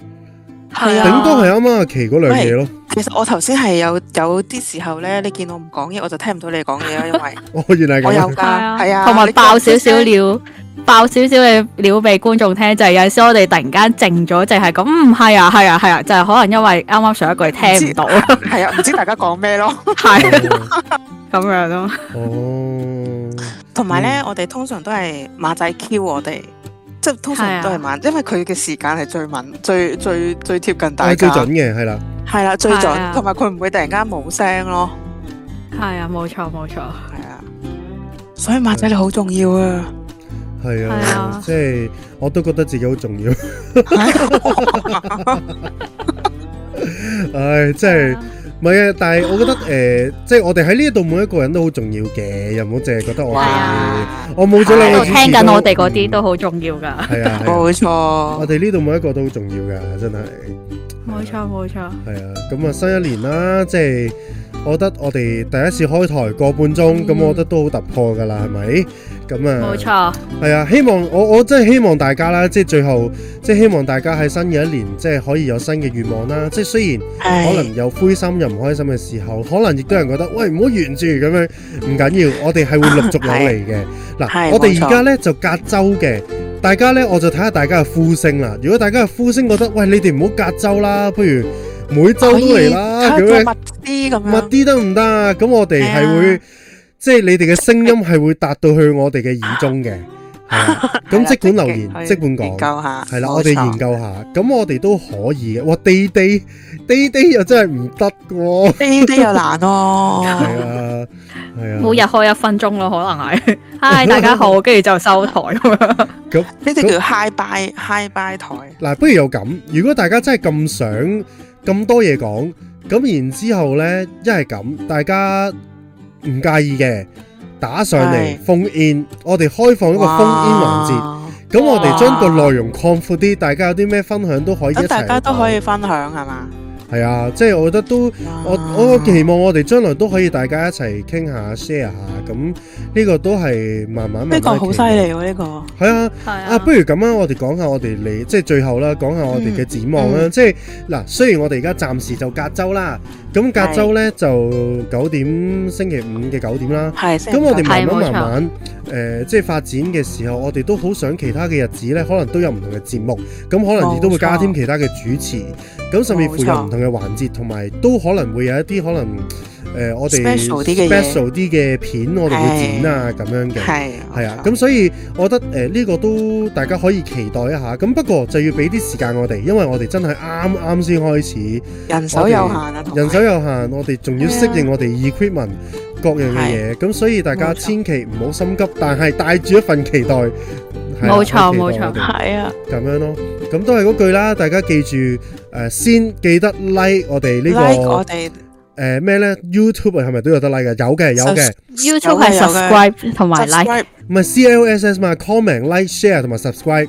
係啊
頂多係啱啱阿琪嗰兩嘢咯，
其實我頭先係有有啲時候咧，你見我唔講嘢，我就聽唔到你講嘢啊啦，因為
啊
哦，原 來係
我有
咁樣，
㗎，係啊，
同埋
你
爆
講
少少
聲
料，爆少少嘅料俾觀眾聽，就係、有陣時我哋突然間靜咗，淨係咁，嗯，係啊，係啊，係啊，就係、可能因為啱啱上一句聽唔到，
係啊，唔知大家講咩咯。
係咁樣咯。
哦，
同埋咧，我哋通常都係馬仔 Q 我哋，即係通常都係馬，因為佢嘅時間係最敏、最最最貼近大
係最
家，
準嘅係啦，
係啦，最
係啊
準，同埋佢唔會突然間冇聲咯，
係啊，冇錯冇錯，
係啊。所以馬仔你好重要啊！
係
係
啊
啊，
即係我都覺得自己好重 要，唉，即係。唔係啊，但係我覺得誒、即係我哋喺呢一度每一個人都好重要嘅，又唔好淨係覺得我哋。
係啊
我冇咗兩
喺
個
度
主持
聽
都
緊我哋嗰啲都好重要噶，
係啊，係啊
冇錯
我，哋呢度每一個都好重要㗎，真係
冇錯冇錯，
係啊。咁啊，新一年啦，即係我覺得我哋第一次開台個半鐘，咁、
嗯
我覺得都好突破㗎啦，係咪？咁啊，
冇錯，
係啊，希望我我真係希望大家啦，即係最後，即係希望大家喺新嘅一年，即係可以有新嘅願望啦。即係雖然。可能有灰心又唔開心嘅時候，可能亦都有人覺得喂唔好完住咁樣，唔緊要，我哋係會陸續有嚟嘅。嗱，
係
我
冇
哋
錯
而家呢就隔周嘅，大家呢，我就睇下大家嘅呼聲啦。如果大家嘅呼聲覺得喂你哋唔好隔周啦，不如每周
可
都
以
嚟啦
睇
咁
個
樣，
密啲咁
密
樣，
啲得唔得啊？咁我哋
啊係
係
啊
會即係你哋嘅聲音係會達到去我哋嘅耳中嘅。係啊
係
咁
啦
即管留言
極，去
即
研
管講。
究下，
系啦，
冇
我哋
錯
研究下，咁我哋都可以嘅。哇，地地地地又真係唔得嘅喎，
呢啲又難咯，
係啊，係啊，
每日開一分鐘咯，可能嗯 係，嗨大家好，跟住就收台咁樣，
呢啲叫 high by high by 台，
嗱，不如又咁，如果大家真係咁想咁多嘢講，咁然之後呢，一係咁，大家唔介意嘅，打上嚟
係
phone in，我哋開放一個 phone in 環節，
節。
咁我哋將個內容擴闊啲，大家有啲咩分享都可以一
咁
齊，
哦大家都可以，分享係嘛？
係啊，即係我覺得都。我我期望我哋將來都可以大家一齊傾下 share 下，咁呢個都係慢慢慢慢
呢個好犀
嘅期
利喎，呢個
望。係啊，
係
啊不如咁啊，我哋講下我哋嚟，即係最後啦，講下我哋嘅展望啦。即係嗱，雖然我哋而家暫時就隔周啦，咁隔周呢就九點星期五嘅九點啦。
係。
咁我哋慢
係冇
慢慢
錯
慢誒、即係發展嘅時候，我哋都好想其他嘅日子咧，可能都有唔同嘅節目，咁可能亦都會
冇錯
加添其他嘅主持，咁甚至乎
冇錯
有唔同嘅環節，同埋都可能會有一啲可能誒、呃我哋
Special 啲嘅嘢
special 啲嘅片，我哋會剪啊咁樣嘅。
係
係啊，咁所以我覺得誒呃呢、個都大家可以期待一下，咁不過就要俾啲時間我哋，因為我哋真係啱啱先開始。
人手有限啊，同埋
人手有限，我哋仲要適應我哋 equipment 各樣嘅嘢，咁所以大家
冇錯
千祈唔好心急，但係帶住一份期待，係啦
冇錯
去期待我哋
冇錯
係啊
咁樣咯。咁都係嗰句啦，大家記住誒、呃先記得 like 我哋呢、
，like 我
個
哋
誒咩呢 YouTube 係咪都有得 like 嘅？有嘅有嘅，
YouTube 係 subscribe 同埋 like，
啊 subscribe
唔係 CLSS 嘛，comment、like、share 同埋 subscribe。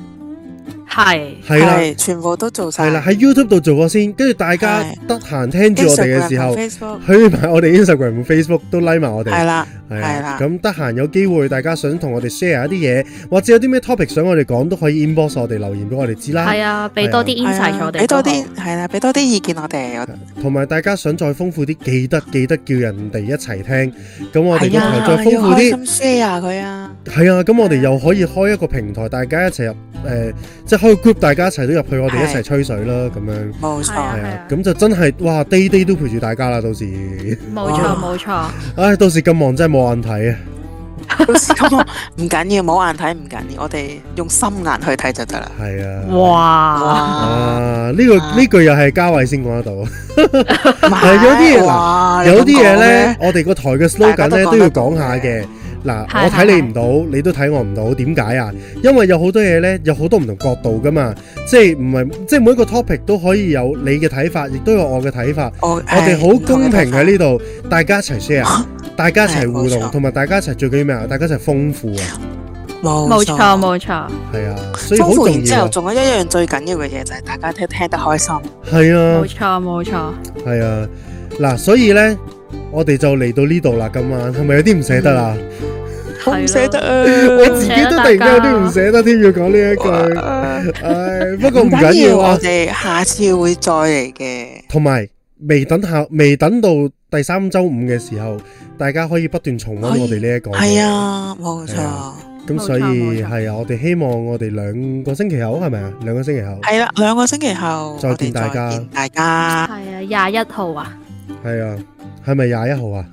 係
係啦。
係全部都做
系
晒。
啦，喺 YouTube 度做過先，跟住大家
係
得閒聽住我哋嘅時候，
Instagram 同 Facebook
去埋我哋 Instagram、Facebook 都 like 埋我哋，
係啦，
係啊
係啦
咁得閒有機會，大家想同我哋 share 一啲嘢，或者有啲咩 topic 想我哋講，都可以 inbox 我哋留言俾我哋知啦。
係啊，俾多啲
係
insight
啊
我哋都好，
俾多啲係啦，俾多啲意見我哋。我
同埋大家想再豐富啲，記得記得叫人哋一齊聽。咁我哋個
係
台
啊
再豐富啲
要，開心 share 佢啊，
係啊，咁我哋又可以開一個平台，大家一齊入誒，即係開個 group，大家一齊都入去，我哋一齊
係
吹水啦，咁樣。
冇錯。
係啊
係啊，咁就真係哇，day day 都陪住大家啦，到時，
冇錯
哇
冇錯，
唉，到時咁忙真係冇眼睇啊！
到時咁我唔緊要，冇眼睇唔緊要，我哋用心眼去睇就得啦。
係啊，
哇！
哇！
啊，呢個
啊
呢句又係嘉偉先講得到，
唔係
有啲嘢嗱
哇
有啲嘢
你咁講
呢
咩，
我哋個台嘅 slogan
大家
咧
都講得
都要講下嘅。嗱，
係
我睇你唔到，你都睇我唔到，點解啊？因為有好多嘢呢，有好多唔同角度噶嘛，即係唔係即係每一個 topic 都可以有你嘅睇法，亦都有我嘅睇法。
我
我哋好公平喺呢
呢，
度，大家一齊 share，大家一齊互
啊係冇
動，
錯
同埋大家一齊最緊要咩啊？大家一齊豐富啊，
冇
冇
錯
錯。冇錯，
係啊，所以好
豐富
重
完之
要
後，
啊，
仲有一樣最緊要嘅嘢就係大家聽聽得開心。
係啊
冇。錯冇錯，
系啊，嗱，所以咧，我哋就嚟到呢度啦，今晚係咪有啲唔捨得啊？
好唔捨得啊！
我自 己都突然間有啲唔捨得添，要講呢一句，
唔
唉，不過唔緊
緊
要
要，
啊
我。哋下次會再嚟嘅。
同埋未等下，未等到第三周五嘅時候，大家可以不斷重温我哋呢一個。
係，啊，冇錯
係。啊咁所以
冇錯冇錯
係啊，我哋希望我哋兩個星期後係咪啊？兩個星期後
係啦，兩個星期後
再見大
我哋
家
再見大家。
係啊，廿一號啊，
係啊，係咪廿一號啊？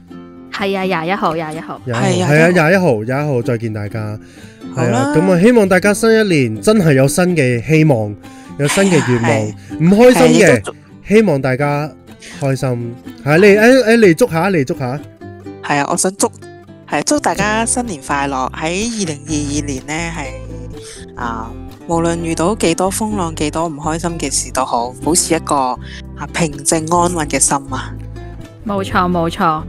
係啊，廿一號廿一號，
廿
係
一號
啊
係啊，
21
廿一號廿一號再見大家。系
好
啊，
啦，
咁啊，希望大家新一年真係有新嘅希望，有新嘅願望，唔開
係
心
亦
嘅，
都
希望大家開心。係你诶诶嚟捉下，嚟捉下，
係啊，我想祝係祝大家新年快樂。喺二零二二年呢，係啊，無論遇到幾多風浪、幾多唔開心嘅事都好，保持一個啊平靜安穩嘅心啊！
冇錯冇錯，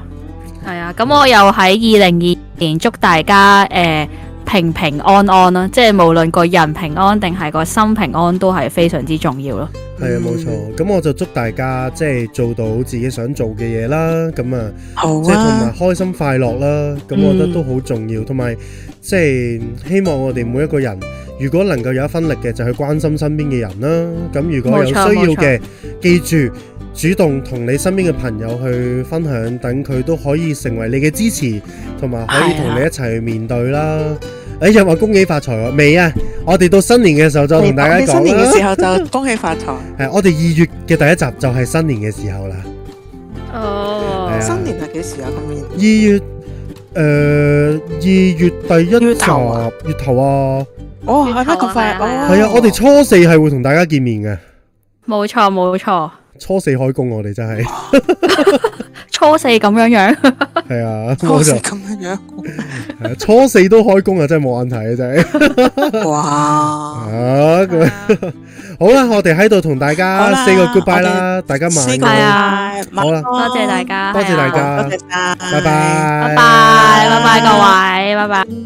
係啊，咁我又喺二零二年祝大家诶、平平安安啦，即係無論個人平安定係個心平安都係非常之重要咯。
係啊，冇錯。咁我就祝大家即係做到自己想做嘅嘢啦，咁啊，
好
即係同埋
啊，
開心快樂啦。咁我覺得
嗯
都好重要，同埋即係希望我哋每一個人，如果能夠有一分力嘅，就去關心身邊嘅人啦。咁如果有
冇
需要
錯冇錯
嘅，記住主動同你身邊嘅朋友去分享，等佢都可以成為你嘅支持，同埋可以
係啊
同你一齊去面對啦。哎又話恭喜發財喎，未啊？我哋到新年嘅時候再同大家
哦新
講
年嘅時
啦。
候就恭喜發財，
係我哋二月嘅第一集就係新年嘅時候啦。
哦
係啊
新年係幾時啊？今年
二月誒二月第一集
月頭啊
月頭啊，
哦，係咩咁快？
係啊係啊
哦，
係啊，我哋初四係會同大家見面嘅，
冇錯冇錯，
初四開工我哋真係
初四咁樣樣，
係啊，
好
我就
似咁樣
係啊初四都開工啊，真係冇眼睇啊，真係。
樣，哇！
啊，咁好啦，我哋喺度同大
好
家
啦
say 個 goodbye 啦，大家晚
Say
係
安，
啊
goodbye，晚
好啦
安
多謝大，家，
多謝大
係啊
家，
多謝晒，
拜拜，
拜拜
拜
拜拜各位，拜拜。